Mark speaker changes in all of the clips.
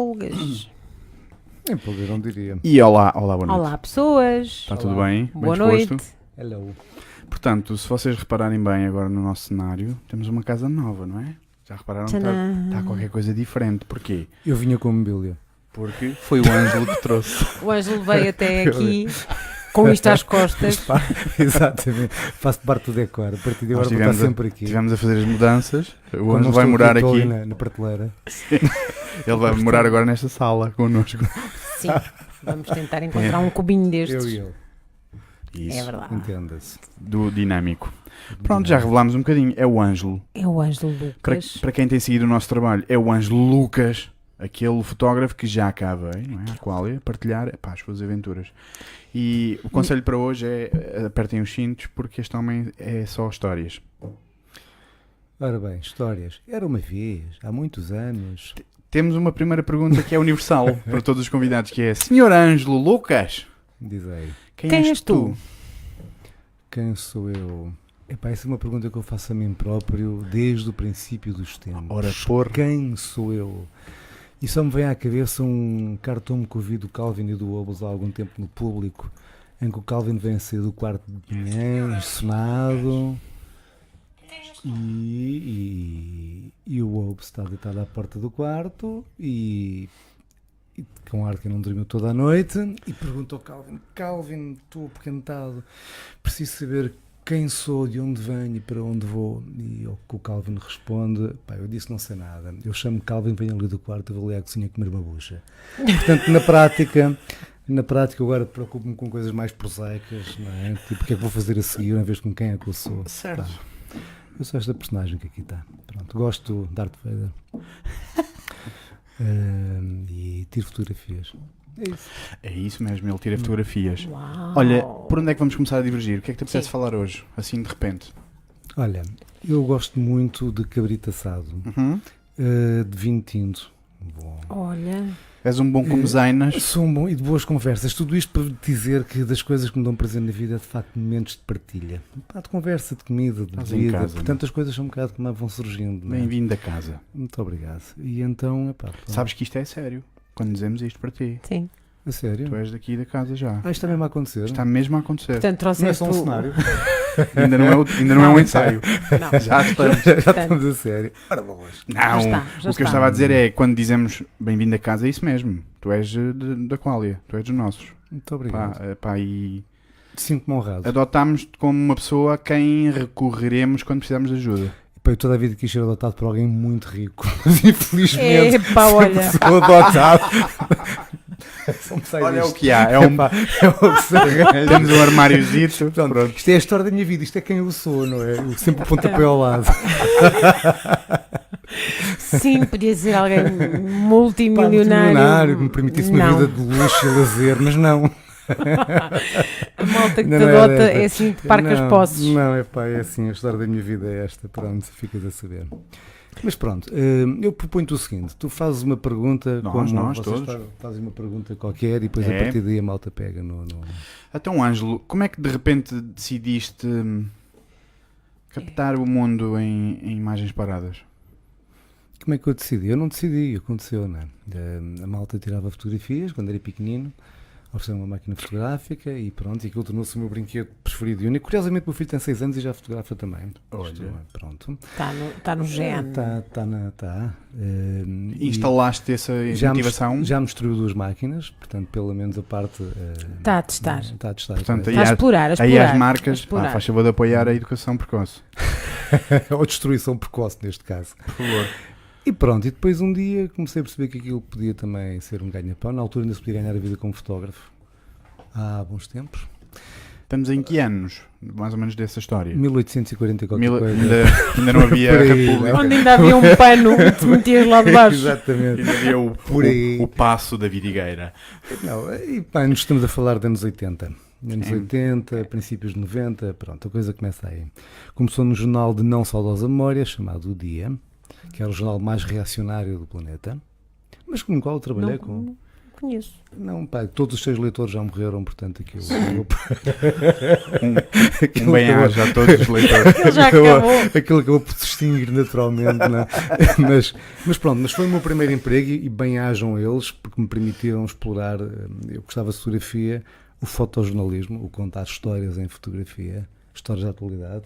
Speaker 1: Pulgas.
Speaker 2: Em poder, não diria.
Speaker 3: E olá, olá, boa noite.
Speaker 1: Olá, pessoas.
Speaker 3: Está tudo
Speaker 2: Olá.
Speaker 3: bem?
Speaker 1: Boa
Speaker 3: bem disposto?
Speaker 1: noite.
Speaker 2: Hello.
Speaker 3: Portanto, se vocês repararem bem agora no nosso cenário, temos uma casa nova, não tá é? Já repararam? que Está
Speaker 1: Tcharam.
Speaker 3: está qualquer coisa diferente. Porquê?
Speaker 2: Eu vinha com mobília.
Speaker 3: Porque foi o Ângelo que trouxe.
Speaker 1: O Ângelo veio até aqui com isto às costas.
Speaker 2: Exatamente. Faço parte do decor. A partir de
Speaker 3: Nós
Speaker 2: agora vou estar
Speaker 3: tivemos a-
Speaker 2: sempre aqui.
Speaker 3: Estivemos a fazer as mudanças. O
Speaker 2: Quando
Speaker 3: Ângelo
Speaker 2: não
Speaker 3: vai
Speaker 2: estou
Speaker 3: morar
Speaker 2: estou
Speaker 3: aqui.
Speaker 2: Na, na prateleira.
Speaker 3: Ele vai
Speaker 2: Gostei.
Speaker 3: morar agora nesta sala connosco.
Speaker 1: Sim, vamos tentar encontrar um cubinho
Speaker 2: Eu e
Speaker 1: destes.
Speaker 2: ele.
Speaker 1: É
Speaker 3: Isso.
Speaker 1: verdade.
Speaker 2: Entenda-se.
Speaker 3: Do dinâmico. Pronto, já revelámos um bocadinho. É o Ângelo.
Speaker 1: É o Ângelo
Speaker 3: Para,
Speaker 1: Lucas.
Speaker 3: para quem tem seguido o nosso trabalho, é o Ângelo Lucas, aquele fotógrafo que já acabei, não é? A qual é partilhar epá, as suas aventuras. E o conselho para hoje é eh, apertem os cintos porque este homem é só histórias.
Speaker 2: Ora bem, histórias. Era uma vez, há muitos anos.
Speaker 3: Temos uma primeira pergunta que é universal para todos os convidados, que é Senhor Ângelo Lucas,
Speaker 2: Diz aí.
Speaker 3: quem,
Speaker 1: Quem és tu?
Speaker 2: Quem sou eu? Epá, essa é uma pergunta que eu faço a mim próprio desde o princípio dos tempos.
Speaker 3: Ora, por...
Speaker 2: Quem sou eu? E só me vem à cabeça um cartão que ouvi do Calvin e do Hobbes há algum tempo no público, em que o Calvin vem sair do quarto de manhã, encenado, e, e, e o Hobbes está deitado à porta do quarto e, e com ar que não dormiu toda a noite e pergunta ao Calvin, Calvin, estou apoquentado, preciso saber quem sou, de onde venho e para onde vou. E o que o Calvin responde, pá, eu disse não sei nada. Eu chamo Calvin, venho ali do quarto, eu vou ali à cozinha comer uma bucha. Portanto, na prática, na prática eu agora preocupo-me com coisas mais prosaicas, não é? Tipo, o que é que vou fazer a seguir, em vez de com quem é que eu sou.
Speaker 3: Certo.
Speaker 2: Eu sou esta personagem que aqui está. Pronto, gosto de Darth Vader. Ahm, e tiro fotografias. É isso.
Speaker 3: É isso mesmo, ele tira fotografias.
Speaker 1: Uau.
Speaker 3: Olha, por onde é que vamos começar a divergir? O que é que te apetece
Speaker 1: Sim.
Speaker 3: falar hoje, assim de repente?
Speaker 2: Olha, eu gosto muito de cabrito assado,
Speaker 3: Uhum.
Speaker 2: ah, de vinho tinto. Bom.
Speaker 1: Olha,
Speaker 3: És um bom
Speaker 1: Hum.
Speaker 3: comezainas.
Speaker 2: Sou um bom e de boas conversas. Tudo isto para dizer que das coisas que me dão prazer na vida é de facto momentos de partilha. Pá, de conversa, de comida, de
Speaker 3: Estás em
Speaker 2: bebida.
Speaker 3: casa, é?
Speaker 2: Portanto, as coisas são um bocado como vão surgindo. não é?
Speaker 3: Bem-vindo a casa.
Speaker 2: Muito obrigado. E então, epá, pronto.
Speaker 3: Sabes que isto é sério. Quando dizemos isto para ti,
Speaker 1: sim.
Speaker 2: A sério?
Speaker 1: Hum.
Speaker 3: tu é- tá- és daqui da casa já.
Speaker 2: Ah, isto também vai acontecer.
Speaker 3: Está mesmo a acontecer.
Speaker 1: Portanto, trouxeste
Speaker 2: Não é só um
Speaker 1: o-
Speaker 2: cenário.
Speaker 3: Ainda não é, o- ainda não é um ensaio.
Speaker 1: Tá. Não, já
Speaker 3: Já estamos.
Speaker 2: Já estamos a sério. Ora, boas.
Speaker 3: Não.
Speaker 1: está, já
Speaker 3: o que eu
Speaker 1: está.
Speaker 3: estava a dizer é quando dizemos bem-vindo a casa, é isso mesmo. Tu és eh, de- da Qualia, tu és dos nossos.
Speaker 2: Muito
Speaker 3: Pá,
Speaker 2: obrigado.
Speaker 3: eh, pá, e
Speaker 2: Sinto-me honrado.
Speaker 3: adotámos-te como uma pessoa a quem recorreremos quando precisarmos de ajuda.
Speaker 2: Pá, eu toda a vida quis ser adotado por alguém muito rico. Mas infelizmente.
Speaker 1: Epá, olha.
Speaker 2: Sou adotado. Só me sai
Speaker 3: Olha
Speaker 2: disto.
Speaker 3: o que há. É um...
Speaker 2: Epá, é o que se arranja.
Speaker 3: Temos um armáriozito.
Speaker 2: Portanto, Isto é a história da minha vida, isto é quem eu sou, não é? Eu sempre o pontapé ao lado.
Speaker 1: Sim, podia ser alguém
Speaker 2: Pá, muito
Speaker 1: multimilionário.
Speaker 2: milionário, que me permitisse uma
Speaker 1: Não.
Speaker 2: vida de luxo e lazer, mas não.
Speaker 1: A malta que te
Speaker 2: Ainda não era
Speaker 1: adota
Speaker 2: esta.
Speaker 1: é assim, de parcas
Speaker 2: não,
Speaker 1: posses.
Speaker 2: Não, é pá, é assim, a história da minha vida é esta, pronto, ficas a saber. Mas pronto, hum, eu proponho-te o seguinte: tu fazes uma pergunta,
Speaker 3: Nós,
Speaker 2: como
Speaker 3: nós,
Speaker 2: vocês
Speaker 3: todos.
Speaker 2: fa- fazem uma pergunta qualquer e depois
Speaker 3: É.
Speaker 2: a partir daí a malta pega no. no-
Speaker 3: Então, Ângelo, como é que de repente decidiste hum, captar o mundo em, em imagens paradas?
Speaker 2: Como é que eu decidi? Eu não decidi, aconteceu, não é? Hum, A malta tirava fotografias quando era pequenino, ofereceu uma máquina fotográfica e pronto, e aquilo tornou-se o meu brinquedo preferido e único. Curiosamente, o meu filho tem 6 anos e já fotografa também. Isto, é,
Speaker 3: Olha.
Speaker 2: pronto.
Speaker 1: Está no, está no gene.
Speaker 2: Está, está, na- está. Hum, e-
Speaker 3: Instalaste essa
Speaker 2: já, mos-
Speaker 3: motivação?
Speaker 2: já mostrou duas máquinas, portanto, pelo menos a parte. eh,
Speaker 1: Está Tá a testar.
Speaker 2: Está a testar. é?
Speaker 3: Portanto,
Speaker 2: correto.
Speaker 1: Está a
Speaker 3: há-
Speaker 1: explorar, a
Speaker 3: Aí
Speaker 1: explorar.
Speaker 3: as
Speaker 1: a
Speaker 3: marcas,
Speaker 1: explorar.
Speaker 3: pá, faz favor de apoiar a educação precoce. é
Speaker 2: Ou destruição precoce, neste caso.
Speaker 3: Por favor.
Speaker 2: E pronto, e depois um dia comecei a perceber que aquilo podia também ser um ganha-pão. Na altura ainda se podia ganhar a vida como fotógrafo. Há bons tempos.
Speaker 3: Estamos em que anos, mais ou menos, dessa história?
Speaker 2: 1840 e qualquer
Speaker 3: Mil-
Speaker 2: coisa.
Speaker 3: ainda, ainda não havia
Speaker 2: Por aí,
Speaker 3: República,
Speaker 1: Onde ainda havia um pano que te metias lá debaixo.
Speaker 2: Exatamente.
Speaker 3: ainda havia o,
Speaker 2: Por aí.
Speaker 3: o, o passo da vidigueira.
Speaker 2: Não, e pá, nos estamos a falar de anos 80. Anos
Speaker 3: Sim.
Speaker 2: 80, princípios de 90, pronto, a coisa começa aí. Começou no jornal de não saudosa memória, chamado O Dia, que era o jornal mais reacionário do planeta, mas com o qual eu trabalhei
Speaker 1: Não-
Speaker 2: com.
Speaker 1: conheço.
Speaker 2: Não, pá, todos os seus leitores já morreram, portanto aquilo.
Speaker 3: Um
Speaker 2: aquilo
Speaker 3: bem
Speaker 2: acabou-
Speaker 3: a todos os leitores.
Speaker 1: Ele já
Speaker 2: Acabou.
Speaker 1: acabou.
Speaker 2: Aquilo acabou por se extinguir naturalmente, não é? mas, mas pronto, mas foi o meu primeiro emprego e e bem hajam eles, porque me permitiram explorar. eh, Eu gostava de fotografia, o fotojornalismo, o contar histórias em fotografia, histórias da atualidade,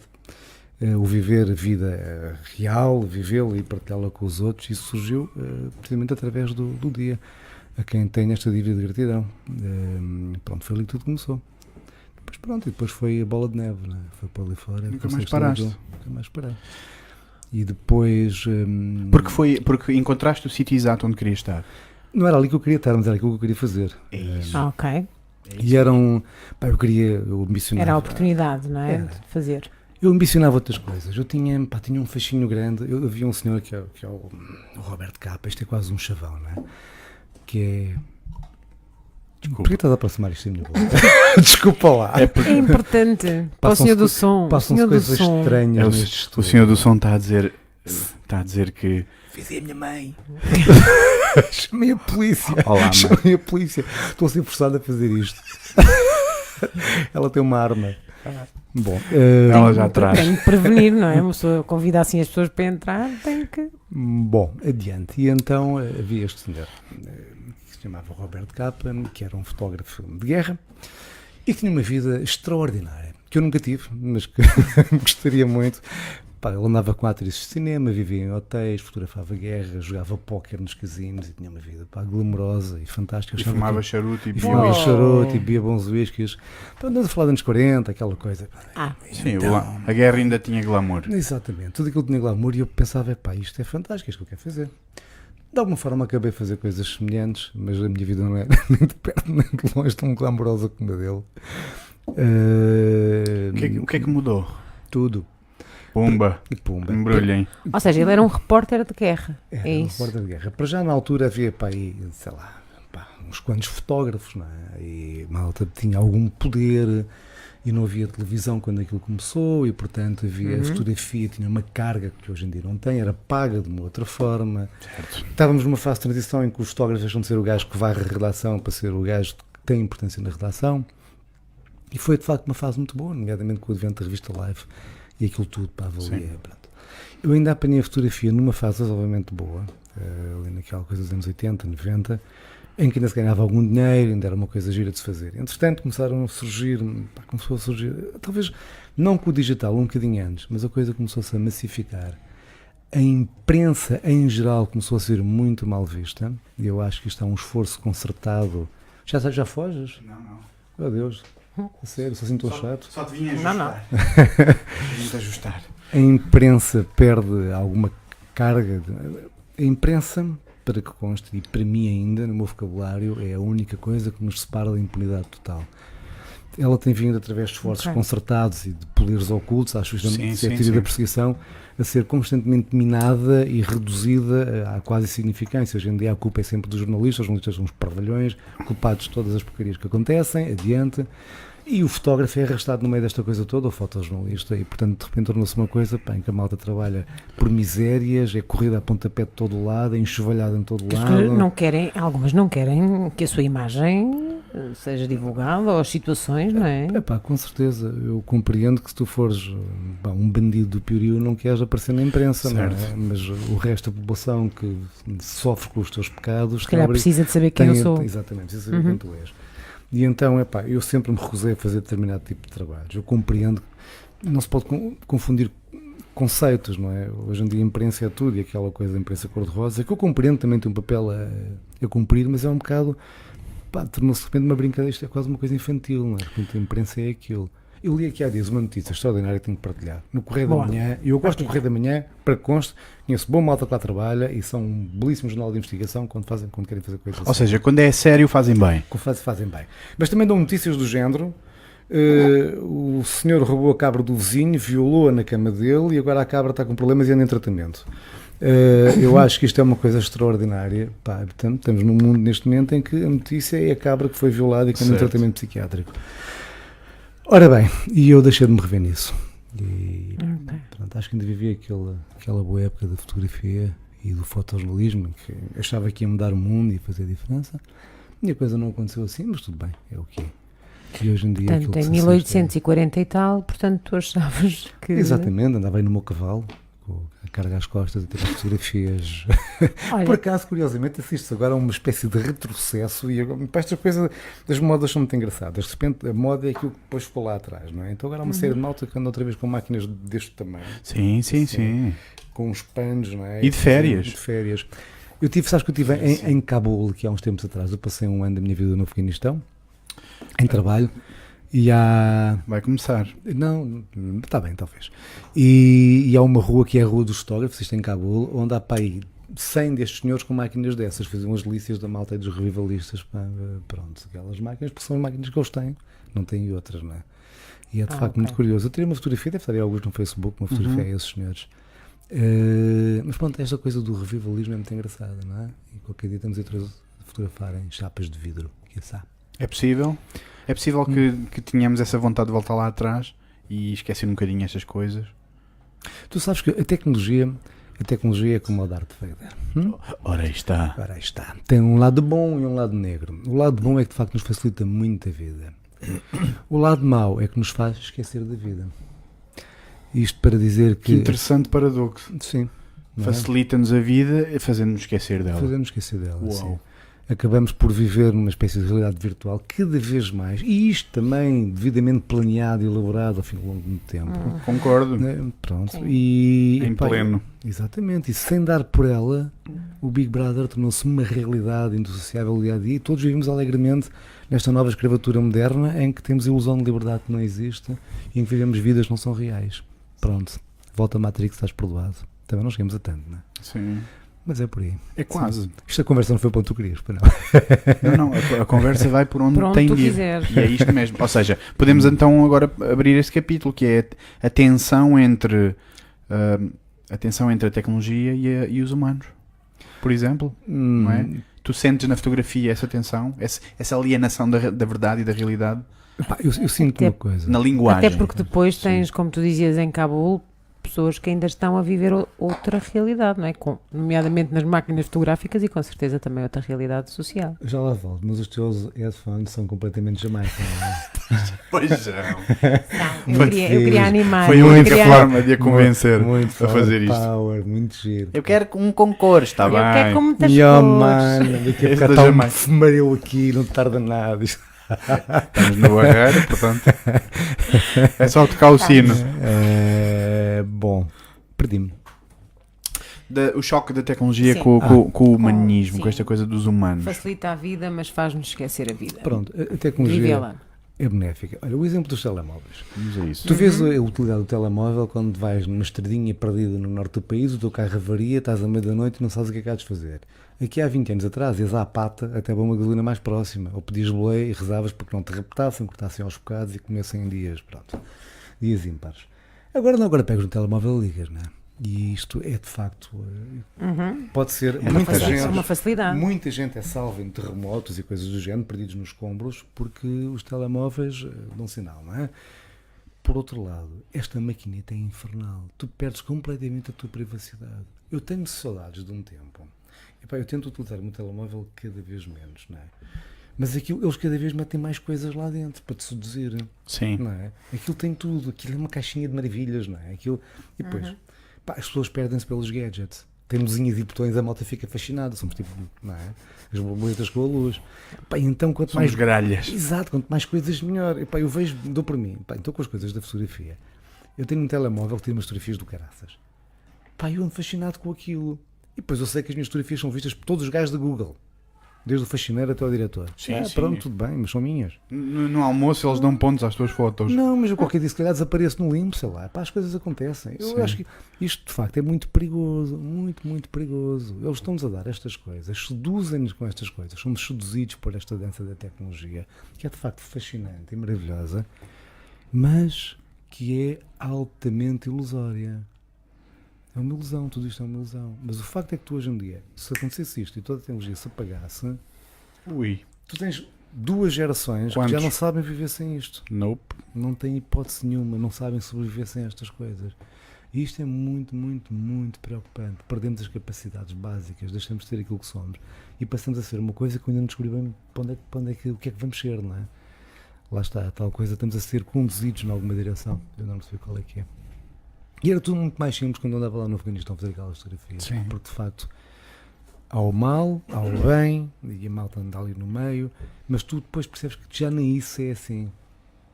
Speaker 2: eh, o viver a vida eh, real, vivê-la e partilhá-la com os outros. Isso surgiu eh, precisamente através do, do dia. A quem tem esta dívida de gratidão. Eh, Pronto, foi ali que tudo começou. Depois pronto, e depois foi a bola de neve, né? foi para ali fora.
Speaker 3: Nunca
Speaker 2: comecei
Speaker 3: mais
Speaker 2: a estudar
Speaker 3: paraste.
Speaker 2: aquilo. Nunca mais parei. E depois. hum,
Speaker 3: Porque, foi, porque encontraste o sítio exato onde querias estar.
Speaker 2: Não era ali que eu queria estar, mas era aquilo que eu queria fazer. Hum,
Speaker 3: É isso.
Speaker 1: Ah, ok.
Speaker 2: E era um. Pá, eu queria. Eu ambicionava.
Speaker 1: Era a oportunidade, não é?
Speaker 2: Era.
Speaker 1: De fazer.
Speaker 2: Eu ambicionava outras coisas. Eu tinha, pá, tinha um fascínio grande. Eu havia um senhor que é, o- que é o, o Roberto Capa. Este é quase um chavão, não é? Que é. Por que estás a aproximar isto da minha boca? Desculpa lá.
Speaker 3: É porque
Speaker 1: É importante para o
Speaker 2: Passam-se
Speaker 1: senhor do
Speaker 2: co-
Speaker 1: som. O
Speaker 2: Passam-se
Speaker 1: senhor do
Speaker 2: coisas
Speaker 1: som.
Speaker 3: é
Speaker 2: estranhas.
Speaker 3: o,
Speaker 2: neste
Speaker 3: o
Speaker 2: estúdio.
Speaker 3: senhor do som está a dizer. Está a dizer que.
Speaker 2: Avisei a minha mãe. Chamei a polícia.
Speaker 3: Olá, mãe.
Speaker 2: Chamei a polícia. Estou a ser forçado a fazer isto. Ela tem uma arma. Bom, eh,
Speaker 3: Ela já atrás.
Speaker 1: Tem que prevenir, não é? Uma pessoa convida assim as pessoas para entrar, tem que.
Speaker 2: bom, adiante. E então eh, havia este senhor eh, que se chamava Roberto Capa, que era um fotógrafo de guerra e que tinha uma vida extraordinária, que eu nunca tive, mas que gostaria muito. Pá, ele andava com atrizes de cinema, vivia em hotéis, fotografava guerra, jogava póquer nos casinos e tinha uma vida pá, glamourosa e fantástica. Eu
Speaker 3: E
Speaker 2: achava
Speaker 3: fumava
Speaker 2: aquilo-
Speaker 3: charuto e um-
Speaker 2: e
Speaker 3: bebia
Speaker 2: fumava
Speaker 1: Uau.
Speaker 2: Tipo,
Speaker 3: uísque.
Speaker 2: um charuto e bebia bons whiskies. Então, andando a falar de anos 40, aquela coisa.
Speaker 1: Ah,
Speaker 3: Sim, o la-
Speaker 2: um-
Speaker 3: a guerra ainda tinha
Speaker 2: Hum.
Speaker 3: glamour.
Speaker 2: Exatamente, tudo aquilo tinha glamour e eu pensava, epá, isto é fantástico, é isto que eu quero fazer. De alguma forma acabei a fazer coisas semelhantes, mas a minha vida não é nem de perto nem de longe tão glamourosa como a dele. Eh,
Speaker 3: O que, é que- o que é que mudou?
Speaker 2: Tudo.
Speaker 3: Pumba,
Speaker 2: E pumba.
Speaker 3: embrulhem.
Speaker 1: ou seja, ele era um repórter de guerra.
Speaker 2: Era
Speaker 1: é
Speaker 2: um
Speaker 1: isso.
Speaker 2: repórter de guerra. Para já na altura havia pá, aí, sei lá, pá, uns quantos fotógrafos, não é? E malta tinha algum poder e não havia televisão quando aquilo começou e portanto havia
Speaker 1: Uhum.
Speaker 2: a fotografia, tinha uma carga que hoje em dia não tem, era paga de uma outra forma. Estávamos numa fase de transição em que os fotógrafos deixam de ser o gajo que varre a redação para ser o gajo que tem importância na redação. E foi de facto uma fase muito boa, nomeadamente com o advento da revista Live e aquilo tudo para valia. pronto. Eu ainda apanhei a fotografia numa fase razoavelmente boa, eh, ali naquela coisa dos anos 80, 90, em que ainda se ganhava algum dinheiro, ainda era uma coisa gira de se fazer. Entretanto, começaram a surgir, pá, começou a surgir, talvez não com o digital, um bocadinho antes, mas a coisa começou-se a massificar. A imprensa em geral começou a ser muito mal vista, e eu acho que isto é um esforço consertado. Já, já foges?
Speaker 3: Não, não.
Speaker 2: Meu Deus, a sério, só assim tão chato.
Speaker 3: Só te vinha
Speaker 1: Não, não.
Speaker 3: Vim-te ajustar.
Speaker 2: A imprensa perde alguma carga? de- A imprensa, para que conste, e para mim ainda, no meu vocabulário, é a única coisa que nos separa da impunidade total. Ela tem vindo, através de esforços
Speaker 1: Ok.
Speaker 2: concertados e de poderes ocultos, acho que
Speaker 3: Sim,
Speaker 2: isso é a
Speaker 3: sim,
Speaker 2: teoria
Speaker 3: sim.
Speaker 2: da perseguição, a ser constantemente minada e reduzida a- à quase insignificância. Hoje em dia a culpa é sempre dos jornalistas, os jornalistas são uns parvalhões, culpados de todas as porcarias que acontecem, adiante. E o fotógrafo é arrastado no meio desta coisa toda, o fotojornalista, e portanto de repente tornou-se uma coisa pá, em que a malta trabalha por misérias, é corrida a pontapé de todo o lado, é enxovalhada em todo
Speaker 1: Que as
Speaker 2: lado.
Speaker 1: pessoas eh, não querem, algumas não querem que a sua imagem eh, seja divulgada ou as situações, não é?
Speaker 2: Epá, com certeza, eu compreendo que se tu fores hum, pá, um bandido do Pioriu não queres aparecer na imprensa, não é?
Speaker 3: Certo.
Speaker 2: mas o resto da população que sofre com os teus pecados
Speaker 1: Se calhar
Speaker 2: tem a
Speaker 1: precisa de saber quem
Speaker 2: é Tem-
Speaker 1: eu sou. Uhum.
Speaker 2: Exatamente, precisa saber quem tu és. E então, epá, eu sempre me recusei a fazer determinado tipo de trabalhos. Eu compreendo que não se pode con- confundir conceitos, não é? Hoje em dia a imprensa é tudo e aquela coisa da imprensa cor-de-rosa, que eu compreendo também tem um papel a, a cumprir, mas é um bocado. pá, tornou-se de repente uma brincadeira, isto é quase uma coisa infantil, não é? De repente a imprensa é aquilo. Eu li aqui há dias uma notícia extraordinária que tenho que partilhar. No Correio
Speaker 1: Boa.
Speaker 2: da Manhã, e eu gosto do Correio da Manhã, para que conste, conheço bom malta que lá trabalha e são um belíssimo jornal de investigação quando, fazem, quando querem fazer coisas
Speaker 3: Ou seja, quando é sério, fazem bem.
Speaker 2: que fazem, fazem bem. Mas também dão notícias do género. eh, o senhor roubou a cabra do vizinho, violou-a na cama dele e agora a cabra está com problemas e anda em tratamento. Eh, eu acho que isto é uma coisa extraordinária. Pá, portanto, estamos num mundo neste momento em que a notícia é a cabra que foi violada e que anda em
Speaker 3: Certo.
Speaker 2: tratamento psiquiátrico. Ora bem, e eu deixei de me rever nisso. E,
Speaker 1: Ok.
Speaker 2: Pronto, acho que ainda vivi aquela, aquela boa época da fotografia e do fotojornalismo, em que eu achava que ia mudar o mundo e fazer a diferença. E a coisa não aconteceu assim, mas tudo bem, é o que é. E hoje em dia. aquilo
Speaker 1: Portanto,
Speaker 2: que
Speaker 1: em
Speaker 2: se assiste
Speaker 1: 1840 e tal, portanto, tu achavas que.
Speaker 2: é- Exatamente, andava aí no meu cavalo, com a carga às costas, a tirar fotografias.
Speaker 1: Olha,
Speaker 2: Por acaso, curiosamente, assisto agora a uma espécie de retrocesso e agora- para estas coisas, as modas são muito engraçadas. De repente, a moda é aquilo que depois ficou lá atrás, não é? Então agora há uma
Speaker 1: Uhum.
Speaker 2: série de malta que anda outra vez com máquinas deste tamanho.
Speaker 3: Sim, sim, sim.
Speaker 2: com os panos, não é?
Speaker 3: E de férias.
Speaker 2: E de férias. Eu tive, sabes que eu tive em, em Cabul, que há uns tempos atrás, eu passei um ano da minha vida no Afeganistão, em trabalho, e há.
Speaker 3: Vai começar.
Speaker 2: Não, está bem, talvez. E, e há uma rua que é a Rua dos Fotógrafos, isto em Cabul, onde há para aí 100 destes senhores com máquinas dessas, faziam as delícias da malta e dos revivalistas, pá, pronto, aquelas máquinas, porque são as máquinas que eles têm, não têm outras, não é? E é de
Speaker 1: Ah,
Speaker 2: facto
Speaker 1: ok. Uhum.
Speaker 2: muito curioso. Eu tirei uma fotografia, deve estar aí alguns no Facebook, uma fotografia a esses senhores. Eh, mas pronto, esta coisa do revivalismo é muito engraçada, não é? E qualquer dia estamos a trazer- fotografar em chapas de vidro, quiçá.
Speaker 3: É possível? É possível que, que tenhamos essa vontade de voltar lá atrás e esquecer um bocadinho estas coisas?
Speaker 2: Tu sabes que a tecnologia, a tecnologia é como o Darth Vader. hum?
Speaker 3: Ora, aí está.
Speaker 2: Ora, aí está. Tem um lado bom e um lado negro. O lado bom é que de facto nos facilita muito a vida. O lado mau é que nos faz esquecer da vida. Isto para dizer
Speaker 3: Que
Speaker 2: que.
Speaker 3: interessante paradoxo.
Speaker 2: Sim. não é?
Speaker 3: Facilita-nos a vida e fazendo-nos esquecer dela.
Speaker 2: Fazemos esquecer dela.
Speaker 3: Uau.
Speaker 2: Sim. Acabamos por viver numa espécie de realidade virtual cada vez mais. E isto também devidamente planeado e elaborado ao, fim, ao longo do tempo.
Speaker 1: hum,
Speaker 3: Concordo.
Speaker 2: Né? Pronto.
Speaker 1: Sim.
Speaker 2: E,
Speaker 3: Hum. Em
Speaker 2: epá,
Speaker 3: pleno.
Speaker 2: Exatamente, e sem dar por ela, o Big Brother tornou-se uma realidade indissociável do dia a dia e todos vivemos alegremente nesta nova escravatura moderna em que temos a ilusão de liberdade que não existe e em que vivemos vidas que não são reais. Pronto, volta a Matrix, estás perdoado. Também não chegamos a tanto, não é?
Speaker 3: Sim.
Speaker 2: Mas é por aí.
Speaker 3: É quase.
Speaker 2: Esta conversa não foi para onde tu querias, para não.
Speaker 3: Não, não, a, a conversa vai por onde
Speaker 1: Por onde
Speaker 3: tem
Speaker 1: tu
Speaker 3: de ir.
Speaker 1: quiseres.
Speaker 3: E é isto mesmo. Ou seja, podemos então agora abrir este capítulo, que é a tensão entre, hum, a, tensão entre a tecnologia e, a- e os humanos. Por exemplo, não é?
Speaker 2: Hum,
Speaker 3: Tu sentes na fotografia essa tensão, essa, essa alienação da, re- da verdade e da realidade
Speaker 2: Pá, eu, eu sinto
Speaker 1: Até-
Speaker 2: uma coisa.
Speaker 3: na linguagem.
Speaker 1: até porque
Speaker 2: né?
Speaker 1: depois tens, como tu dizias em Cabul, pessoas que ainda estão a viver o- outra realidade, não é? Com, nomeadamente nas máquinas fotográficas e com certeza também outra realidade social.
Speaker 2: Já lá volto, mas os teus headphones são completamente é? jamais.
Speaker 3: Pois já.
Speaker 1: Eu
Speaker 3: Foi-
Speaker 1: queria, eu queria
Speaker 2: fez.
Speaker 1: animar.
Speaker 3: Foi a
Speaker 1: eu
Speaker 3: única
Speaker 1: queria-
Speaker 3: forma de a convencer
Speaker 2: muito
Speaker 3: a fazer isto.
Speaker 2: power, muito giro.
Speaker 3: Eu quero um com cores, está
Speaker 1: Eu
Speaker 3: bem.
Speaker 1: quero com é muitas
Speaker 2: Yeah,
Speaker 1: cores.
Speaker 2: mano, daqui a
Speaker 3: Esse
Speaker 2: bocado
Speaker 3: da
Speaker 2: está um
Speaker 3: Jamaica.
Speaker 2: fumareu aqui, não tarda nada. Isto-
Speaker 3: Estamos na barreira, portanto. É só tocar o sino.
Speaker 2: É, bom, perdi-me.
Speaker 3: Da- o choque da tecnologia
Speaker 1: Sim.
Speaker 3: com, com- com o humanismo,
Speaker 1: sim. assim.
Speaker 3: com esta coisa dos humanos.
Speaker 1: Facilita a vida, mas faz-nos esquecer a vida.
Speaker 2: Pronto, a- a tecnologia
Speaker 1: Vivê-la.
Speaker 2: é benéfica. Olha, o exemplo dos telemóveis.
Speaker 3: Vamos a isso.
Speaker 2: Tu vês a utilidade do telemóvel quando vais numa estradinha perdida no norte do país, o teu carro avaria, estás à meia-noite e não sabes o que é que há de fazer. Aqui há 20 anos atrás, ias à pata até para uma gasolina mais próxima, ou pedias boleia e rezavas para que não te raptassem, cortassem aos bocados e comessem em dias, pronto, dias ímpares. Agora não, agora pegas no telemóvel e ligas, não é? E isto é de facto. eh, Pode ser.
Speaker 3: uma
Speaker 2: muita
Speaker 3: facilidade.
Speaker 2: gente-
Speaker 1: É uma facilidade.
Speaker 2: Muita gente é salva em terremotos e coisas do género, perdidos nos escombros, porque os telemóveis eh, dão sinal, não é? Por outro lado, esta maquineta é infernal. Tu perdes completamente a tua privacidade. Eu tenho saudades de um tempo. Epá, eu tento utilizar o meu telemóvel cada vez menos, não é? Mas aquilo, eles cada vez metem mais coisas lá dentro para te seduzir
Speaker 3: Sim.
Speaker 2: não é? Aquilo tem tudo, aquilo é uma caixinha de maravilhas, não é? Aquilo... E depois, pá, as pessoas perdem-se pelos gadgets. Tem luzinhas e botões, a malta fica fascinada, somos tipo, não é? As borboletas com a luz. Pá, e então quanto
Speaker 3: Somos
Speaker 2: mais
Speaker 3: gralhas.
Speaker 2: Exato, quanto mais coisas, melhor. Epá, eu vejo, dou por mim. Pá, estou com as coisas da fotografia. Eu tenho um telemóvel que tira umas fotografias do caraças. Pá, eu ando fascinado com aquilo. E depois eu sei que as minhas fotografias são vistas por todos os gajos da Google. Desde o faxineiro até o diretor.
Speaker 3: Sim,
Speaker 2: Ah,
Speaker 3: sim.
Speaker 2: Pronto, tudo bem, mas são minhas.
Speaker 3: No, no almoço eles dão pontos às tuas fotos.
Speaker 2: Não, mas eu qualquer dia se calhar desapareço no limbo, sei lá. Pá, as coisas acontecem. Eu acho que isto de facto é muito perigoso, muito, muito perigoso. Eles estão-nos a dar estas coisas, seduzem-nos com estas coisas. Somos seduzidos por esta dança da tecnologia, que é de facto fascinante e maravilhosa, mas que é altamente ilusória. É uma ilusão, tudo isto é uma ilusão. Mas o facto é que tu hoje em dia, se acontecesse isto e toda a tecnologia se apagasse,
Speaker 3: Ui.
Speaker 2: tu tens duas gerações que já
Speaker 3: Quantos?
Speaker 2: não sabem viver sem isto
Speaker 3: Nope.
Speaker 2: não têm hipótese nenhuma, não sabem sobreviver sem estas coisas. E isto é muito, muito, muito preocupante. Perdemos as capacidades básicas, deixamos de ser aquilo que somos e passamos a ser uma coisa que ainda não descobri bem para onde é, que- para onde é que, o que é que vamos ser, não é? Lá está, tal coisa, estamos a ser conduzidos em alguma direção. Eu não percebi qual é que é. E era tudo muito mais simples quando eu andava lá no Afeganistão a fazer aquelas fotografias.
Speaker 3: Sim.
Speaker 2: Porque de facto há o mal, há o bem, e a malta anda ali no meio, mas tu depois percebes que já nem isso é assim.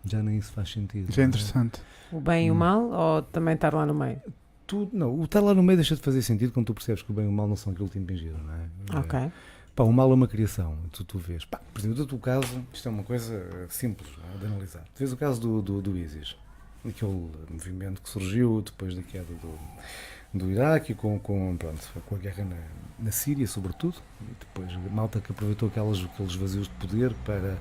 Speaker 2: Já nem isso faz sentido.
Speaker 3: Isso é
Speaker 2: não
Speaker 3: interessante.
Speaker 1: O bem e o
Speaker 2: Hum.
Speaker 1: mal ou também estar lá no meio?
Speaker 2: Tu, não, o estar lá no meio deixa de fazer sentido quando tu percebes que o bem e o mal não são aquilo que te impingiram, não é?
Speaker 1: Ok.
Speaker 2: Pá, o mal é uma criação, tu, tu vês. Pá, por exemplo, do teu caso, isto é uma coisa eh, simples não é, de analisar. Tu vês o caso do, do, do ISIS, aquele movimento que surgiu depois da queda do, do Iraque, com, com, pronto, com a guerra na, na Síria, sobretudo, e depois a malta que aproveitou aquelas, aqueles vazios de poder para.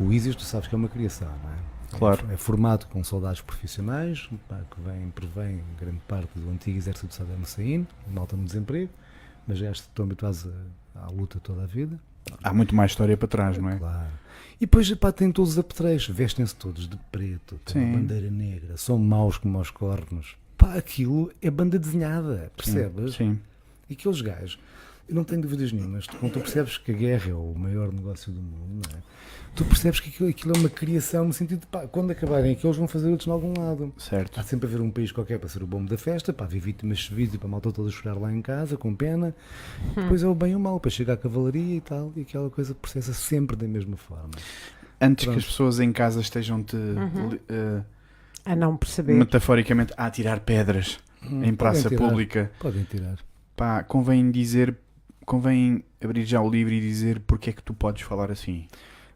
Speaker 2: O ISIS, tu sabes que é uma criação, não é?
Speaker 3: Claro.
Speaker 2: É formado com soldados profissionais, pá, que vem, prevém grande parte do antigo exército de Saddam Hussein, malta no desemprego, mas já estão habituados a- à luta toda a vida.
Speaker 3: Há muito mais história para trás, não é?
Speaker 2: Claro. E depois pá, têm todos os apetrechos, vestem-se todos de preto, têm uma
Speaker 3: Sim.
Speaker 2: bandeira negra, são maus como aos cornos. Pá, aquilo é banda desenhada, percebes?
Speaker 3: Sim.
Speaker 2: E aqueles gajos, eu não tenho dúvidas nenhumas, tu- quando tu percebes que a guerra é o maior negócio do mundo, não é? tu percebes que aquilo, aquilo é uma criação no sentido de pá, quando acabarem aqueles vão fazer outros em algum lado.
Speaker 3: Certo.
Speaker 2: Há sempre a haver um país qualquer para ser o bombo da festa, para haver vítimas civis e para a malta toda chorar lá em casa, com pena. Depois é o bem e o mal, para chegar à cavalaria e tal, e aquela coisa processa sempre da mesma forma.
Speaker 3: Antes que
Speaker 2: Pronto.
Speaker 3: as pessoas em casa estejam-te li- eh,
Speaker 1: A não perceber.
Speaker 3: metaforicamente a atirar pedras
Speaker 2: Uhum.
Speaker 3: em praça
Speaker 2: Podem tirar,
Speaker 3: pública,
Speaker 2: Podem tirar.
Speaker 3: pá, convém dizer, convém abrir já o livro e dizer porque é que tu podes falar assim.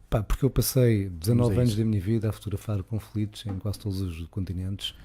Speaker 2: Pá, porque eu passei 19
Speaker 3: a
Speaker 2: anos
Speaker 3: isso.
Speaker 2: da minha vida a fotografar conflitos em quase todos os continentes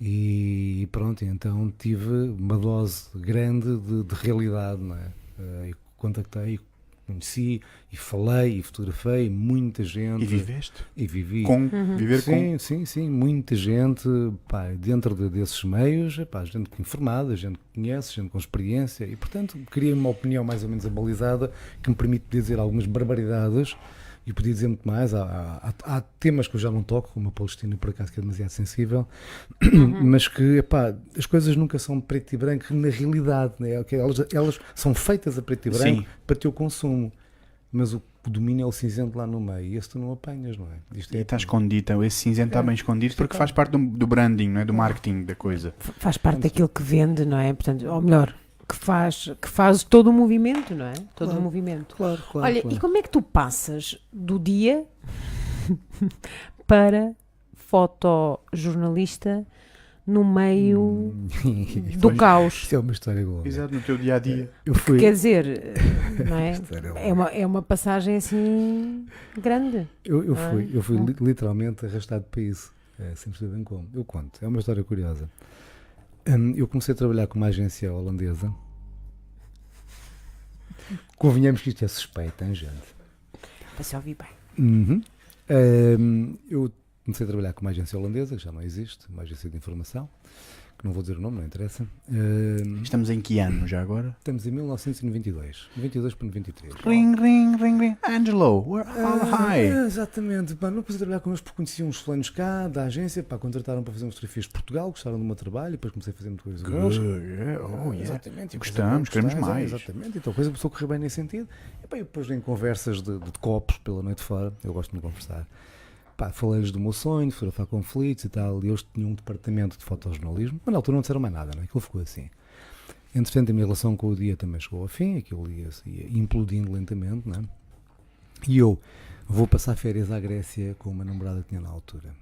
Speaker 2: e pronto, então tive uma dose grande de, de realidade, não é? Eh, E contactei, conheci e falei e fotografei muita gente
Speaker 3: E viveste?
Speaker 2: e vivi.
Speaker 3: Com, Viver
Speaker 2: sim, sim, sim, muita gente pá, dentro de- desses meios, pá, gente informada, gente que conhece, gente com experiência e, portanto, queria uma opinião mais ou menos abalizada que me permite dizer algumas barbaridades e podia dizer muito mais. Há, há- há temas que eu já não toco, como a Palestina, por acaso, que é demasiado sensível, mas que epá, as coisas nunca são preto e branco na realidade, né? Ok, elas, elas são feitas a preto e branco
Speaker 3: Sim.
Speaker 2: para teu consumo. Mas o que domina é o cinzento lá no meio e esse tu não apanhas, não é? Isto
Speaker 3: com. E está escondido, então esse cinzento
Speaker 2: É.
Speaker 3: está bem escondido porque faz parte do, do branding, não é? do marketing da coisa.
Speaker 1: F- Faz parte daquilo que vende, não é? Portanto, ou melhor, que faz, que faz todo o movimento, não é? Todo
Speaker 2: Claro.
Speaker 1: o movimento.
Speaker 2: Claro, claro.
Speaker 1: Olha,
Speaker 2: claro.
Speaker 1: e como é que tu passas do dia para fotojornalista no meio
Speaker 2: Hum,
Speaker 1: do
Speaker 2: Pois,
Speaker 1: caos?
Speaker 2: Isto é uma história igual.
Speaker 3: Exato, no teu dia a dia.
Speaker 2: Eu fui.
Speaker 1: Quer dizer, não é?
Speaker 2: História longa.
Speaker 1: É uma, é uma passagem assim grande.
Speaker 2: Eu, eu
Speaker 1: Ah,
Speaker 2: fui, eu fui
Speaker 1: ok.
Speaker 2: li- literalmente arrastado para isso, é, sem perceber bem como. Eu conto, é uma história curiosa. Hum, eu comecei a trabalhar com uma agência holandesa. Convenhamos que isto é suspeito, hein, gente?
Speaker 1: Para se ouvir bem.
Speaker 2: Uhum. Ahm, Hum, eu comecei a trabalhar com uma agência holandesa, que já não existe, uma agência de informação, que não vou dizer o nome, não interessa. Ahm,
Speaker 3: Estamos em que ano já agora?
Speaker 2: estamos em 1992, 92 para 93.
Speaker 3: Ring, ring, ring, ring. Angelo, we're all
Speaker 2: Ah,
Speaker 3: high.
Speaker 2: é, Exatamente, pá, não pude trabalhar com eles porque conheci uns fulanos cá da agência, pá, contrataram para fazer umas fotografias de Portugal, gostaram do meu trabalho, depois comecei a fazer muita coisa com eles.
Speaker 3: Oh, yeah.
Speaker 2: é, Exatamente, e depois
Speaker 3: Gostamos, queremos
Speaker 2: gostamos, é,
Speaker 3: mais.
Speaker 2: Exatamente, então a coisa começou a correr bem nesse sentido. E, pá, eu depois em conversas de, de copos pela noite fora, eu gosto de me conversar. Pá, falei-lhes do meu sonho, de fotografar conflitos e tal, e eles tinham um departamento de fotojornalismo, mas na altura não disseram mais nada, não é? Aquilo ficou assim. Entretanto, a minha relação com o dia também chegou ao fim, aquilo ia, ia implodindo lentamente, não é? E eu vou passar férias à Grécia com uma namorada que tinha na altura.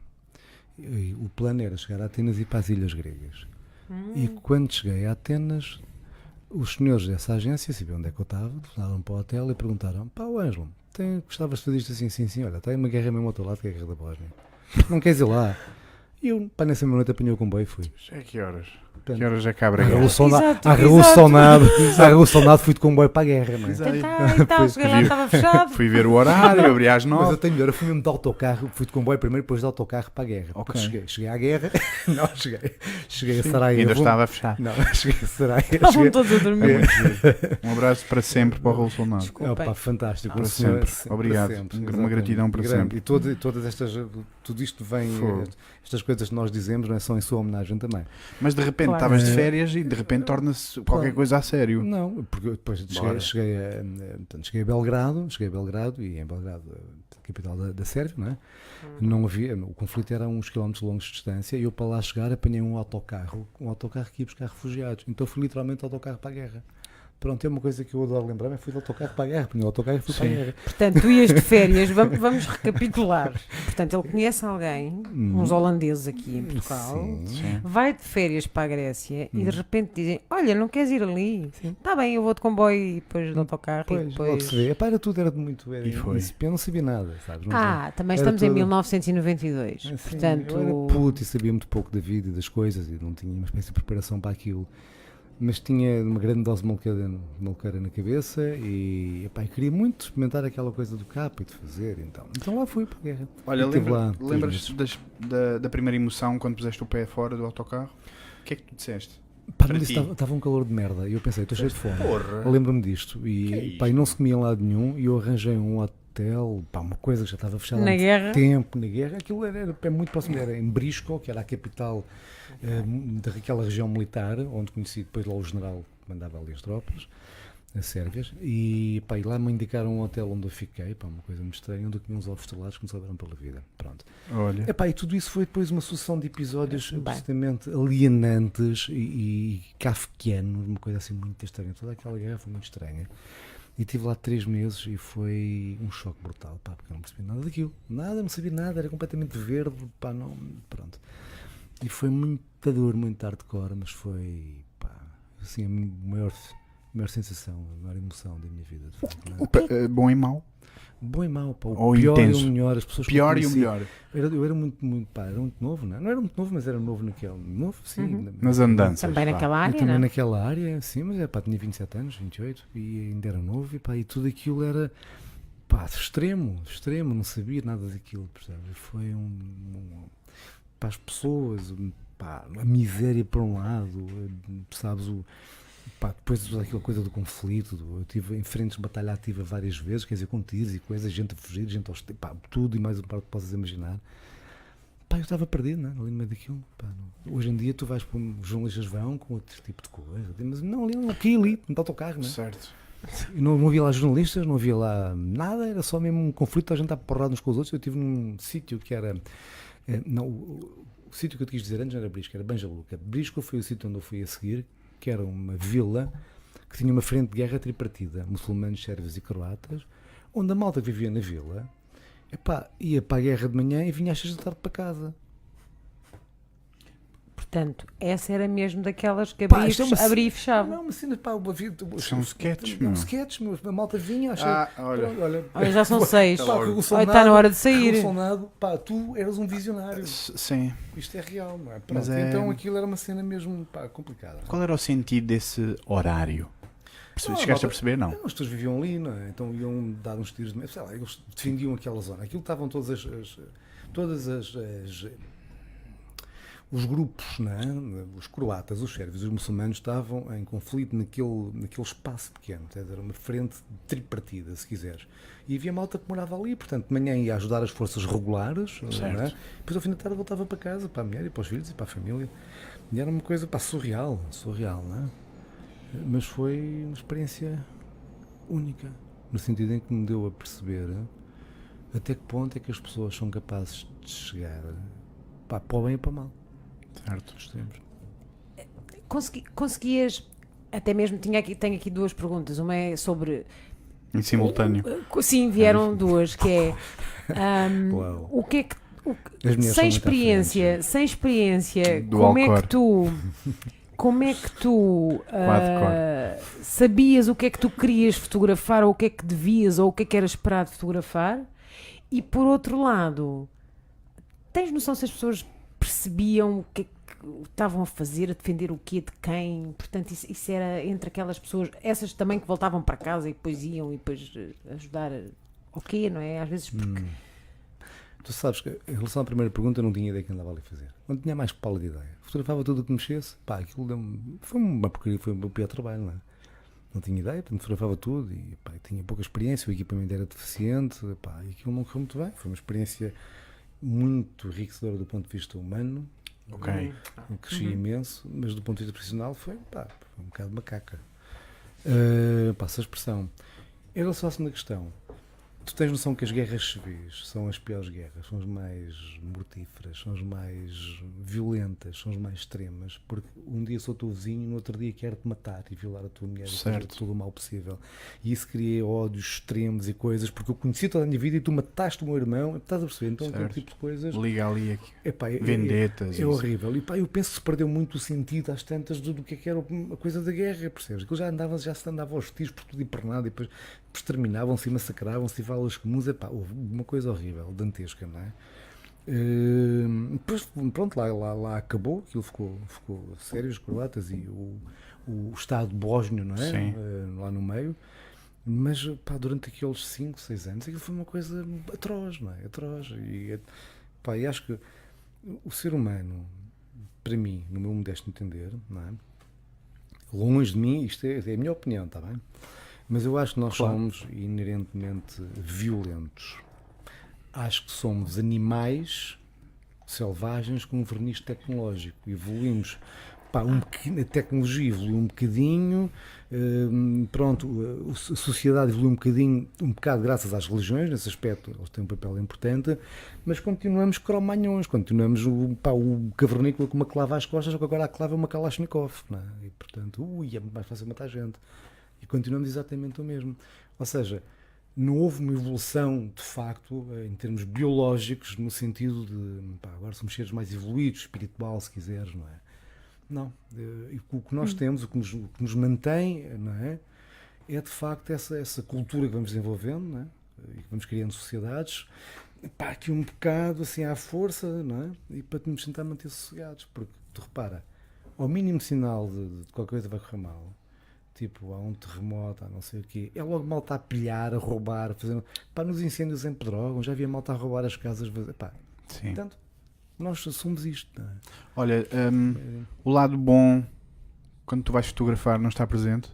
Speaker 2: E o plano era chegar a Atenas e ir para as Ilhas Gregas. E quando cheguei a Atenas, os senhores dessa agência sabiam onde é que eu estava, telefonaram para o hotel e perguntaram: Pá, o Ângelo, tem, gostavas de fazer isto assim? Sim, sim, olha, está aí uma guerra mesmo ao teu lado, que é a guerra da Bósnia. Não queres ir lá? E eu, pá, nessa minha noite apanhei o comboio e fui.
Speaker 3: Já é que horas? Que
Speaker 2: Portanto,
Speaker 3: horas é que
Speaker 2: a
Speaker 3: abre agora?
Speaker 2: Revolução Na-
Speaker 1: Exato,
Speaker 2: a Revolução
Speaker 1: exato.
Speaker 2: Nada- a Revolução Nada foi de comboio para a guerra, não é?
Speaker 3: Exato.
Speaker 1: Tentar e tal,
Speaker 3: Pois,
Speaker 1: cheguei lá,
Speaker 3: vi-
Speaker 1: estava fechado.
Speaker 3: Fui ver o horário, abri às
Speaker 2: Mas eu
Speaker 3: nove.
Speaker 2: tenho melhor, eu fui mesmo de autocarro, fui de comboio primeiro, depois de autocarro para a guerra.
Speaker 3: Ok.
Speaker 2: Porque Cheguei, cheguei à guerra, não, cheguei, cheguei a Sarajevo.
Speaker 3: Ainda estava fechado.
Speaker 2: Não, cheguei a Sarajevo.
Speaker 1: Estavam
Speaker 2: Cheguei...
Speaker 1: todos a
Speaker 3: É
Speaker 1: dormir.
Speaker 3: muito giro. Um abraço para sempre para o Raul Solnado.
Speaker 1: Desculpem.
Speaker 2: Opa,
Speaker 1: Ah,
Speaker 2: fantástico.
Speaker 3: Para
Speaker 2: o senhor-
Speaker 3: sempre.
Speaker 2: para
Speaker 3: Obrigado. Uma
Speaker 2: exatamente.
Speaker 3: gratidão para sempre.
Speaker 2: E todo- e todas estas, tudo isto vem,
Speaker 3: Fogo.
Speaker 2: estas coisas que nós dizemos não é, são em sua homenagem também.
Speaker 3: Mas de repente
Speaker 1: Claro.
Speaker 3: estavas de férias e de repente torna-se qualquer coisa a sério.
Speaker 2: Não, porque eu depois cheguei,
Speaker 3: Bora.
Speaker 2: cheguei, a, eh, portanto, cheguei a Belgrado, cheguei a Belgrado e em Belgrado, eh, capital da, da Sérvia, não é?
Speaker 1: Uhum.
Speaker 2: Não havia, o conflito era a uns quilómetros longos de distância e eu para lá chegar apanhei um autocarro, um autocarro que ia buscar refugiados. Então fui literalmente autocarro para a guerra. Pronto, é uma coisa que eu adoro lembrar, é fui de autocarro para a guerra, apanhei o autocarro e fui para a
Speaker 3: Sim.
Speaker 2: guerra.
Speaker 1: Portanto, tu ias de férias, vamos, vamos recapitular. Portanto, ele conhece alguém,
Speaker 2: Hum.
Speaker 1: uns holandeses aqui em Portugal,
Speaker 3: Sim.
Speaker 1: vai de férias para a Grécia e
Speaker 2: Hum.
Speaker 1: de repente dizem: Olha, não queres ir ali? Está bem, eu vou de comboio e depois de autocarro e
Speaker 2: Hum. Pois, logo se
Speaker 1: depois.
Speaker 2: vê. Epá, era tudo, era muito. Era,
Speaker 3: E foi.
Speaker 2: isso, eu não sabia nada, sabes? Não sabia.
Speaker 1: Ah, também
Speaker 2: Era
Speaker 1: estamos em
Speaker 2: tudo-
Speaker 1: 1992.
Speaker 2: Assim, Eu era
Speaker 1: portanto,
Speaker 2: puto e sabia muito pouco da vida e das coisas e não tinha uma espécie de preparação para aquilo. Mas tinha uma grande dose de malqueira, malqueira na cabeça e epá, eu queria muito experimentar aquela coisa do capo e de fazer. Então, então lá fui para a guerra.
Speaker 3: Olha,
Speaker 2: E estive
Speaker 3: lembra-
Speaker 2: lá um três
Speaker 3: lembras-te das- da, da primeira emoção quando puseste o pé fora do autocarro? O que é que tu disseste?
Speaker 2: Pá,
Speaker 3: Para
Speaker 2: não disse,
Speaker 3: ti.
Speaker 2: estava- estava um calor de merda e eu pensei, estou cheio de fome.
Speaker 3: Porra.
Speaker 2: Lembro-me disto
Speaker 3: Que é
Speaker 2: e
Speaker 3: isto,
Speaker 2: pá, e não se comia em lado nenhum e eu arranjei um hotel, pá, uma coisa que já estava fechada
Speaker 1: na
Speaker 2: há muito
Speaker 1: guerra.
Speaker 2: tempo na guerra, aquilo era, era muito próximo, era em Brisco, que era a capital eh, daquela região militar, onde conheci depois lá o general que mandava ali as tropas, as sérvias, e, pá, e lá me indicaram um hotel onde eu fiquei, pá, uma coisa muito estranha, onde eu comi uns ovos estrelados que me salvaram pela vida, pronto.
Speaker 3: Olha.
Speaker 2: Epá, e tudo isso foi depois uma sucessão de episódios
Speaker 1: Bem.
Speaker 2: absolutamente alienantes e, e kafkianos, uma coisa assim muito estranha. Toda aquela guerra foi muito estranha. E estive lá três meses e foi um choque brutal, pá, porque eu não percebi nada daquilo. Nada, não sabia nada, era completamente verde, pá, não. Pronto. E foi muita dor, muito hardcore, mas foi, pá, assim, a maior, a maior sensação, a maior emoção da minha vida. De facto, não é?
Speaker 3: O pé- eh, bom e mau?
Speaker 2: Bom e mau, pá, o
Speaker 3: Ou
Speaker 2: pior e
Speaker 3: intenso.
Speaker 2: o melhor, as pessoas que eu
Speaker 3: Pior e o
Speaker 2: conheci,
Speaker 3: melhor.
Speaker 2: era- eu era muito, muito, pá, era muito novo, não é? Não era muito novo, mas era novo naquele. Novo, sim. na-
Speaker 3: Nas andanças.
Speaker 1: Também
Speaker 3: vá.
Speaker 1: naquela
Speaker 2: e
Speaker 1: área, né?
Speaker 2: também
Speaker 1: não? é?
Speaker 2: naquela área, sim, mas é pá, tinha 27 anos, 28, e ainda era novo, e pá, e tudo aquilo era pá, extremo, extremo, não sabia nada daquilo, percebes? Foi um. um- para as pessoas, um, pá, a miséria por um lado, eh, sabes? O, pá, depois toda aquela coisa do conflito, do- eu tive em frentes de batalha ativa várias vezes, quer dizer, com tiros e coisas, gente a fugir, gente aos. pá, tudo e mais um par que possas imaginar. Pá, eu estava perdido, não é? Ali no meio daquilo. Pá, não. Hoje em dia tu vais para um, os jornalistas vão com outro tipo de coisa. Mas não, ali, não, aqui ali, no autocarro, não é?
Speaker 3: Certo.
Speaker 2: E Não, não havia lá jornalistas, não havia lá nada, era só mesmo um conflito, a gente estava porrado uns com os outros. Eu estive num sítio que era. eh, Não, o, o sítio que eu te quis dizer antes não era Brisco, era Banjaluca. Brisco foi o sítio onde eu fui a seguir, que era uma vila que tinha uma frente de guerra tripartida, muçulmanos, sérvios e croatas, onde a malta que vivia na vila epá, ia para a guerra de manhã e vinha às seis da tarde para casa.
Speaker 1: Portanto, essa era mesmo daquelas que
Speaker 2: Pá,
Speaker 1: abria, e
Speaker 2: isto é
Speaker 1: fech-
Speaker 2: uma-
Speaker 1: abria e fechava.
Speaker 2: Não, mas cenas, pá, uma vida.
Speaker 3: São sketches,
Speaker 2: Não,
Speaker 3: meu.
Speaker 2: sketches, meu. A malta vinha, achava.
Speaker 3: Ah, olha.
Speaker 1: Olha, já são seis.
Speaker 2: Pá,
Speaker 1: Olha,
Speaker 2: revolucionado,
Speaker 1: está na hora de sair.
Speaker 2: revolucionado, pá, tu eras um visionário.
Speaker 3: S- Sim.
Speaker 2: Isto é real, não é? Pronto,
Speaker 3: Mas é-
Speaker 2: Então aquilo era uma cena mesmo pá, complicada.
Speaker 3: Qual era o sentido desse horário? Perce-
Speaker 2: Não,
Speaker 3: Chegaste
Speaker 2: malta-
Speaker 3: a perceber? Não.
Speaker 2: Não, Os teus viviam ali, não é? então iam dar uns tiros de medo, sei lá, eles defendiam aquela zona. Aquilo estavam todas as. as- todas as. as- os grupos, não é? os croatas, os sérvios, os muçulmanos estavam em conflito naquele, naquele espaço pequeno, quer dizer, era uma frente tripartida, se quiseres. E havia malta que morava ali, portanto, de manhã ia ajudar as forças regulares, não é?
Speaker 3: Certo.
Speaker 2: depois ao fim da tarde voltava para casa, para a mulher e para os filhos e para a família. E era uma coisa pá, surreal, surreal, não é? Mas foi uma experiência única, no sentido em que me deu a perceber até que ponto é que as pessoas são capazes de chegar pá, para o bem e para o mal.
Speaker 3: Certo.
Speaker 1: Consegui- conseguias, até mesmo tinha aqui, tenho aqui duas perguntas. Uma é sobre.
Speaker 3: Em simultâneo.
Speaker 1: Sim, vieram duas, que é ahm,
Speaker 2: Uau.
Speaker 1: o que é que. o que-
Speaker 2: As mulheres são
Speaker 1: sem
Speaker 2: muito à
Speaker 1: experiência, sem experiência,
Speaker 3: Do
Speaker 1: como é
Speaker 3: Alcor.
Speaker 1: que tu como é que tu ah, sabias o que é que tu querias fotografar ou o que é que devias ou o que é que era esperado fotografar? E por outro lado, tens noção se as pessoas perce- percebiam o que é que estavam a fazer, a defender o quê de quem. Portanto, isso, isso era entre aquelas pessoas, essas também que voltavam para casa e depois iam e depois eh, ajudar eh, ao quê, não é? Às vezes porque
Speaker 2: Tu sabes que, em relação à primeira pergunta, eu não tinha ideia que andava ali a fazer. Não tinha mais que pala de ideia. Fotografava tudo o que mexesse. Pá, aquilo deu-me- foi uma porcaria, foi o meu pior trabalho, não é? Não tinha ideia, portanto, fotografava tudo e pá, tinha pouca experiência, o equipamento era deficiente, pá, e aquilo não correu muito bem. Foi uma experiência muito enriquecedora do ponto de vista humano,
Speaker 3: Ok.
Speaker 2: eu cresci imenso, mas do ponto de vista profissional foi, pá, foi um bocado macaca. Uh, passa a expressão. Em relação à segunda questão, tu tens noção que as guerras civis são as piores guerras, são as mais mortíferas, são as mais violentas, são as mais extremas, porque um dia sou teu vizinho, no outro dia quero-te matar e violar a tua mulher e fazer
Speaker 3: Certo.
Speaker 2: todo o mal possível. E isso cria ódios extremos e coisas, porque eu conheci toda a minha vida e tu mataste o meu irmão, estás a perceber? Então, aquele
Speaker 3: Certo.
Speaker 2: tipo de coisas.
Speaker 3: Liga ali aqui.
Speaker 2: Epá, é- é-
Speaker 3: Vendetas.
Speaker 2: é
Speaker 3: isso.
Speaker 2: horrível. E pá, eu penso que se perdeu muito o sentido às tantas do, do que é que era o- a coisa da guerra, percebes? Aquilo já andava, já se andava aos tiros por tudo e por nada, e depois exterminavam-se e massacravam-se e valas comuns. Epá, houve uma coisa horrível, dantesca, não é? Ehm, Depois, pronto, lá, lá, lá acabou, aquilo ficou, ficou sério, os croatas e o, o Estado bósnio, não é?
Speaker 3: Sim.
Speaker 2: Eh, lá no meio. Mas pá, durante aqueles 5, 6 anos aquilo foi uma coisa atroz, não é? Atroz. E, pá, e acho que o ser humano, para mim, no meu modesto entender, não é? longe de mim, isto é, é a minha opinião, está bem? Mas eu acho que nós
Speaker 3: Claro.
Speaker 2: somos inerentemente violentos. Acho que somos animais selvagens com um verniz tecnológico. Evoluímos. Pá, um bocadinho, a tecnologia evoluiu um bocadinho, hum, pronto, a- a sociedade evoluiu um bocadinho, um bocado graças às religiões, nesse aspecto eles têm um papel importante, mas continuamos cromanhões, continuamos o, pá, o cavernícola com uma clava às costas, só que agora a clava é uma kalashnikov, não é? e portanto, ui, é muito mais fácil matar gente. E continuamos exatamente o mesmo. Ou seja, não houve uma evolução de facto eh, em termos biológicos, no sentido de pá, agora somos seres mais evoluídos, espiritual, se quiseres, não é? Não. Eh, e O que nós temos, o que nos, o que nos mantém, eh, não é? É de facto essa, essa cultura que vamos desenvolvendo, não é? E que vamos criando sociedades, pá, aqui um bocado assim à força, não é? E para nos tentar manter sossegados, porque tu repara, ao mínimo sinal de, de qualquer coisa vai correr mal, tipo, há um terremoto, há não sei o quê, é logo malta a pilhar, a roubar, a fazer. Pá, nos incêndios em Pedrógão, já havia malta a roubar as casas, vazias. pá,
Speaker 3: Sim.
Speaker 2: portanto, nós somos isto, não é?
Speaker 3: Olha, hum, o lado bom quando tu vais fotografar não está presente?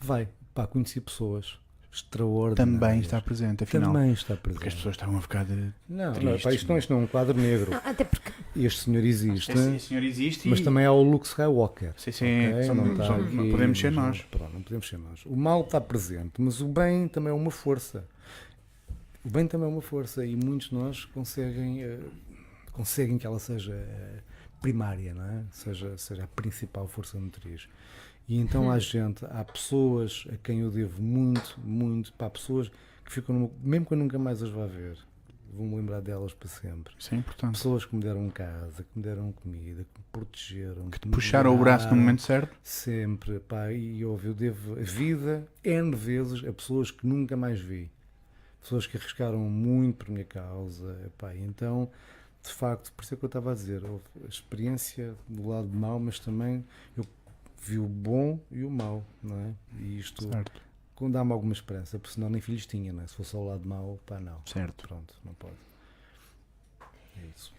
Speaker 2: Vai, pá, conheci pessoas extraordinárias.
Speaker 3: Também está presente, afinal.
Speaker 2: Também está presente.
Speaker 3: Porque as pessoas estavam a ficar de.
Speaker 2: Não, não,
Speaker 3: Tristes,
Speaker 2: pá, isto não, isto não é um quadro negro.
Speaker 1: Não, até porque
Speaker 2: Este senhor
Speaker 3: É
Speaker 2: existe,
Speaker 3: senhor existe.
Speaker 2: mas também há o Luke Skywalker.
Speaker 3: Sim, sim.
Speaker 2: Ok,
Speaker 3: só-
Speaker 2: não, está
Speaker 3: só-
Speaker 2: aqui,
Speaker 3: não podemos ser
Speaker 2: mas
Speaker 3: nós.
Speaker 2: Não, pronto, não podemos ser nós. O mal está presente, mas o bem também é uma força. O bem também é uma força e muitos de nós conseguem, eh, conseguem que ela seja eh, primária, não é? Seja, seja a principal força motriz. E então
Speaker 3: Uhum.
Speaker 2: há gente, há pessoas a quem eu devo muito, muito, para pessoas que ficam, no meu- mesmo que eu nunca mais as vá ver, vou-me lembrar delas para sempre.
Speaker 3: Isso é importante.
Speaker 2: Pessoas que me deram casa, que me deram comida, que me protegeram, que, me
Speaker 3: Puxaram o braço no
Speaker 2: guiaram.
Speaker 3: momento certo.
Speaker 2: Sempre, pá, e houve, eu devo a vida N vezes a pessoas que nunca mais vi. Pessoas que arriscaram muito por minha causa, pá, e então, de facto, por isso é que eu estava a dizer, houve a experiência do lado mau, mas também eu vi o bom e o mau, não é? E isto
Speaker 3: Certo.
Speaker 2: quando dá-me alguma esperança, porque senão nem filhos tinha, não é? Se fosse ao lado mau, pá, não.
Speaker 3: Certo.
Speaker 2: Pronto, não pode. É isso.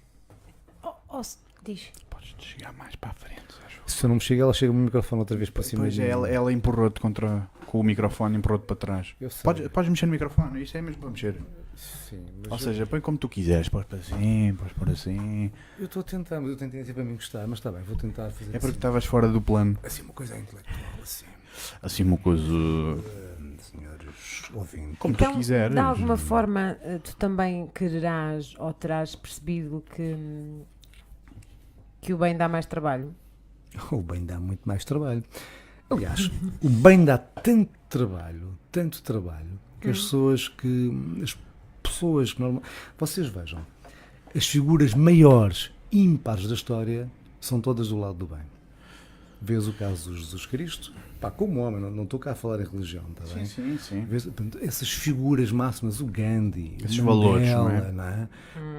Speaker 4: Oh, oh, diz.
Speaker 3: Podes chegar mais para a frente, acho.
Speaker 2: Se eu não me chega, ela chega o microfone outra vez para cima
Speaker 3: Pois
Speaker 2: de
Speaker 3: é,
Speaker 2: mim.
Speaker 3: ela, ela empurrou-te contra com o microfone, empurrou-te para trás.
Speaker 2: Eu sei.
Speaker 3: Podes, podes mexer no microfone, isso é mesmo para mexer.
Speaker 2: Sim, mas
Speaker 3: Ou
Speaker 2: eu-
Speaker 3: seja, põe como tu quiseres, podes pôr assim, podes pôr assim.
Speaker 2: Eu estou a tentar, mas eu tenho tendência para me encostar, mas está bem, vou tentar fazer
Speaker 3: É porque
Speaker 2: assim.
Speaker 3: estavas fora do plano.
Speaker 2: Assim uma coisa intelectual, assim.
Speaker 3: Assim uma coisa. Hum,
Speaker 2: Senhores ouvintes.
Speaker 3: Como
Speaker 1: Então,
Speaker 3: tu quiseres.
Speaker 1: de
Speaker 3: é?
Speaker 1: alguma forma eh, tu também quererás ou terás percebido que, hum, que o bem dá mais trabalho.
Speaker 2: O bem dá muito mais trabalho. Aliás, o bem dá tanto trabalho, tanto trabalho, que
Speaker 3: Hum.
Speaker 2: as pessoas que. As pessoas que normal. Vocês vejam, as figuras maiores, ímpares da história, são todas do lado do bem. Vês o caso do Jesus Cristo, pá, como homem, não, não estou cá a falar em religião, está bem?
Speaker 3: sim, sim.
Speaker 2: Vês, portanto, essas figuras máximas, o Gandhi,
Speaker 3: Esses
Speaker 2: o
Speaker 3: valores,
Speaker 2: Mandela,
Speaker 3: não é?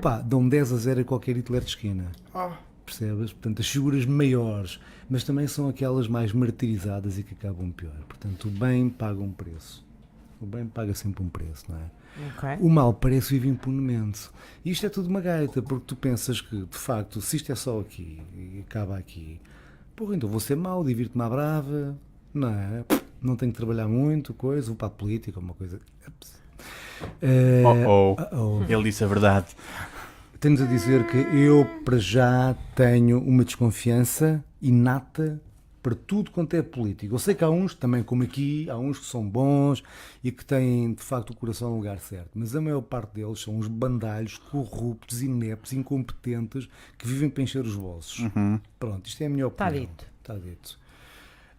Speaker 2: Pá, dão 10 a 0 a qualquer Hitler de esquina.
Speaker 3: Ah.
Speaker 2: Percebes? Portanto, as figuras maiores, mas também são aquelas mais martirizadas e que acabam pior. Portanto, o bem paga um preço. O bem paga sempre um preço, não é?
Speaker 1: Ok.
Speaker 2: O mal parece vive impunemente. E isto é tudo uma gaita, porque tu pensas que, de facto, se isto é só aqui e acaba aqui, porra, então vou ser mau, divirto-me à brava, não é? Não tenho que trabalhar muito, coisa, vou para a política, uma coisa. Ups. Eh,
Speaker 3: Oh, oh.
Speaker 2: oh.
Speaker 3: Ele disse a verdade.
Speaker 2: Temos a dizer que eu, para já, tenho uma desconfiança inata para tudo quanto é político. Eu sei que há uns, também como aqui, há uns que são bons e que têm, de facto, o coração no lugar certo. Mas a maior parte deles são uns bandalhos corruptos, ineptos, incompetentes, que vivem para encher os bolsos. Pronto, isto é a minha opinião.
Speaker 1: Está dito.
Speaker 2: Está dito.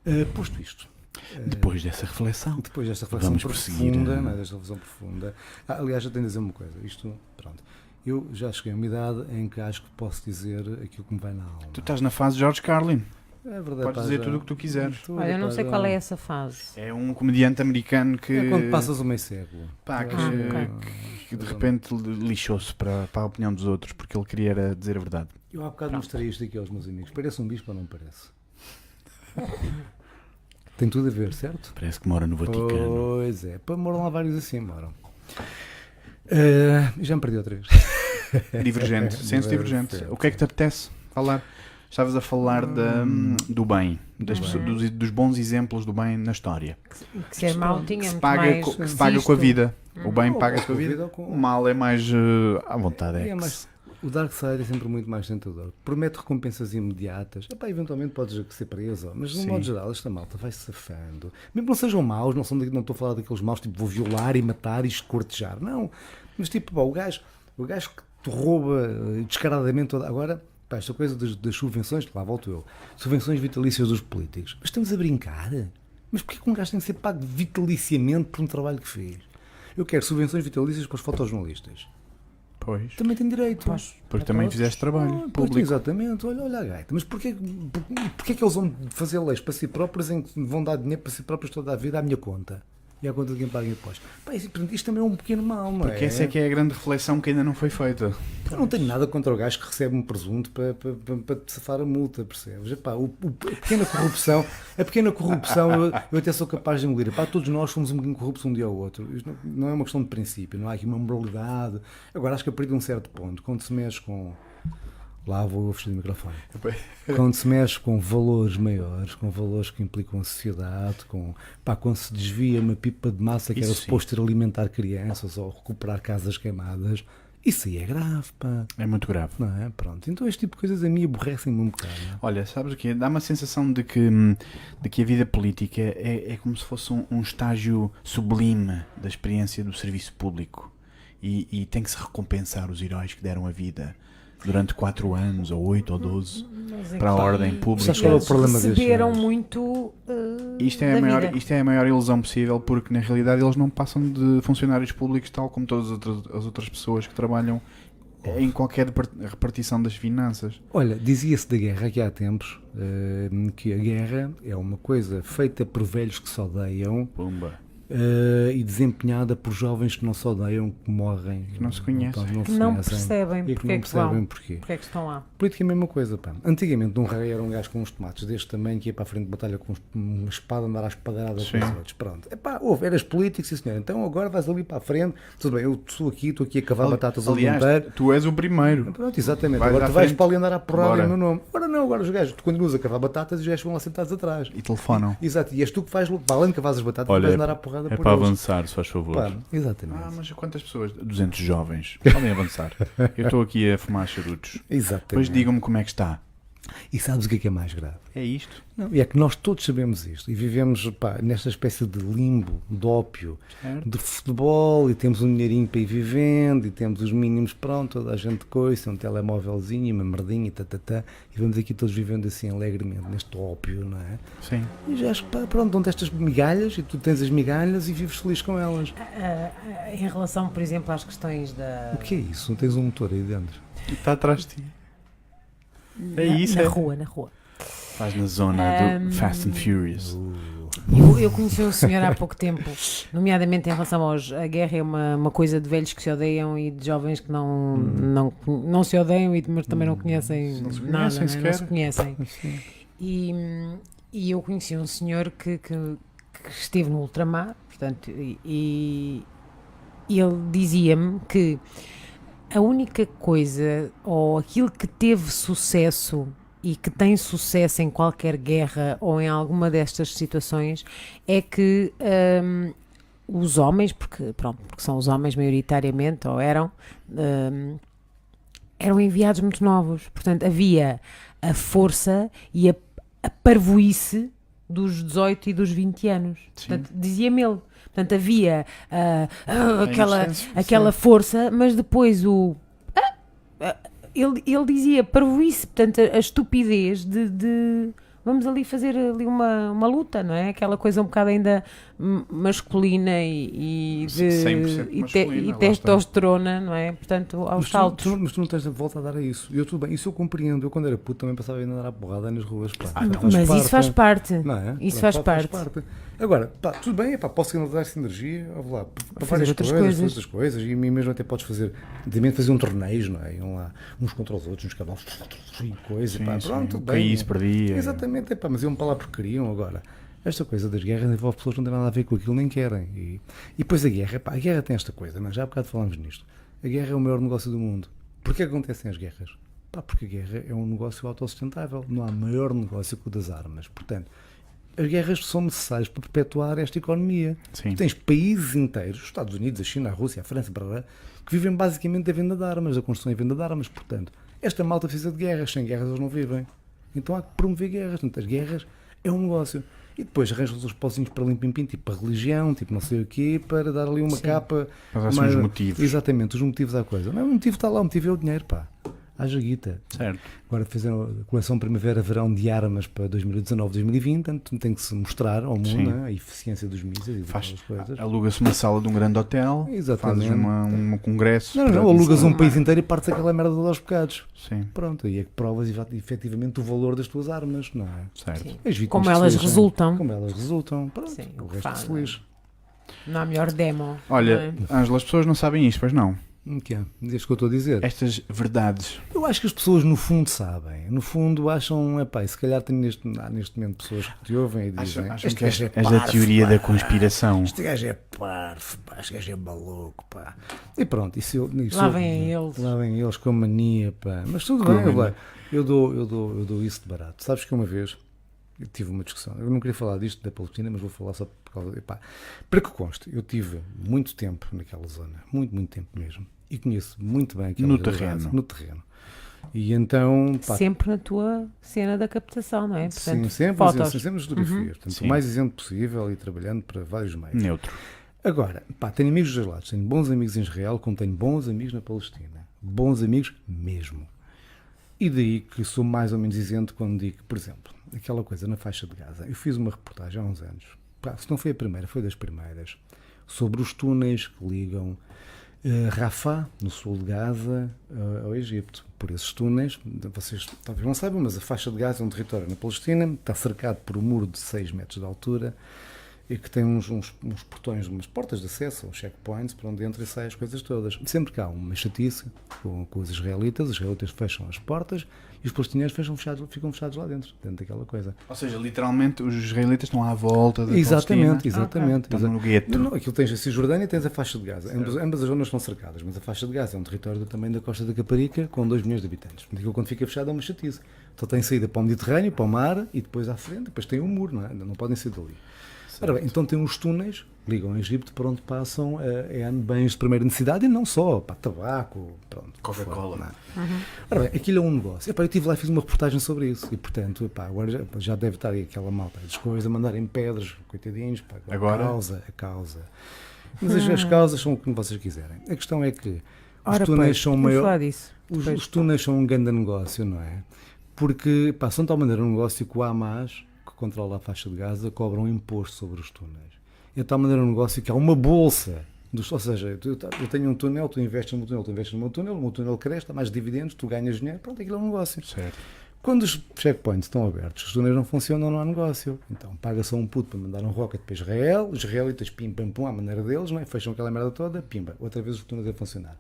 Speaker 2: Eh, posto isto, eh,
Speaker 3: Depois dessa reflexão.
Speaker 2: depois desta reflexão
Speaker 3: Vamos prosseguir,
Speaker 2: profunda,
Speaker 3: eh?
Speaker 2: não é? desta reflexão profunda. Ah, aliás, eu tenho a dizer uma coisa. Isto, pronto. Eu já cheguei a uma idade em que acho que posso dizer aquilo que me vai na alma.
Speaker 3: Tu estás na fase George Carlin.
Speaker 2: É verdade.
Speaker 3: Podes dizer tudo o que tu quiseres.
Speaker 1: Olha, eu não sei qual é essa fase.
Speaker 3: É um comediante americano que,
Speaker 2: tá, É quando passas o meio século.
Speaker 3: pá, que,
Speaker 1: Ah,
Speaker 3: que de repente lixou-se para, para a opinião dos outros porque ele queria era dizer a verdade.
Speaker 2: Eu há bocado mostrei isto aqui aos meus amigos. Parece um bispo ou não parece? Tem tudo a ver, certo?
Speaker 3: Parece que mora no Vaticano.
Speaker 2: Pois é, pá, moram lá vários assim, moram. Ah, já me perdi outra vez.
Speaker 3: Oh. Divergente, senso divergente. O que é que te apetece falar? Estavas a falar da, Hum. do bem, das pessoas- dos, dos bons exemplos do bem na história.
Speaker 1: É Que, que ser mal tinha
Speaker 3: que se
Speaker 1: é muito
Speaker 3: paga,
Speaker 1: mais Hum.
Speaker 3: co- que se paga com a
Speaker 1: visto.
Speaker 3: vida. O bem
Speaker 2: Ou
Speaker 3: paga
Speaker 2: com
Speaker 3: com a
Speaker 2: a
Speaker 3: vida.
Speaker 2: vida ou com-
Speaker 3: O mal é mais eh, à vontade. É,
Speaker 2: É,
Speaker 3: que
Speaker 2: mas
Speaker 3: se-
Speaker 2: O Dark Side é sempre muito mais tentador. Promete recompensas imediatas. Epá, eventualmente podes ser preso, mas de um
Speaker 3: Sim.
Speaker 2: modo geral, esta malta vai safando. Mesmo que não sejam maus, não, são, de- não estou a falar daqueles maus tipo vou violar e matar e escortejar. Não. Mas tipo, pá, o gajo, o gajo que te rouba eh, descaradamente toda. Agora, pá, esta coisa das, das subvenções, lá volto eu. Subvenções vitalícias dos políticos. Mas estamos a brincar? Mas porquê que um gajo tem que ser pago vitaliciamente por um trabalho que fez? Eu quero subvenções vitalícias para os fotojornalistas.
Speaker 3: Pois.
Speaker 2: Também tem direito.
Speaker 3: Então, Porque também fizeste trabalho
Speaker 2: Ah, pois,
Speaker 3: público.
Speaker 2: exatamente, olha, olha a gaita. Mas porquê, por- porquê que eles vão fazer leis para si próprios em que vão dar dinheiro para si próprios toda a vida à minha conta? E à conta de quem paga impostos? Pá, isso- portanto, isto também é um pequeno mal, não
Speaker 3: Porque essa é que é a grande reflexão que ainda não foi feita.
Speaker 2: Eu não tenho nada contra o gajo que recebe um presunto para, para, para, para te safar a multa, percebes? Epá, o, o- a pequena corrupção, a pequena corrupção eu, eu até sou capaz de engolir. Epá, todos nós somos um bocadinho corruptos um dia ao outro. Isto não, não é uma questão de princípio, não há aqui uma moralidade. Agora, acho que a partir de um certo ponto, quando se mexe com... Lá vou fechar o microfone quando se mexe com valores maiores, com valores que implicam a sociedade, com, pá, quando se desvia uma pipa de massa que
Speaker 3: Isso
Speaker 2: era
Speaker 3: sim.
Speaker 2: suposto ir alimentar crianças ou recuperar casas queimadas, isso aí é grave, pá.
Speaker 3: É muito grave.
Speaker 2: Não é? Pronto. Então este tipo de coisas a mim aborrecem-me um bocado. não é?
Speaker 3: Olha, sabes o quê? Dá-me a sensação de que, hum, de que a vida política é, é como se fosse um, um estágio sublime da experiência do serviço público. E, e tem que se recompensar os heróis que deram a vida durante 4 anos, ou 8 ou 12,
Speaker 1: Mas é
Speaker 3: para a
Speaker 1: que
Speaker 3: ordem pública.
Speaker 2: Sabes qual é o problema destes
Speaker 1: Receberam
Speaker 2: senhores?
Speaker 1: muito eh,
Speaker 3: Isto é,
Speaker 1: da
Speaker 3: a maior,
Speaker 1: vida.
Speaker 3: isto é a maior ilusão possível, porque na realidade eles não passam de funcionários públicos, tal como todas as outras, as outras pessoas que trabalham em qualquer depart- repartição das finanças.
Speaker 2: Olha, dizia-se da guerra aqui há tempos eh, que a guerra é uma coisa feita por velhos que se odeiam
Speaker 3: Pumba.
Speaker 2: eh, e desempenhada por jovens que não se odeiam, que morrem.
Speaker 3: Que não se conhecem.
Speaker 2: Não,
Speaker 1: Que
Speaker 2: se
Speaker 1: não
Speaker 3: assim.
Speaker 2: conhecem
Speaker 1: percebem
Speaker 2: E que
Speaker 1: porque é
Speaker 2: não
Speaker 1: que vão.
Speaker 2: percebem porquê.
Speaker 1: Porque é que estão lá?
Speaker 2: Política é a mesma coisa, pá. Antigamente, um rei era um gajo com uns tomates deste tamanho que ia para a frente de batalha com uns- uma espada, andar à espadarada com
Speaker 3: Sim.
Speaker 2: os outros. Pronto. É pá, houve, eras político, sim senhor. Então agora vais ali para a frente, tudo bem, eu sou aqui, estou aqui a cavar batatas ao
Speaker 3: Aliás,
Speaker 2: inteiro.
Speaker 3: tu és o primeiro.
Speaker 2: Pronto, exatamente.
Speaker 3: Vais
Speaker 2: agora
Speaker 3: à
Speaker 2: tu vais
Speaker 3: frente.
Speaker 2: para ali andar à porrada
Speaker 3: Bora.
Speaker 2: em meu nome. Ora não, agora os gajos, tu continuas a cavar batatas e os gajos vão lá sentados atrás.
Speaker 3: E telefonam.
Speaker 2: Exato, e és tu que vais, para além de cavares as batatas,
Speaker 5: Olha,
Speaker 2: vais andar à porrada
Speaker 5: É
Speaker 2: por
Speaker 5: para
Speaker 2: eles.
Speaker 5: avançar, se faz favor.
Speaker 2: Pá, exatamente.
Speaker 3: Ah, mas quantas pessoas? 200 jovens. Podem avançar. Eu estou aqui a fumar charutos.
Speaker 2: Exatamente.
Speaker 3: Depois digam-me como é que está.
Speaker 2: E sabes o que é que é mais grave?
Speaker 3: É isto?
Speaker 2: Não, e é que nós todos sabemos isto e vivemos pá, nesta espécie de limbo, de ópio,
Speaker 3: Certo.
Speaker 2: de futebol e temos um dinheirinho para ir vivendo e temos os mínimos, pronto, toda a gente coisa, um telemóvelzinho, uma merdinha e tatatá e vamos aqui todos vivendo assim alegremente neste ópio, não é?
Speaker 3: Sim.
Speaker 2: E já acho que pá, pronto, dão-te estas migalhas e tu tens as migalhas e vives feliz com elas.
Speaker 1: Ah, ah, em relação, por exemplo, às questões da.
Speaker 2: O que é isso? Não tens um motor aí dentro?
Speaker 3: Está atrás de ti. É
Speaker 1: na,
Speaker 3: isso,
Speaker 1: na
Speaker 3: é.
Speaker 1: rua, na rua.
Speaker 3: Faz na zona do Fast and Furious.
Speaker 2: Uh.
Speaker 1: Eu, eu conheci um senhor há pouco tempo, nomeadamente em relação aos. A guerra é uma, uma coisa de velhos que se odeiam e de jovens que não, não, não se odeiam e de- mas também não conhecem
Speaker 3: Uhum. Não
Speaker 1: nada,
Speaker 3: se conhecem
Speaker 1: né? não
Speaker 3: sequer.
Speaker 1: se conhecem. E, e eu conheci um senhor que, que, que esteve no ultramar, portanto, e, e ele dizia-me que a única coisa ou aquilo que teve sucesso e que tem sucesso em qualquer guerra ou em alguma destas situações é que hum, os homens, porque, pronto, porque são os homens maioritariamente, ou eram, hum, eram enviados muito novos. Portanto, havia a força e a, a parvoíce dos 18 e dos 20 anos.
Speaker 3: Sim.
Speaker 1: Portanto, dizia-me ele. Portanto, havia ah, ah,
Speaker 3: A
Speaker 1: aquela,
Speaker 3: inocência, sim.
Speaker 1: aquela força, mas depois o. ah, ah, ele, ele dizia parvoíce, portanto, a, a estupidez de. de Vamos ali fazer ali uma, uma luta, não é? Aquela coisa um bocado ainda hum, masculina e, e, de,
Speaker 3: 100%
Speaker 1: e, te-
Speaker 3: masculina,
Speaker 1: e
Speaker 3: lá
Speaker 1: testosterona, não é? Portanto, aos
Speaker 2: Mas tu,
Speaker 1: saltos.
Speaker 2: tu- mas tu não tens a volta a dar a isso. Eu tudo bem, isso eu compreendo. Eu quando era puto também passava ainda a andar à porrada nas ruas. pá.
Speaker 1: Ah, Mas isso faz parte.
Speaker 2: Não é?
Speaker 1: Isso
Speaker 2: Pronto,
Speaker 1: faz
Speaker 2: pá,
Speaker 1: parte.
Speaker 2: Agora, pá, tudo bem, pá, posso canalizar essa energia vou lá, para
Speaker 1: fazer
Speaker 2: várias
Speaker 1: outras
Speaker 2: coisas,
Speaker 1: coisas.
Speaker 2: coisas. outras coisas, e a mim mesmo até podes fazer, antigamente fazer um torneio, não é? Iam lá uns contra os outros, uns cavalos, e coisa,
Speaker 3: Sim,
Speaker 2: pá,
Speaker 3: sim.
Speaker 2: pronto,
Speaker 3: O
Speaker 2: tudo bem.
Speaker 3: país perdia.
Speaker 2: Exatamente, é, pá, mas iam para lá porque queriam agora. Esta coisa das guerras envolve pessoas que não têm nada a ver com aquilo, nem querem. E, e depois a guerra, pá, a guerra tem esta coisa, não é? já há bocado falámos nisto. A guerra é o maior negócio do mundo. Porquê é que acontecem as guerras? Pá, porque a guerra é um negócio autossustentável. Não há maior negócio que o das armas. Portanto, as guerras são necessárias para perpetuar esta economia.
Speaker 3: Sim.
Speaker 2: Tu tens países inteiros, os Estados Unidos, a China, a Rússia, a França, brará, que vivem basicamente da venda de armas, da construção e venda de armas. Portanto, esta malta precisa de guerras. Sem guerras eles não vivem. Então há que promover guerras. Portanto, as guerras é um negócio. E depois arranjam os pozinhos para limpim-pim, tipo para religião, tipo não sei o quê, para dar ali uma capa.
Speaker 3: Mas há assim
Speaker 2: uma-
Speaker 3: uns motivos.
Speaker 2: Exatamente, os motivos à coisa. Não, o motivo está lá, o motivo é o dinheiro, pá. Haja guita.
Speaker 3: Certo.
Speaker 2: Agora fizeram a coleção Primavera-Verão de armas para 2019-2020, portanto tem que se mostrar ao mundo
Speaker 3: Sim.
Speaker 2: né, a eficiência dos mísseis e
Speaker 3: Faz-
Speaker 2: das coisas.
Speaker 3: Aluga-se uma sala de um grande hotel,
Speaker 2: Exatamente.
Speaker 3: fazes uma, um congresso.
Speaker 2: Não, não, não,
Speaker 3: para-
Speaker 2: alugas um país inteiro e partes aquela merda toda aos bocados.
Speaker 3: Sim,
Speaker 2: Pronto, aí é que provas eva- efetivamente o valor das tuas armas, não é?
Speaker 3: certo.
Speaker 1: Sim.
Speaker 2: As vítimas
Speaker 1: Como
Speaker 2: que se
Speaker 1: elas
Speaker 2: lixam.
Speaker 1: resultam.
Speaker 2: Como elas resultam, pronto,
Speaker 1: Sim,
Speaker 2: o
Speaker 1: o que
Speaker 2: resto é que se
Speaker 1: fazem.
Speaker 2: lixa.
Speaker 1: Não há melhor demo.
Speaker 3: Olha,
Speaker 1: não é?
Speaker 3: Ângela, as pessoas não sabem isto, pois não.
Speaker 2: O que é? Dizes o que eu estou a dizer?
Speaker 3: Estas verdades.
Speaker 2: Eu acho que as pessoas no fundo sabem, no fundo acham, epá, e se calhar tem neste, há neste momento pessoas que te ouvem e dizem,
Speaker 3: Acham, acham
Speaker 2: este
Speaker 3: que
Speaker 2: gajo
Speaker 3: esta,
Speaker 2: é
Speaker 3: esta
Speaker 2: parvo,
Speaker 3: teoria
Speaker 2: pá.
Speaker 3: da conspiração.
Speaker 2: Este gajo é parvo, pá, este gajo é maluco, pá. E pronto, isso eu. Isso
Speaker 1: Lá
Speaker 2: eu-
Speaker 1: vêm eles.
Speaker 2: Lá vêm eles com a mania, pá. Mas tudo
Speaker 3: Com
Speaker 2: bem,
Speaker 3: mania.
Speaker 2: vai. eu dou, eu, dou, eu dou isso de barato. Sabes que uma vez eu tive uma discussão, eu não queria falar disto da Palestina, mas vou falar só por causa. Epá, para que conste, eu tive muito tempo naquela zona, muito, muito tempo mesmo. E conheço muito bem aquela
Speaker 3: No
Speaker 2: realidade,
Speaker 3: terreno.
Speaker 2: No terreno. E então, pá,
Speaker 1: Sempre na tua cena da captação, não é? Portanto,
Speaker 2: Sim, sempre,
Speaker 1: fotos. Uhum.
Speaker 2: sim, sempre as fotografias. Portanto,
Speaker 3: Sim.
Speaker 2: o mais isento possível e trabalhando para vários meios.
Speaker 3: Neutro.
Speaker 2: Agora, pá, tenho amigos dos dois lados. Tenho bons amigos em Israel, como tenho bons amigos na Palestina. Bons amigos mesmo. E daí que sou mais ou menos isento quando digo, por exemplo, aquela coisa na faixa de Gaza. Eu fiz uma reportagem há uns anos, pá, se não foi a primeira, foi das primeiras, sobre os túneis que ligam eh, Rafah, no sul de Gaza, eh, ao Egito. Por esses túneis, vocês talvez não saibam, mas a faixa de Gaza é um território na Palestina, está cercado por um muro de 6 metros de altura e que tem uns, uns, uns portões, umas portas de acesso, uns checkpoints, para onde entra e sai as coisas todas. Sempre que há uma chatice com, com os israelitas, os israelitas fecham as portas e os palestinianos fecham fechados, ficam fechados lá dentro, dentro daquela coisa.
Speaker 3: Ou seja, literalmente os israelitas estão à volta da
Speaker 2: Exatamente,
Speaker 3: Palestina. Ah,
Speaker 2: exatamente.
Speaker 3: Estão
Speaker 2: exa-
Speaker 3: no gueto.
Speaker 2: Não, não, aquilo tens a Cisjordânia e tens a faixa de Gaza. Ambas, ambas as zonas são cercadas, mas a faixa de Gaza é um território do tamanho da costa da Caparica, com 2 milhões de habitantes. Portanto, aquilo quando fica fechado é uma chatice. Só tem saída para o Mediterrâneo, para o mar e depois à frente, depois tem um muro, não é? Não podem sair dali. Ora bem, então tem uns túneis que ligam ao Egito para onde passam eh, eh, bens de primeira necessidade e não só, pá, tabaco, pronto.
Speaker 3: Coca-Cola.
Speaker 2: Não é? Ora bem, aquilo é um negócio. Epá, eu estive lá e fiz uma reportagem sobre isso. E portanto, epá, agora já, já deve estar aí aquela malta das coisas a mandarem pedras, coitadinhos, pá,
Speaker 3: Agora?
Speaker 2: a causa, a causa. Mas as, as causas são como vocês quiserem. A questão é que os
Speaker 1: Ora,
Speaker 2: túneis
Speaker 1: pois,
Speaker 2: são
Speaker 1: vamos falar
Speaker 2: maior,
Speaker 1: disso.
Speaker 2: os,
Speaker 1: Pois.
Speaker 2: os túneis são um grande negócio, não é? Porque pá, são de tal maneira um negócio que o Hamas, que controla a faixa de Gaza, cobra um imposto sobre os túneis. É de tal maneira um negócio que há uma bolsa. Dos, ou seja, eu, eu tenho um túnel, tu investes no meu túnel, tu investes no meu túnel, o meu túnel cresce, dá mais dividendos, tu ganhas dinheiro, pronto, aquilo é um negócio.
Speaker 3: Certo.
Speaker 2: Quando os checkpoints estão abertos, os túneis não funcionam, não há negócio. Então paga só um puto para mandar um rocket para Israel, os israelitas pim pam pum à maneira deles, não é? fecham aquela merda toda, pimba, outra vez os túneis a funcionar.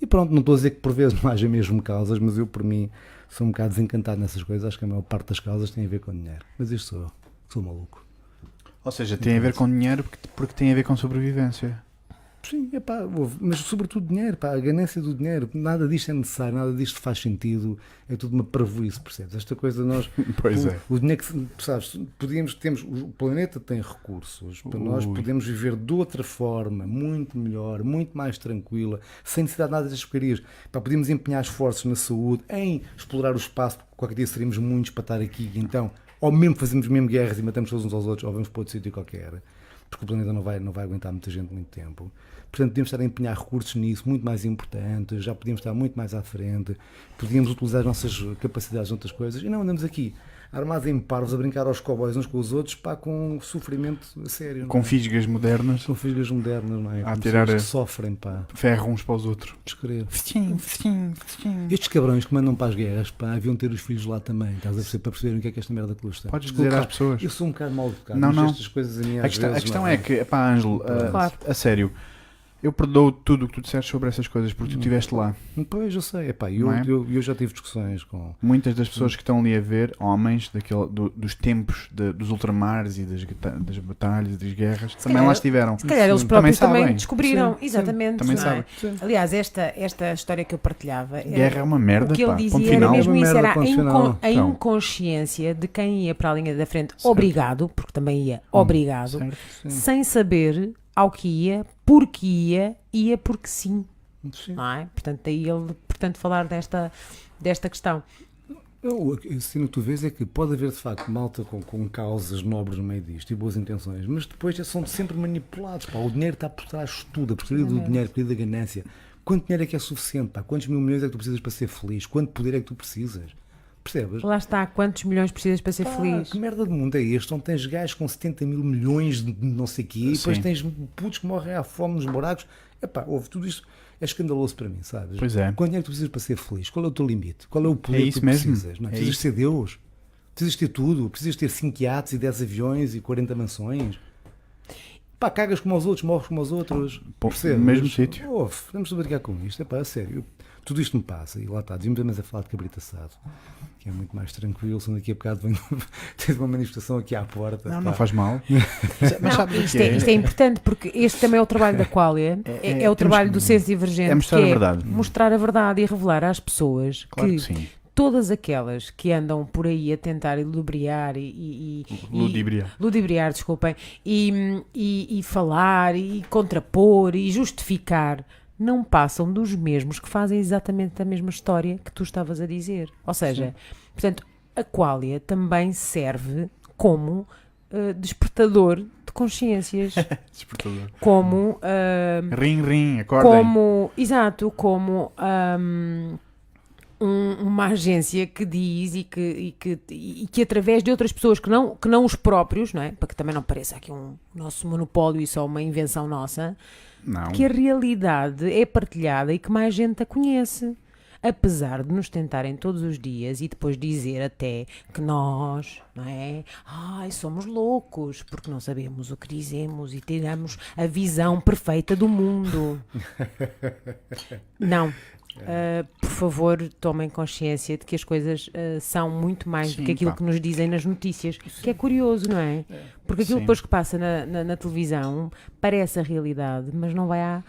Speaker 2: E pronto, não estou a dizer que por vezes não haja mesmo causas, mas eu por mim sou um bocado desencantado nessas coisas, acho que a maior parte das causas tem a ver com dinheiro. Mas isto sou eu, sou maluco.
Speaker 3: Ou seja, tem a ver com dinheiro porque, porque tem a ver com sobrevivência.
Speaker 2: Sim, epá, houve- mas sobretudo dinheiro, pá, a ganância do dinheiro. Nada disto é necessário, nada disto faz sentido. É tudo uma parvoíce, percebes? Esta coisa nós.
Speaker 3: Pois
Speaker 2: o,
Speaker 3: é.
Speaker 2: O dinheiro que, se- sabes, podíamos, temos, o planeta tem recursos. Para nós
Speaker 3: Ui.
Speaker 2: podemos viver de outra forma, muito melhor, muito mais tranquila, sem necessidade de nada destas porcarias. Pá, podíamos empenhar esforços na saúde, em explorar o espaço, porque qualquer dia seríamos muitos para estar aqui. e Então, ou mesmo fazemos mesmo guerras e matamos todos uns aos outros, ou vamos para outro sítio qualquer porque o planeta não vai, não vai aguentar muita gente muito tempo. Portanto, podíamos estar a empenhar recursos nisso, muito mais importantes, já podíamos estar muito mais à frente, podíamos utilizar as nossas capacidades noutras coisas, e não andamos aqui armados em parvos a brincar aos cowboys uns com os outros, pá, com sofrimento a sério. não
Speaker 3: Com
Speaker 2: é?
Speaker 3: fisgas modernas,
Speaker 2: São filhas modernas, não é? Como
Speaker 3: tirar
Speaker 2: pessoas
Speaker 3: a-
Speaker 2: que sofrem, pá,
Speaker 3: ferro uns para os outros.
Speaker 2: descrever.
Speaker 3: Sim, sim, sim.
Speaker 2: Estes cabrões que mandam para as guerras, pá, haviam de ter os filhos lá também, estás a perceber, para perceberem o que é que esta merda custa.
Speaker 3: Podes
Speaker 2: Desculpa,
Speaker 3: dizer às pessoas.
Speaker 2: Eu sou um bocado mal educado,
Speaker 3: Não,
Speaker 2: mas
Speaker 3: não.
Speaker 2: estas coisas a mim
Speaker 3: A
Speaker 2: às
Speaker 3: questão, a
Speaker 2: vezes,
Speaker 3: questão
Speaker 2: não
Speaker 3: é que, pá, Ângelo, a,
Speaker 1: Claro.
Speaker 3: a sério, eu perdoo tudo o que tu disseste sobre essas coisas porque
Speaker 2: Hum.
Speaker 3: tu estiveste lá.
Speaker 2: Pois, eu sei, epá, eu,
Speaker 3: Não é?
Speaker 2: eu, eu já tive discussões com...
Speaker 3: Muitas das
Speaker 2: Hum.
Speaker 3: pessoas que estão ali a ver, homens daquele, do- dos tempos de- dos ultramares e das, gata- das batalhas e das guerras, também lá
Speaker 1: calhar-
Speaker 3: estiveram.
Speaker 1: Se calhar eles
Speaker 3: Sim,
Speaker 1: próprios
Speaker 3: também
Speaker 1: também,
Speaker 3: sabem.
Speaker 1: descobriram.
Speaker 2: Sim,
Speaker 1: Exatamente.
Speaker 3: Também
Speaker 1: não é?
Speaker 3: sabem.
Speaker 1: Aliás, esta, esta história que eu partilhava. era-
Speaker 3: Guerra é uma merda,
Speaker 1: o que ele
Speaker 3: pá. Ponto
Speaker 1: dizia era
Speaker 3: final.
Speaker 1: mesmo
Speaker 2: Uma
Speaker 1: isso,
Speaker 2: merda,
Speaker 1: era a,
Speaker 2: ponto final.
Speaker 1: incon- a
Speaker 3: Então.
Speaker 1: inconsciência de quem ia para a linha da frente,
Speaker 3: Certo. Hum,
Speaker 1: obrigado, porque também ia obrigado,
Speaker 3: Certo.
Speaker 1: sem saber ao que ia, porque ia, ia porque sim,
Speaker 2: Sim.
Speaker 1: não é? Portanto, daí ele, portanto, falar desta, desta questão.
Speaker 2: Eu, a cena que tu vês é que pode haver de facto malta com, com causas nobres no meio disto e boas intenções, mas depois já são sempre manipulados. Pá. O dinheiro está por trás de tudo, a porcaria do dinheiro, a porcaria da ganância. Quanto dinheiro é que é suficiente? Pá? Quantos mil milhões é que tu precisas para ser feliz? Quanto poder é que tu precisas? Percebes?
Speaker 1: Lá está, quantos milhões precisas para ser
Speaker 2: Pá,
Speaker 1: feliz?
Speaker 2: Que merda de mundo é este? Onde tens gajos com 70 mil milhões de não sei quê, e depois
Speaker 3: Sim.
Speaker 2: tens putos que morrem à fome nos buracos. Epá, houve tudo isto. É escandaloso para mim, sabes?
Speaker 3: Pois é.
Speaker 2: Quanto dinheiro tu precisas para ser feliz? Qual é o teu limite? Qual é o poder que
Speaker 3: isso
Speaker 2: tu
Speaker 3: mesmo.
Speaker 2: precisas? Não,
Speaker 3: É
Speaker 2: é? precisas
Speaker 3: isso.
Speaker 2: ser Deus? Precisas ter tudo? Precisas ter 5 iates e 10 aviões e 40 mansões? Pá, cagas como aos outros, morres como aos outros.
Speaker 3: Pô,
Speaker 2: Percebes?
Speaker 3: no mesmo sítio.
Speaker 2: Ouve, vamos brincar com isto. É pá, a sério. Tudo isto me passa. E lá está. Devíamos mais a falar de cabrito assado, que é muito mais tranquilo. Se daqui a bocado vem, tens uma manifestação aqui à porta.
Speaker 3: Não,
Speaker 2: pá.
Speaker 3: não faz mal. Mas
Speaker 1: Não,
Speaker 3: sabes o
Speaker 1: isto,
Speaker 3: que
Speaker 1: é, isto é importante porque este também é o trabalho da Qualia, é, é o
Speaker 3: temos
Speaker 1: trabalho
Speaker 3: que-
Speaker 1: do senso divergente,
Speaker 3: é mostrar
Speaker 1: que
Speaker 3: a verdade.
Speaker 1: mostrar a verdade e revelar às pessoas
Speaker 3: Claro que
Speaker 1: que
Speaker 3: sim.
Speaker 1: todas aquelas que andam por aí a tentar ilubriar e, e,
Speaker 3: Uhum.
Speaker 1: e-
Speaker 3: Ludibriar.
Speaker 1: e- ludibriar, desculpem, e, e, e falar e contrapor e justificar não passam dos mesmos que fazem exatamente a mesma história que tu estavas a dizer. Ou seja, portanto, a qualia também serve como eh, despertador de consciências,
Speaker 3: Despertador.
Speaker 1: como ah,
Speaker 3: Rim, rim, acordem.
Speaker 1: como, exato, como hum, um- uma agência que diz e que, e, que, e que através de outras pessoas que não, que não os próprios, não é? Para que também não pareça aqui um nosso monopólio e só uma invenção nossa,
Speaker 3: Não.
Speaker 1: que a realidade é partilhada e que mais gente a conhece. Apesar de nos tentarem todos os dias e depois dizer até que nós, não é? Ai, somos loucos porque não sabemos o que dizemos e tiramos a visão perfeita do mundo. não. Ah, por favor, tomem consciência de que as coisas ah, são muito mais
Speaker 3: Sim,
Speaker 1: do que aquilo
Speaker 3: pá.
Speaker 1: que nos dizem nas notícias, que é curioso, não é? Porque aquilo
Speaker 3: Sim.
Speaker 1: depois que passa na, na- na televisão parece a realidade, mas não vai à.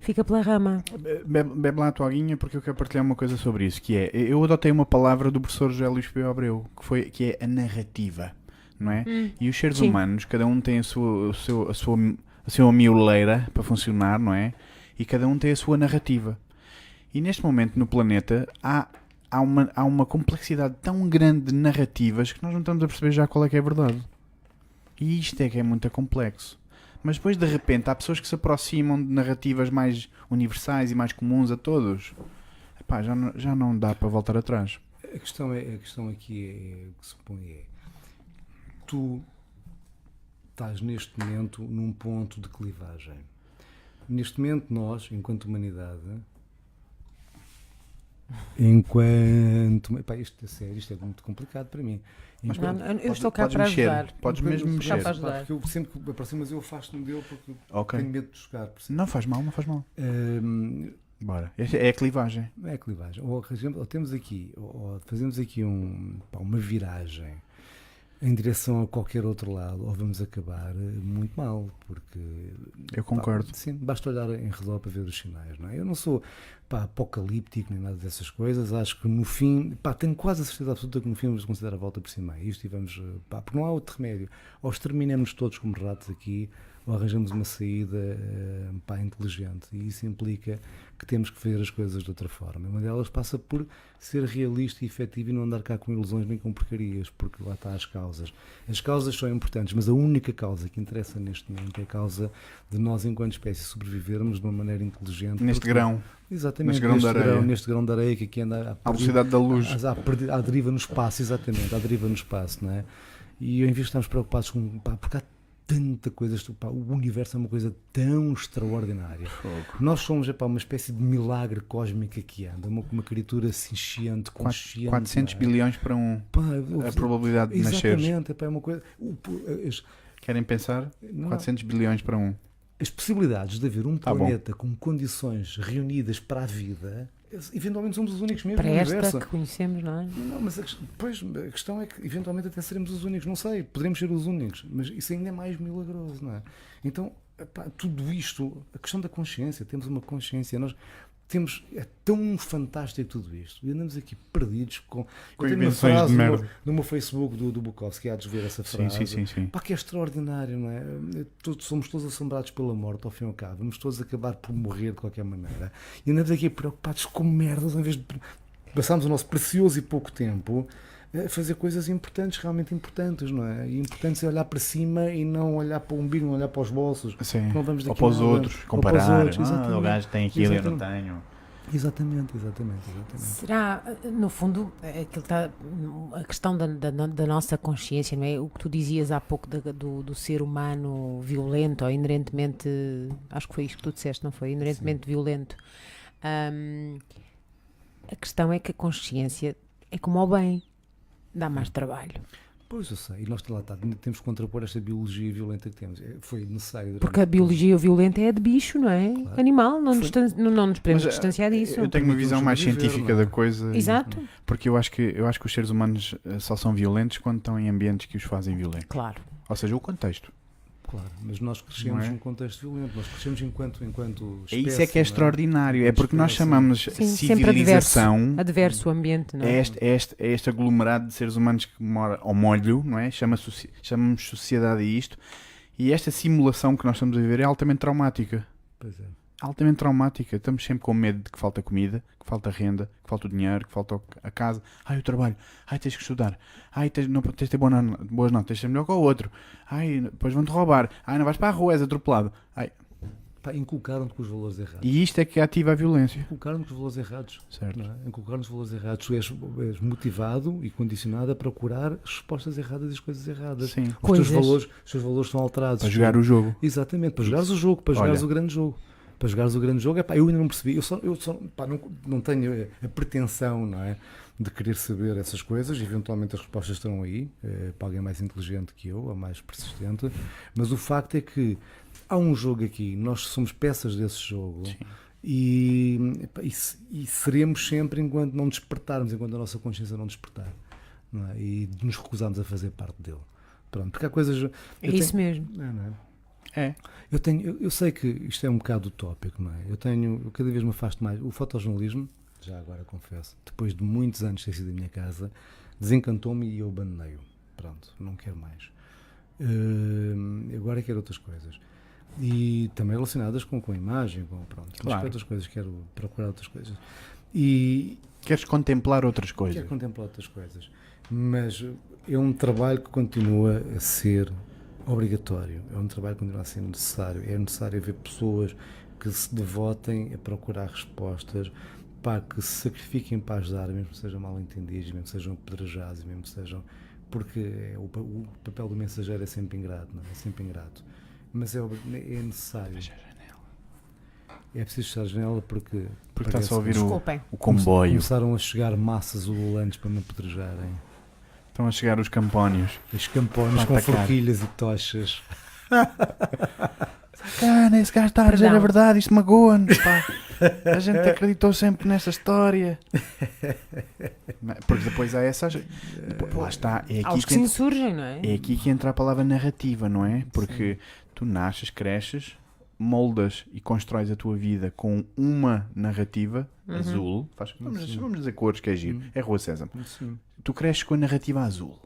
Speaker 1: Fica pela rama.
Speaker 3: Bebe, bebe lá a tua aguinha porque eu quero partilhar uma coisa sobre isso, que é, eu adotei uma palavra do professor José Luís Pio Abreu, que, foi, que é a narrativa, não é? e os seres
Speaker 1: sim.
Speaker 3: humanos, cada um tem a sua, o seu- a sua, a sua mioleira para funcionar, não é? E cada um tem a sua narrativa. E neste momento no planeta há, há, uma, há uma complexidade tão grande de narrativas que nós não estamos a perceber já qual é que é a verdade. E isto é que é muito complexo. Mas depois de repente há pessoas que se aproximam de narrativas mais universais e mais comuns a todos. Epá, já, não, já não dá para voltar atrás.
Speaker 2: A questão, é, a questão aqui é, que se põe é tu estás neste momento num ponto de clivagem. Neste momento nós, enquanto humanidade, Enquanto. Epá, isto é sério, isto é muito complicado para mim.
Speaker 3: Mas
Speaker 2: Enquanto-
Speaker 1: Não, eu
Speaker 3: Podes-
Speaker 1: estou cá
Speaker 3: podes
Speaker 1: para
Speaker 3: mexer.
Speaker 1: ajudar.
Speaker 3: Podes mesmo
Speaker 2: Enquanto-
Speaker 1: mexer.
Speaker 2: Pá,
Speaker 1: ajudar.
Speaker 2: Porque eu sempre que me aproximo, mas eu afasto-me dele porque eu tenho
Speaker 3: Ok.
Speaker 2: medo de chocar. por si.
Speaker 3: Não faz mal, não faz mal.
Speaker 2: Ahm,
Speaker 3: Bora. Este é a clivagem.
Speaker 2: É a clivagem. Ou, arranjamos- ou temos aqui, ou, ou fazemos aqui um, pá, uma viragem em direção a qualquer outro lado, ou vamos acabar eh, muito mal, porque.
Speaker 3: Eu
Speaker 2: pá,
Speaker 3: concordo.
Speaker 2: sim, basta olhar em redor para ver os sinais, não é? Eu não sou pá, apocalíptico nem nada dessas coisas, acho que no fim, pá, tenho quase a certeza absoluta que no fim vamos conseguir dar a volta por cima a isto e vamos, eh, pá, porque não há outro remédio. Ou exterminamos todos como ratos aqui, ou arranjamos uma saída eh, pá, inteligente, e isso implica que temos que fazer as coisas de outra forma. Uma delas passa por ser realista e efetivo e não andar cá com ilusões nem com porcarias, porque lá está as causas. As causas são importantes, mas a única causa que interessa neste momento é a causa de nós, enquanto espécie, sobrevivermos de uma maneira inteligente.
Speaker 3: Neste
Speaker 2: Porque-
Speaker 3: grão,
Speaker 2: Exatamente,
Speaker 3: neste grão de
Speaker 2: neste
Speaker 3: areia.
Speaker 2: grão, neste grão de areia que aqui anda
Speaker 3: à
Speaker 2: a
Speaker 3: velocidade da luz.
Speaker 2: mas há, perdi- há deriva no espaço, exatamente, há deriva no espaço, não é? E em vez de estarmos preocupados com. Pá, porque há tanta coisa. estu- Pá, o universo é uma coisa tão extraordinária. Nós somos epá, uma espécie de milagre cósmico que anda, uma, uma criatura ciente, consciente.
Speaker 3: 400
Speaker 2: não é?
Speaker 3: bilhões para um.
Speaker 2: Pá,
Speaker 3: A probabilidade de nasceres.
Speaker 2: ah. Exatamente, epá, é uma coisa. o- as-
Speaker 3: Querem pensar?
Speaker 2: não há-
Speaker 3: 400 bilhões para um.
Speaker 2: as possibilidades de haver um
Speaker 3: Tá bom.
Speaker 2: planeta com condições reunidas para a vida, eventualmente somos os únicos mesmo
Speaker 1: Para
Speaker 2: no universo.
Speaker 1: esta que conhecemos, não é?
Speaker 2: Não, mas a, ques- pois, a questão é que eventualmente até seremos os únicos, não sei, poderemos ser os únicos, mas isso ainda é mais milagroso, não é? Então, epá, tudo isto, a questão da consciência, temos uma consciência, nós temos, é tão fantástico tudo isto, e andamos aqui perdidos com,
Speaker 3: Com
Speaker 2: eu tenho uma
Speaker 3: invenções de
Speaker 2: frase no meu-
Speaker 3: merda.
Speaker 2: No meu Facebook do, do Bukowski, há de ver essa
Speaker 3: Sim,
Speaker 2: frase.
Speaker 3: sim, sim, sim.
Speaker 2: Pá, que é extraordinário, não é? Todos, somos todos assombrados pela morte, ao fim e ao cabo. Vamos todos acabar por morrer de qualquer maneira. E andamos aqui preocupados com merdas, em vez de passarmos o nosso precioso e pouco tempo a fazer coisas importantes, realmente importantes, não é? E importantes é olhar para cima e não olhar para o umbigo, não olhar para os bolsos.
Speaker 3: Sim.
Speaker 2: Não vamos
Speaker 3: Assim, Ou
Speaker 2: daqui
Speaker 3: para os
Speaker 2: nada.
Speaker 3: outros,
Speaker 2: Ou
Speaker 3: comparar.
Speaker 2: para os outros,
Speaker 3: ah,
Speaker 2: exatamente.
Speaker 3: o gajo tem aquilo e eu não
Speaker 2: Exatamente.
Speaker 3: tenho.
Speaker 2: Exatamente, exatamente, exatamente.
Speaker 1: Será, no fundo, aquilo tá, a questão da, da, da nossa consciência, não é? O que tu dizias há pouco da- do, do ser humano violento ou inerentemente. Acho que foi isto que tu disseste, não foi? Inerentemente violento. Ahm, a questão é que a consciência é como ao bem, dá mais trabalho.
Speaker 2: Pois eu sei, e nós lá está, temos que contrapor esta biologia violenta que temos. É, Foi necessário.
Speaker 1: Porque a biologia violenta é de bicho, não é? Animal, não, nos, distan- não, não nos podemos
Speaker 3: Mas, ah,
Speaker 1: distanciar
Speaker 2: é
Speaker 1: disso.
Speaker 2: um
Speaker 3: Eu tenho uma visão mais
Speaker 2: Sobreviver,
Speaker 3: científica
Speaker 2: não é?
Speaker 3: da coisa.
Speaker 1: Exato,
Speaker 3: Porque eu acho, que, eu acho que os seres humanos eh, só são violentos quando estão em ambientes que os fazem violentos.
Speaker 1: claro.
Speaker 3: Ou seja, o contexto.
Speaker 2: Claro, mas nós crescemos
Speaker 3: Não é?
Speaker 2: num contexto violento, nós crescemos enquanto, enquanto
Speaker 3: É
Speaker 2: espécie.
Speaker 3: isso é que é
Speaker 2: não
Speaker 3: extraordinário. É porque nós
Speaker 2: Espécie.
Speaker 3: chamamos
Speaker 1: Sim, sempre
Speaker 3: civilização
Speaker 1: Adverso o ambiente, não
Speaker 3: a
Speaker 1: é?
Speaker 3: este, a este, a este aglomerado de seres humanos que mora ao molho, não é? Chama soci- chamamos sociedade a isto. E esta simulação que nós estamos a viver é altamente traumática.
Speaker 2: Pois é.
Speaker 3: altamente traumática. Estamos sempre com medo de que falta comida, que falta renda, que falta o dinheiro, que falta o- a casa. Ai, o trabalho. Ai, tens que estudar. Ai, tens, não, tens de ter boa no- boas notas. Tens de ser melhor que o outro. Ai, depois vão-te roubar. Ai, não vais para a rua, és atropelado. Ai,
Speaker 2: Pá, inculcaram-te com os valores errados.
Speaker 3: e isto é que ativa a violência.
Speaker 2: Inculcaram-te com os valores errados.
Speaker 3: Certo.
Speaker 2: Não é? Inculcaram-te os valores errados. Tu és, és motivado e condicionado a procurar respostas erradas e as coisas erradas.
Speaker 3: Sim.
Speaker 2: Os teus,
Speaker 1: Coisas.
Speaker 2: valores, os teus valores são alterados.
Speaker 3: Para jogar o jogo.
Speaker 2: Exatamente, para jogares o jogo, para
Speaker 3: Olha.
Speaker 2: jogares o grande jogo. Para jogares o grande jogo, é pá, eu ainda não percebi, eu só, eu só pá, não, não tenho eh, a pretensão, não é? De querer saber essas coisas, eventualmente as respostas estarão aí, eh, para alguém mais inteligente que eu, ou mais persistente, mas o facto é que há um jogo aqui, nós somos peças desse jogo. E, epá, e se- e seremos sempre enquanto não despertarmos, enquanto a nossa consciência não despertar não é? e nos recusarmos a fazer parte dele. Pronto, porque há coisas. eu
Speaker 1: É
Speaker 2: tenho-
Speaker 1: isso mesmo.
Speaker 2: É, não é?
Speaker 3: É.
Speaker 2: Eu, tenho, eu, eu sei que isto é um bocado utópico, não é? Eu tenho, eu cada vez me afasto mais. O fotojornalismo, já agora confesso, depois de muitos anos ter sido em minha casa, desencantou-me e eu abandonei-o. Pronto, não quero mais. Hum, agora quero outras coisas. E também relacionadas com, com a imagem, com pronto, mas
Speaker 3: Claro.
Speaker 2: quero outras coisas, quero procurar outras coisas. E,
Speaker 3: Queres contemplar outras
Speaker 2: Quer
Speaker 3: coisas.
Speaker 2: contemplar outras coisas. Mas é um trabalho que continua a ser obrigatório, é um trabalho que continua a ser necessário. É necessário haver pessoas que se devotem a procurar respostas, pá, que se sacrifiquem para ajudar, mesmo que sejam mal entendidos, mesmo que sejam apedrejados, mesmo que sejam. Porque é, o, pa- o papel do mensageiro é sempre ingrato, não é? É sempre ingrato. Mas é, obri- é necessário. É preciso fechar a janela porque.
Speaker 3: Porque está
Speaker 2: parece
Speaker 3: só a
Speaker 2: que
Speaker 3: ouvir o,
Speaker 1: Desculpem.
Speaker 3: o comboio.
Speaker 2: Começaram a chegar massas ululantes para me apedrejarem.
Speaker 3: Estão a chegar os campónios.
Speaker 2: Os campones
Speaker 3: Para
Speaker 2: com
Speaker 3: atacar.
Speaker 2: forquilhas e tochas.
Speaker 3: Cara, esse gajo está a dizer
Speaker 1: Não.
Speaker 3: a verdade, isto magoa-nos, pá. A gente acreditou sempre nesta história. Mas- Porque depois há essas. depois- lá está, é
Speaker 1: Há
Speaker 3: aqui,
Speaker 1: os que
Speaker 3: que
Speaker 1: se
Speaker 3: entra,
Speaker 1: insurgem, não é?
Speaker 3: é aqui que entra a palavra narrativa, não é? Porque tu nasces, cresces, moldas e constróis a tua vida com uma narrativa azul. Faz- Uhum. vamos, vamos dizer cores que é giro. É Rua César.
Speaker 2: Sim.
Speaker 3: Tu cresces com a narrativa azul.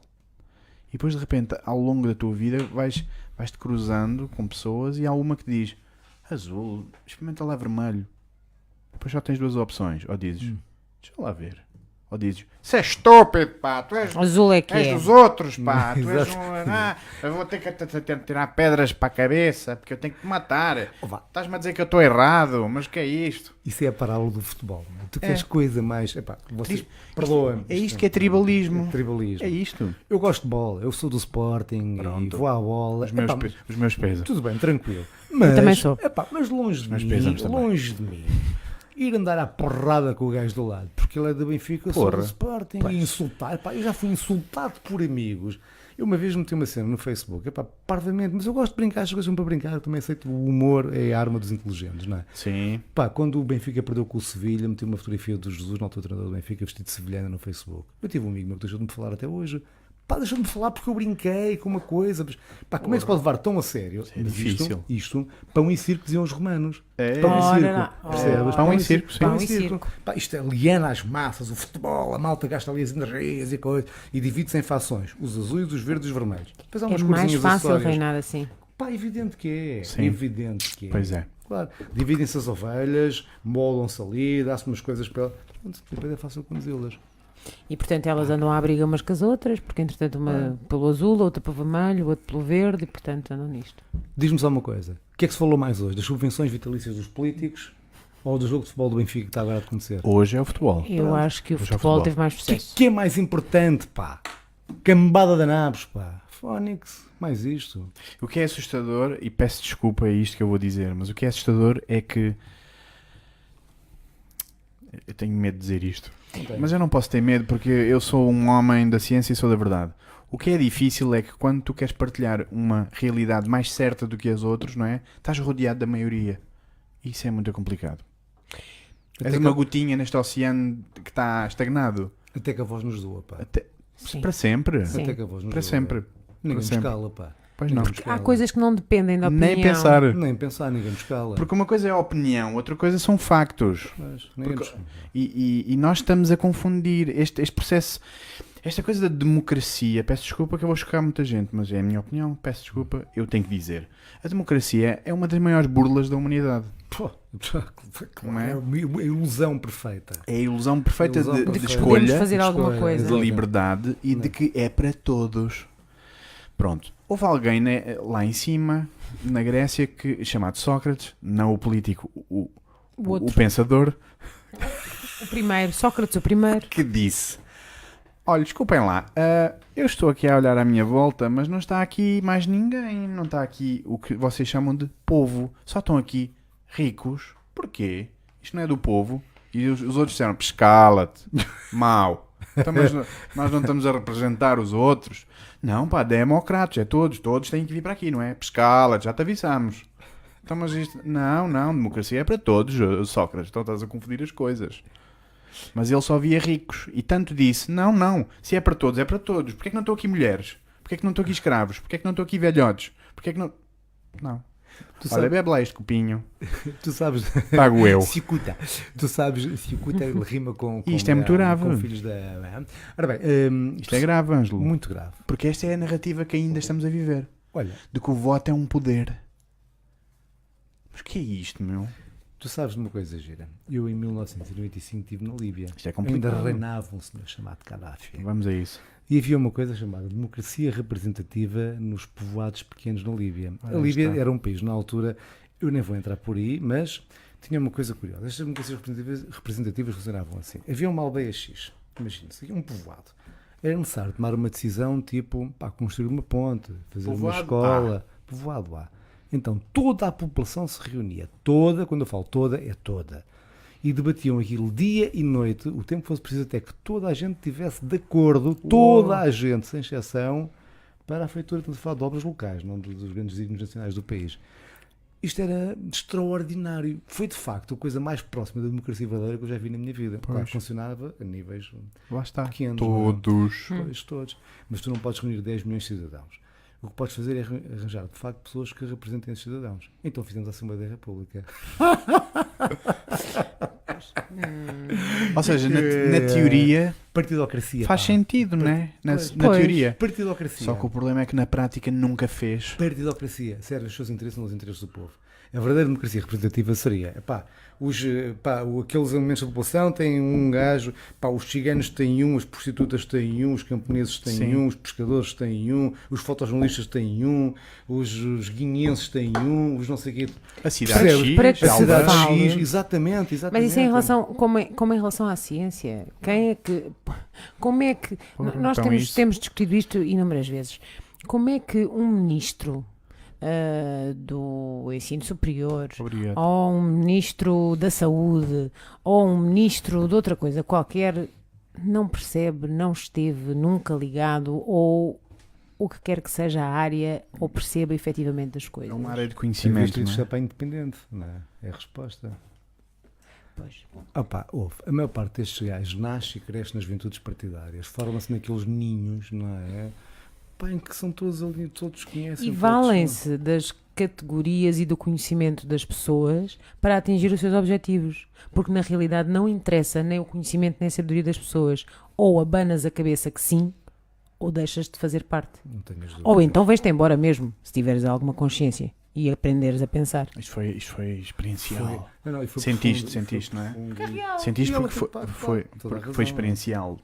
Speaker 3: E depois, de repente, ao longo da tua vida, vais, vais te cruzando com pessoas e há uma que te diz azul, experimenta lá vermelho. Depois só tens duas opções. Ou dizes, deixa lá ver. Ou dizes, se é estúpido, pá, tu és,
Speaker 1: Azul é que
Speaker 3: és
Speaker 1: é.
Speaker 3: dos outros, pá, tu és
Speaker 2: Exato.
Speaker 3: um. Ah, eu vou ter que te- te- te- tirar pedras para a cabeça porque eu tenho que te matar.
Speaker 2: Oh, vá.
Speaker 3: Estás-me a dizer que eu estou errado, mas o que é isto?
Speaker 2: Isso é a parábola do futebol. não é? Tu queres coisa mais. Epá, vocês, perdoa-me.
Speaker 3: É isto que é tribalismo.
Speaker 2: Tribalismo.
Speaker 3: É isto.
Speaker 2: Eu gosto de bola, eu sou do Sporting e
Speaker 3: Pronto.
Speaker 2: vou à bola.
Speaker 3: Os meus,
Speaker 2: Epá,
Speaker 3: pe- os meus pesos.
Speaker 2: Tudo bem, tranquilo. Mas,
Speaker 1: também sou.
Speaker 2: epá, mas longe de
Speaker 3: Mas
Speaker 2: mim,
Speaker 3: pensamos também.
Speaker 2: longe de mim, ir andar à porrada com o gajo do lado, porque ele é da Benfica, eu sou
Speaker 3: Porra.
Speaker 2: do Sporting, e insultar. Epá, eu já fui insultado por amigos. Eu uma vez meti uma cena no Facebook, epá, parvamente, mas eu gosto de brincar, as coisas são para brincar, eu também aceito o humor, é a arma dos inteligentes, não é?
Speaker 3: Sim.
Speaker 2: Pá, quando o Benfica perdeu com o Sevilha, meti uma fotografia do Jesus, na altura treinador do Benfica, vestido de sevilhana no Facebook. Eu tive um amigo meu que deixou de me falar até hoje. Pá, deixou de me falar porque eu brinquei com uma coisa. mas, Pá, como é que se pode levar tão a sério?
Speaker 3: é
Speaker 2: Mas
Speaker 3: difícil.
Speaker 2: Isto, isto, pão e circo, diziam os romanos.
Speaker 3: É.
Speaker 2: Pão
Speaker 1: Ora
Speaker 2: e
Speaker 1: lá,
Speaker 2: circo.
Speaker 1: ora
Speaker 2: percebes?
Speaker 1: lá.
Speaker 3: Pão e circo, sim.
Speaker 2: Pão
Speaker 1: Pão
Speaker 2: e
Speaker 1: e
Speaker 2: circo. Pá, isto é liana às massas, o futebol, a malta gasta ali as energias e coisas. E divide-se em fações. Os azuis, os verdes e os vermelhos. Depois há umas
Speaker 1: É mais
Speaker 2: corzinhas
Speaker 1: fácil
Speaker 2: acessórias.
Speaker 1: reinar assim.
Speaker 2: Pá, evidente que é.
Speaker 3: Sim.
Speaker 2: Evidente que é.
Speaker 3: Pois é.
Speaker 2: Claro. Dividem-se as ovelhas, molam-se ali, dá-se umas coisas para elas. Pronto, Depois é fácil conduzi-las.
Speaker 1: E portanto elas andam à briga umas com as outras, porque entretanto uma
Speaker 3: É.
Speaker 1: pelo azul, outra pelo vermelho, outra pelo verde, e portanto andam nisto.
Speaker 2: Diz-me só uma coisa. O que é que se falou mais hoje? Das subvenções vitalícias dos políticos ou do jogo de futebol do Benfica que está agora a acontecer? O
Speaker 3: Hoje é o futebol.
Speaker 1: Eu acho que o
Speaker 3: Vou
Speaker 1: futebol,
Speaker 3: jogar futebol.
Speaker 1: teve mais
Speaker 2: que é
Speaker 1: sucesso.
Speaker 2: que é mais importante, pá? Cambada de nabos, pá. Fónix, mais isto.
Speaker 3: O que é assustador, e peço desculpa a isto que eu vou dizer, mas o que é assustador é que. Eu tenho medo de dizer isto. Mas eu não posso ter medo porque eu sou um homem da ciência e sou da verdade. O que é difícil é que quando tu queres partilhar uma realidade mais certa do que as outras, não é? Estás rodeado da maioria. Isso é muito complicado. És
Speaker 2: Até
Speaker 3: uma
Speaker 2: que-
Speaker 3: gotinha neste oceano que está estagnado.
Speaker 2: Até que a voz nos doa, pá.
Speaker 3: Até-
Speaker 1: Sim.
Speaker 3: Para sempre.
Speaker 1: Sim.
Speaker 2: Até que a voz nos
Speaker 3: Para
Speaker 2: doa.
Speaker 3: sempre.
Speaker 2: Ninguém nos
Speaker 3: sempre.
Speaker 2: cala, pá.
Speaker 3: Pois não.
Speaker 2: Porque
Speaker 1: Há coisas que não dependem da opinião.
Speaker 3: Nem pensar.
Speaker 2: Nem pensar, ninguém nos cala.
Speaker 3: Porque uma coisa é a opinião, outra coisa são factos.
Speaker 2: Mas, ninguém
Speaker 3: Porque-
Speaker 2: nos-
Speaker 3: E, e- e nós estamos a confundir este, este processo, esta coisa da democracia. Peço desculpa que eu vou chocar muita gente, mas é a minha opinião. Peço desculpa, eu tenho que dizer. A democracia é uma das maiores burlas da humanidade.
Speaker 2: Pô,
Speaker 3: Não é?
Speaker 2: é uma ilusão perfeita.
Speaker 3: É a ilusão perfeita
Speaker 2: Ilusão
Speaker 3: de, de
Speaker 2: perfeita.
Speaker 1: Podemos
Speaker 3: escolha,
Speaker 1: fazer alguma
Speaker 2: escolha,
Speaker 1: coisa.
Speaker 3: de liberdade e de
Speaker 2: Não.
Speaker 3: que é para todos. Pronto. Houve alguém né, lá em cima, na Grécia, que chamado Sócrates, não o político, o,
Speaker 1: O
Speaker 3: o
Speaker 1: outro,
Speaker 3: pensador,
Speaker 1: o primeiro, Sócrates, o primeiro.
Speaker 3: que disse: Olha, desculpem lá, ah, eu estou aqui a olhar à minha volta, mas não está aqui mais ninguém. Não está aqui o que vocês chamam de povo. Só estão aqui ricos. Porquê? Isto não é do povo. E os, os outros disseram: Pescala-te, mau. Então, mas não- nós não estamos a representar os outros. Não, pá, democratas, é todos. Todos têm que vir para aqui, não é? Pescala-te, já te avisamos. Então, mas isto. Não, não, democracia é para todos, ó, Sócrates. Então estás a confundir as coisas. Mas ele só via ricos e tanto disse: não, não, se é para todos, é para todos. Porquê é que não estou aqui mulheres? Porquê é que não estou aqui escravos? Porquê é que não estou aqui velhotes? Porquê é que não. Não.
Speaker 2: Tu
Speaker 3: Olha,
Speaker 2: sabes-
Speaker 3: bebe lá este copinho.
Speaker 2: Tu sabes,
Speaker 3: Pago eu.
Speaker 2: cicuta. Tu sabes, cicuta rima com, com
Speaker 3: Isto é muito grave.
Speaker 2: com filhos da. Ora bem, hum,
Speaker 3: Isto é grave, Ângelo.
Speaker 2: muito grave.
Speaker 3: Porque esta é a narrativa que ainda estamos a viver:
Speaker 2: Olha,
Speaker 3: de que o voto é um poder. Mas o que é isto, meu?
Speaker 2: tu sabes de uma coisa gira. Eu em 1995 estive na Líbia.
Speaker 3: Isto é
Speaker 2: Ainda
Speaker 3: complicado.
Speaker 2: reinava um senhor chamado Gaddafi.
Speaker 3: Vamos a isso.
Speaker 2: E havia uma coisa chamada democracia representativa nos povoados pequenos na Líbia.
Speaker 3: Ora,
Speaker 2: a Líbia
Speaker 3: está.
Speaker 2: era um país, na altura, eu nem vou entrar por aí, mas tinha uma coisa curiosa. Estas democracias representativas, representativas funcionavam assim. Havia uma aldeia X, imagina-se, um povoado. Era necessário tomar uma decisão tipo pá, construir uma ponte, fazer uma
Speaker 3: Povoado
Speaker 2: escola, povoado A. Então toda a população se reunia, toda, quando eu falo toda, é toda. E debatiam aquilo dia e noite, o tempo fosse preciso até que toda a gente tivesse de acordo, toda a gente, sem exceção, para a feitura, estamos a falar de obras locais, não dos dos grandes dignos nacionais do país. Isto era extraordinário. Foi de facto a coisa mais próxima da democracia verdadeira que eu já vi na minha vida. Claro,
Speaker 3: Pois.
Speaker 2: que funcionava a níveis
Speaker 3: Lá está.
Speaker 2: Pequenos, é?
Speaker 3: Todos.
Speaker 2: Pois, todos. Mas tu não podes reunir 10 milhões de cidadãos. O que podes fazer é arran- arranjar, de facto, pessoas que representem esses cidadãos. Então fizemos a Assembleia da República.
Speaker 3: Ou seja, na,
Speaker 2: É.
Speaker 3: na teoria
Speaker 2: Partidocracia.
Speaker 3: faz
Speaker 2: pá.
Speaker 3: sentido, não é? Na,
Speaker 2: Pois.
Speaker 3: na
Speaker 1: Pois.
Speaker 3: teoria.
Speaker 2: Partidocracia.
Speaker 3: Só que o problema é que na prática nunca fez.
Speaker 2: Partidocracia. Serve os seus interesses, não os interesses do povo. A verdadeira democracia representativa seria, pá, os, eh, pá, o- aqueles elementos da população têm um gajo, pá, os ciganos têm um, as prostitutas têm um, os camponeses têm
Speaker 3: Sim.
Speaker 2: um, os pescadores têm um, os fotojornalistas têm um, os, os guineenses têm um, os não sei o quê
Speaker 3: A cidade
Speaker 2: Percebes?
Speaker 3: X,
Speaker 1: Para que
Speaker 2: A
Speaker 1: Alves.
Speaker 2: cidade
Speaker 3: Alvas,
Speaker 1: Fala.
Speaker 2: X, exatamente, exatamente.
Speaker 1: Mas isso é em relação, como, é, como em relação à ciência, quem é que, como é que,
Speaker 3: Porra,
Speaker 1: nós
Speaker 3: então
Speaker 1: temos,
Speaker 3: isso.
Speaker 1: temos discutido isto inúmeras vezes, como é que um ministro ah, do ensino superior,
Speaker 3: Obrigado.
Speaker 1: ou um ministro da saúde, ou um ministro de outra coisa qualquer, não percebe, não esteve nunca ligado, ou o que quer que seja a área, ou perceba efetivamente das coisas.
Speaker 3: É uma área de
Speaker 2: Sim, mas
Speaker 3: conhecimento.
Speaker 2: isto
Speaker 3: não
Speaker 2: é
Speaker 3: é?
Speaker 2: para independente, não é? É a resposta.
Speaker 1: Pois.
Speaker 2: Opa, ouve, a maior parte destes gajos nasce e cresce nas virtudes partidárias, formam-se naqueles ninhos, não é? Pá, em que são todos ali, todos conhecem.
Speaker 1: E
Speaker 2: todos-
Speaker 1: valem-se das categorias e do conhecimento das pessoas para atingir os seus objetivos. Porque na realidade não interessa nem o conhecimento nem a sabedoria das pessoas. Ou abanas a cabeça que sim, ou deixas de fazer parte.
Speaker 2: Não tenhas dúvida.
Speaker 1: Ou então vais-te embora mesmo, se tiveres alguma consciência e aprenderes a pensar.
Speaker 3: Isto foi, isto foi
Speaker 2: Foi-
Speaker 3: experiencial.
Speaker 2: não, não, e foi
Speaker 3: Sentiste,
Speaker 2: profundo, e foi
Speaker 3: sentiste, não é?
Speaker 2: profundo.
Speaker 3: Sentiste
Speaker 2: E ela
Speaker 3: porque foi,
Speaker 2: foi-
Speaker 3: foi,
Speaker 2: toda a
Speaker 3: porque
Speaker 2: razão. é?
Speaker 3: foi experiencial.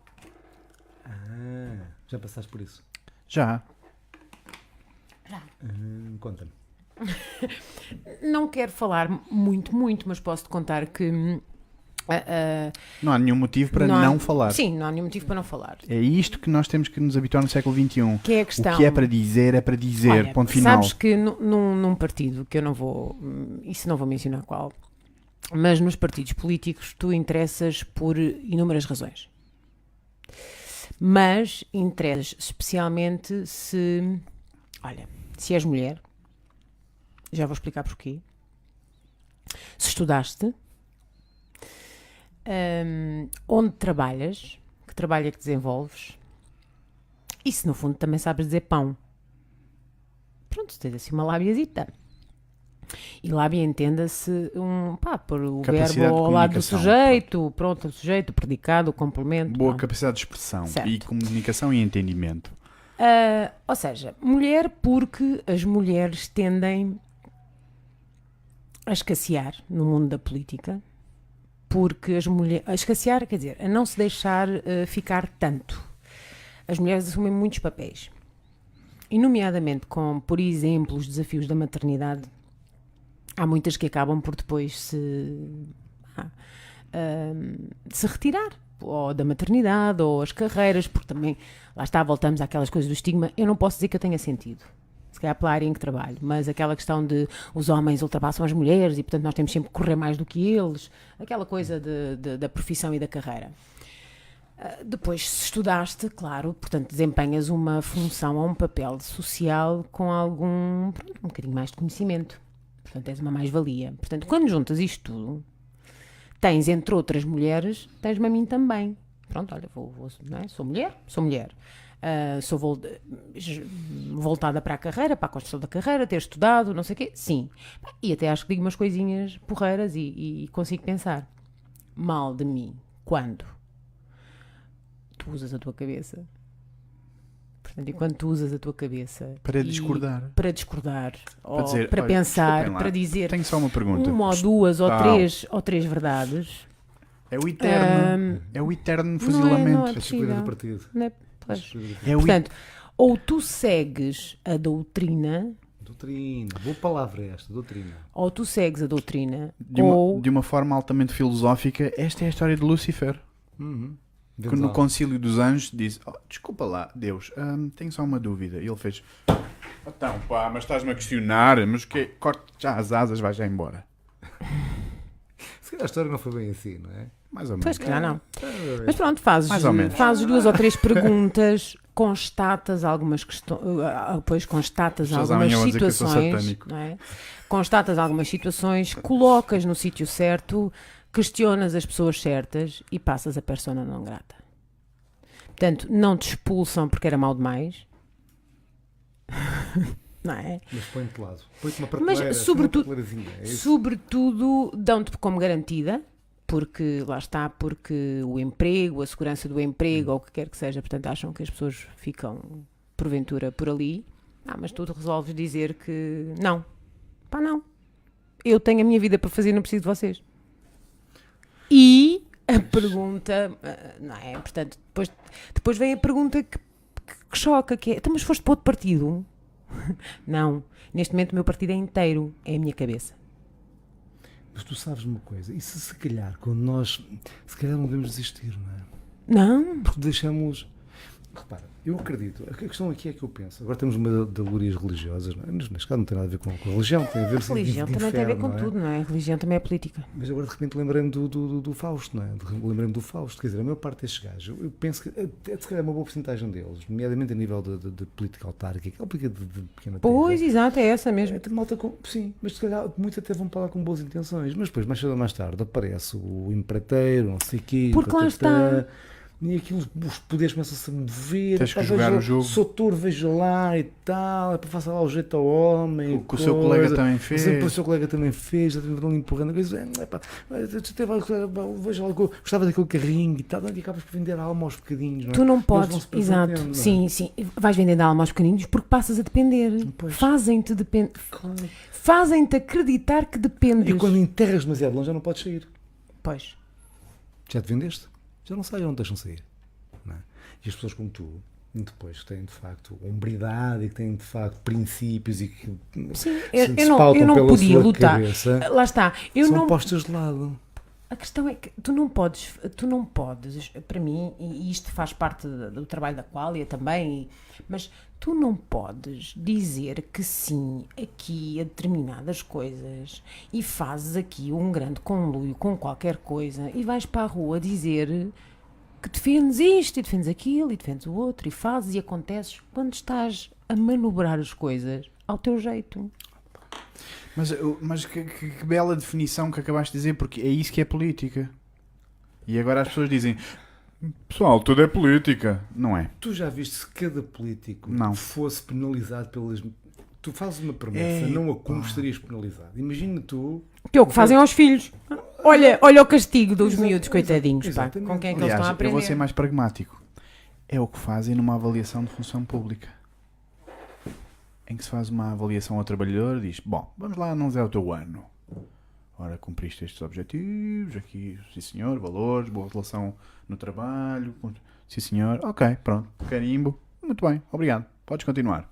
Speaker 2: Ah, já passaste por isso?
Speaker 3: Já.
Speaker 2: Hum, Conta-me.
Speaker 1: Não quero falar muito, muito, mas posso-te contar que. hum, ah,
Speaker 3: Não há nenhum motivo para
Speaker 1: Não
Speaker 3: não,
Speaker 1: há- ah,
Speaker 3: falar.
Speaker 1: sim, não há nenhum motivo para não falar.
Speaker 3: É isto que nós temos que nos habituar no século XXI.
Speaker 1: Que é a
Speaker 3: O
Speaker 1: questão.
Speaker 3: que é para dizer, é para dizer.
Speaker 1: Olha,
Speaker 3: ponto final.
Speaker 1: Sabes que nu- num, num partido, que eu não vou, hum, isso não vou mencionar qual, mas nos partidos políticos tu interessas por inúmeras razões. Mas interessas especialmente se, olha, se és mulher, já vou explicar porquê, se estudaste, hum, onde trabalhas, que trabalho é que desenvolves, e se no fundo também sabes dizer pão pronto, tens assim uma lábiazita. E lábia entenda-se um, pá, por o
Speaker 3: Capacidade
Speaker 1: verbo
Speaker 3: de
Speaker 1: ao lado do
Speaker 3: comunicação,
Speaker 1: sujeito, pronto, o sujeito, o predicado, o complemento.
Speaker 3: Boa
Speaker 1: pronto.
Speaker 3: capacidade de expressão
Speaker 1: Certo.
Speaker 3: e comunicação e entendimento.
Speaker 1: Ah, ou seja, mulher porque as mulheres tendem a escassear no mundo da política, porque as mulheres. A escassear, quer dizer, a não se deixar ah, ficar tanto. As mulheres assumem muitos papéis. E, nomeadamente, com, por exemplo, os desafios da maternidade, há muitas que acabam por depois se hum, de se retirar ou da maternidade ou as carreiras, porque também lá está, voltamos àquelas coisas do estigma. Eu não posso dizer que eu tenha sentido, se calhar pela área em que trabalho, mas aquela questão de os homens ultrapassam as mulheres e portanto nós temos sempre que correr mais do que eles, aquela coisa de- de- da profissão e da carreira. Ah, Depois, se estudaste, claro, portanto, desempenhas uma função ou um papel social com algum, pronto, um bocadinho mais de conhecimento. Portanto, és uma mais-valia. Portanto, quando juntas isto tudo, tens, entre outras mulheres, tens-me a mim também. Pronto, olha, vou, vou- não é? sou mulher, sou mulher. Ah, sou vol- j- voltada para a carreira, para a construção da carreira, ter estudado, não sei o quê. Sim. E até acho que digo umas coisinhas porreiras e, e consigo pensar. Mal de mim. Quando? Tu usas a tua cabeça. Portanto, enquanto tu usas a tua cabeça...
Speaker 3: Para
Speaker 1: e-
Speaker 3: discordar.
Speaker 1: Para discordar. Ou Para,
Speaker 3: dizer, olha,
Speaker 1: pensar,
Speaker 3: desculpem lá,
Speaker 1: para dizer
Speaker 3: Tenho só uma pergunta.
Speaker 1: uma ou duas ou
Speaker 3: Tal.
Speaker 1: três, ou três verdades.
Speaker 3: É o eterno. é o eterno fuzilamento.
Speaker 1: não é
Speaker 2: Escolha do
Speaker 1: Possível.
Speaker 2: partido.
Speaker 1: Não é? Pois.
Speaker 2: Escolha
Speaker 3: É o
Speaker 1: Portanto, ou tu segues a doutrina,
Speaker 2: do- Doutrina. Boa palavra esta, doutrina.
Speaker 1: ou tu segues a doutrina,
Speaker 3: de uma,
Speaker 1: ou
Speaker 3: de uma forma altamente filosófica, esta é a história de Lúcifer,
Speaker 2: Uhum.
Speaker 3: que no
Speaker 2: Gonzalo.
Speaker 3: concílio dos anjos disse, "Oh, desculpa lá, Deus, hum, tenho só uma dúvida. E ele fez, Então, pá, mas estás-me a questionar, mas o quê? Corte já as asas, vais já embora.
Speaker 2: Se calhar a história não foi bem assim, não é?
Speaker 3: Mais ou
Speaker 1: Pois
Speaker 3: menos. É.
Speaker 1: que já não. Mas pronto, fazes,
Speaker 3: Mais ou menos.
Speaker 1: fazes duas ou três perguntas, constatas algumas questões, depois constatas
Speaker 3: As pessoas
Speaker 1: algumas
Speaker 3: amanhã vão dizer que eu sou
Speaker 1: situações,
Speaker 3: satânico.
Speaker 1: não é? constatas algumas situações, colocas no sítio certo, questionas as pessoas certas e passas a persona não grata. Portanto, não te expulsam porque era mal demais. não é?
Speaker 2: Mas põe-te de lado. Põe-te uma
Speaker 1: Mas,
Speaker 2: prateleira.
Speaker 1: sobretudo-
Speaker 2: Uma prateleirazinha, é isso?
Speaker 1: Sobretudo, dão-te como garantida, porque lá está, porque o emprego, a segurança do emprego,
Speaker 2: Hum.
Speaker 1: ou o que quer que seja, portanto, acham que as pessoas ficam, porventura, por ali. Ah, mas tu resolves dizer que não. Pá, não. Eu tenho a minha vida para fazer, não preciso de vocês. E a pergunta, ah, não é? Portanto, depois, depois vem a pergunta que, que- que choca, que é, "Então, mas foste para outro partido? não. Neste momento o meu partido é inteiro, é a minha cabeça.
Speaker 2: Mas tu sabes uma coisa, e se se calhar, quando nós, se calhar não devemos desistir, não é?
Speaker 1: Não.
Speaker 2: Porque deixamos. Repara, eu acredito, a questão aqui é que eu penso. Agora temos uma de alegorias religiosas, não é? Mas neste caso não tem nada a ver com, com a religião, tem a ver com o sentido
Speaker 1: Religião
Speaker 2: de
Speaker 1: também tem a ver
Speaker 2: inferno,
Speaker 1: com
Speaker 2: não é?
Speaker 1: tudo, não é? Religião também é política.
Speaker 2: Mas agora de repente lembrei-me do, do, do- do Fausto, não é? De- Lembrei-me do Fausto, quer dizer, a maior parte destes gajos, eu- eu penso que até se calhar é uma boa porcentagem deles, nomeadamente a nível de, de- de política autárquica, aquela política de, de pequena
Speaker 1: Pois,
Speaker 2: terra,
Speaker 1: exato, é essa
Speaker 2: é,
Speaker 1: mesmo.
Speaker 2: tem malta com, sim, mas se calhar muitos até vão para lá com boas intenções, mas depois, mais cedo ou mais tarde, aparece o empreiteiro, não sei o quê,
Speaker 1: Porque lá
Speaker 2: tatatá, e aquilo, os poderes começam-se a mover,
Speaker 3: Tens que
Speaker 2: pá,
Speaker 3: jogar
Speaker 2: veja-
Speaker 3: o jogo.
Speaker 2: Sou touro, veja lá e tal, é para faça lá o jeito ao homem.
Speaker 3: O que o seu colega também fez.
Speaker 2: Sempre o seu colega também fez, já estão ali empurrando coisas. É, pá, até vai, veja lá, gostava daquele carrinho e tal, e acabas por vender a alma aos bocadinhos, não é?
Speaker 1: Tu não
Speaker 2: vão-se
Speaker 1: podes,
Speaker 2: perdendo, não é?
Speaker 1: exato. Sim, sim. Vais vendendo a alma aos pequeninos porque passas a depender.
Speaker 2: Pois.
Speaker 1: Fazem-te depend... Fazem-te acreditar que dependes.
Speaker 2: E quando enterras demasiado longe, já não podes sair.
Speaker 1: Pois.
Speaker 2: já te vendeste, já não sai, já não te deixam sair. não é? E as pessoas como tu, depois que têm de facto hombridade e que têm de facto princípios e que
Speaker 1: Sim,
Speaker 2: se
Speaker 1: eu, eu não,
Speaker 2: pautam
Speaker 1: eu não
Speaker 2: pela
Speaker 1: podia
Speaker 2: sua
Speaker 1: lutar.
Speaker 2: cabeça,
Speaker 1: Lá está. Eu
Speaker 2: são
Speaker 1: não
Speaker 2: postas de lado.
Speaker 1: A questão é que tu não podes, tu não podes, para mim, e isto faz parte do do trabalho da Qualia também, mas tu não podes dizer que sim aqui a determinadas coisas e fazes aqui um grande conluio com qualquer coisa e vais para a rua dizer que defendes isto e defendes aquilo e defendes o outro e fazes e aconteces quando estás a manobrar as coisas ao teu jeito.
Speaker 3: Mas, eu- mas que, que- que bela definição que acabaste de dizer, porque é isso que é política. E agora as pessoas dizem: Pessoal, tudo é política. Não é?
Speaker 2: Tu já viste se cada político
Speaker 3: Não.
Speaker 2: fosse penalizado pelas. Tu fazes uma promessa,
Speaker 3: Ei,
Speaker 2: não a cumpres, estarias penalizado. Imagina tu.
Speaker 1: Que é o que fazem aos filhos. Olha, olha o castigo dos miúdos, coitadinhos, pá.
Speaker 2: exatamente.
Speaker 1: Com quem é que eles
Speaker 3: Aliás,
Speaker 1: estão a
Speaker 3: eu vou
Speaker 1: aprender?
Speaker 3: ser mais pragmático. É o que fazem numa avaliação de função pública. Em que se faz uma avaliação ao trabalhador diz: Bom, vamos lá analisar o teu ano. Ora, cumpriste estes objetivos, aqui, sim senhor, valores, boa relação no trabalho. com- Sim senhor, ok, pronto, carimbo. Muito bem, obrigado. Podes continuar.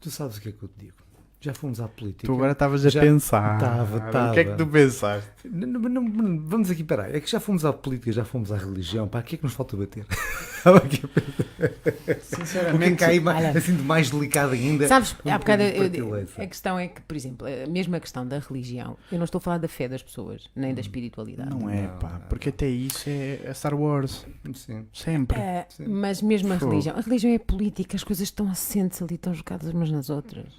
Speaker 2: Tu sabes o que é que eu te digo. Já fomos à política.
Speaker 3: Tu agora estavas a
Speaker 2: Já
Speaker 3: pensar.
Speaker 2: tava,
Speaker 3: O que é que
Speaker 2: tava.
Speaker 3: tu pensaste?
Speaker 2: Não, não, não, não, vamos aqui parar. É que já fomos à política, já fomos à religião. Pá, o que é que nos falta bater? Estava aqui a O que é
Speaker 3: Sinceramente,
Speaker 2: que há aí mais-
Speaker 1: olha.
Speaker 2: assim de mais delicado ainda?
Speaker 1: Sabes,
Speaker 2: Um
Speaker 1: há bocado
Speaker 2: bocadinho
Speaker 1: eu-
Speaker 2: de prateleira.
Speaker 1: a questão é que, por exemplo, a mesma questão da religião, eu não estou a falar da fé das pessoas, nem da espiritualidade.
Speaker 3: não É. é, pá. Porque até isso é, é Star Wars.
Speaker 2: Sim.
Speaker 3: Sempre.
Speaker 1: Ah,
Speaker 2: Sim.
Speaker 1: mas mesmo a
Speaker 3: Fogo.
Speaker 1: religião. A religião é política, as coisas estão assentes ali, estão jogadas umas nas outras.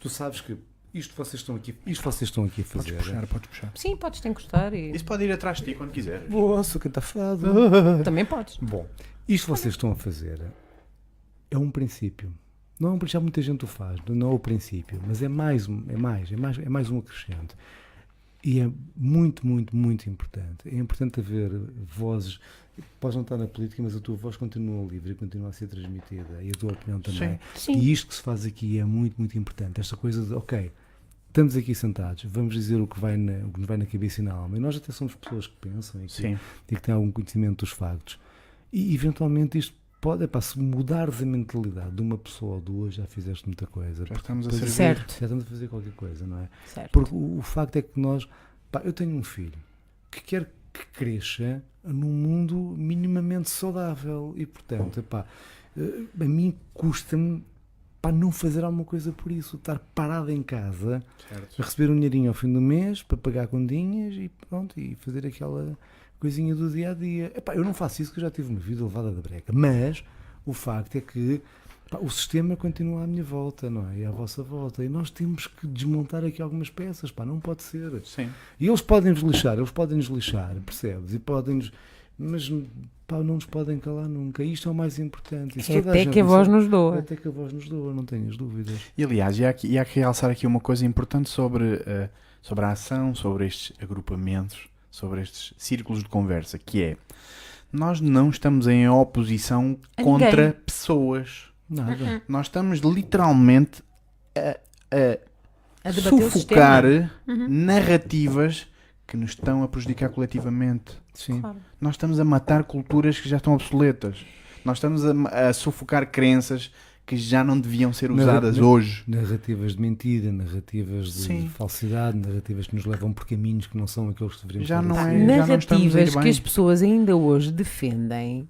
Speaker 2: Tu sabes que isto vocês estão aqui, isto vocês estão aqui a
Speaker 3: Podes
Speaker 2: fazer. é?
Speaker 3: puxar, podes puxar.
Speaker 1: Sim, podes te encostar e
Speaker 3: Isso pode ir atrás de ti quando quiseres.
Speaker 2: Nossa, cantafado.
Speaker 1: também podes.
Speaker 2: Bom, isto vocês estão a fazer é um princípio. Não é um princípio, já muita gente o faz, não é o princípio, mas é mais, um- é mais, é mais, é mais um acrescente. E é muito, muito, muito importante. É importante haver vozes. Podes não estar na política, mas a tua voz continua livre e continua a ser transmitida. E a tua opinião também.
Speaker 1: Sim.
Speaker 2: E isto que se faz aqui é muito, muito importante. Esta coisa de, ok, estamos aqui sentados, vamos dizer o que, vai na- o que nos vai na cabeça e na alma. E nós até somos pessoas que pensam e que,
Speaker 3: Sim.
Speaker 2: e que têm algum conhecimento dos factos. E eventualmente isto pode, é pá, se mudares a mentalidade de uma pessoa ou duas, já fizeste muita coisa.
Speaker 3: Já estamos a
Speaker 2: Pois-
Speaker 3: servir.
Speaker 1: Certo,
Speaker 2: Já estamos a fazer qualquer coisa, não é?
Speaker 1: certo.
Speaker 2: Porque o, o facto é que nós. Pá, eu tenho um filho que quer que cresça num mundo minimamente saudável e, portanto, epá, eh, a mim custa-me para não fazer alguma coisa por isso, estar parado em casa,
Speaker 3: Certo.
Speaker 2: a receber um dinheirinho ao fim do mês para pagar continhas e pronto, e fazer aquela coisinha do dia a dia. Epá, eu não faço isso que eu já tive uma vida levada da breca, mas o facto é que pá, o sistema continua à minha volta, não é? E à vossa volta, e nós temos que desmontar aqui algumas peças, pá, não pode ser.
Speaker 3: Sim.
Speaker 2: E eles podem nos lixar, eles podem nos lixar, percebes? E podem nos. Mas pá, não nos podem calar nunca. E Isto é o mais importante. E se
Speaker 1: É
Speaker 2: toda
Speaker 1: até
Speaker 2: gente
Speaker 1: que a voz
Speaker 2: disser- é
Speaker 1: nos doa.
Speaker 2: Até que a voz nos doa, não tenhas dúvidas.
Speaker 3: E aliás, e há, que- e há que realçar aqui uma coisa importante sobre, eh, sobre a ação, sobre estes agrupamentos, sobre estes círculos de conversa, que é nós não estamos em oposição
Speaker 4: A
Speaker 3: contra
Speaker 4: ninguém.
Speaker 3: pessoas.
Speaker 2: Nada.
Speaker 3: Nós estamos literalmente a, a
Speaker 4: A debater o
Speaker 3: sufocar
Speaker 4: sistema. Uhum.
Speaker 3: narrativas que nos estão a prejudicar coletivamente.
Speaker 2: Sim.
Speaker 4: Claro.
Speaker 3: Nós estamos a matar culturas que já estão obsoletas. Nós estamos a, a sufocar crenças que já não é deviam ser
Speaker 2: Não,
Speaker 3: usadas
Speaker 2: não-
Speaker 3: hoje.
Speaker 2: Narrativas de mentira, narrativas de
Speaker 3: Sim.
Speaker 2: falsidade, narrativas que nos levam por caminhos que não são aqueles que deveríamos
Speaker 3: Já
Speaker 2: ter
Speaker 3: não é-
Speaker 2: decidido.
Speaker 3: já não estamos a ir
Speaker 1: Narrativas que
Speaker 3: bem.
Speaker 1: as pessoas ainda hoje defendem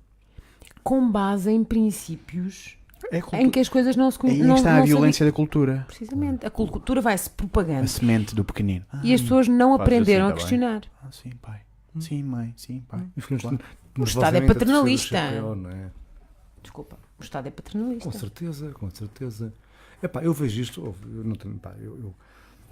Speaker 1: com base em princípios
Speaker 3: É
Speaker 1: em
Speaker 3: cultu-
Speaker 1: que as coisas não se con-
Speaker 3: Aí é
Speaker 1: não,
Speaker 3: está
Speaker 1: não
Speaker 3: a
Speaker 1: se
Speaker 3: violência da cultura.
Speaker 1: Precisamente. A cultura vai-se
Speaker 3: A
Speaker 1: propagando
Speaker 3: semente do pequenino. Ah,
Speaker 1: e as pessoas não
Speaker 3: faz
Speaker 1: aprenderam
Speaker 3: assim,
Speaker 1: a
Speaker 3: tá
Speaker 1: questionar.
Speaker 3: ah, sim, pai. Sim, mãe. Sim, pai.
Speaker 2: E ficamos
Speaker 3: Claro.
Speaker 1: O
Speaker 2: nervosamente
Speaker 1: Estado é
Speaker 2: a torcer o
Speaker 1: paternalista.
Speaker 2: chapéu, não é?
Speaker 1: Desculpa, o Estado é paternalista.
Speaker 2: Com certeza, com certeza. Epá, eu vejo isto, ouve, eu, não tenho, pá, eu, eu-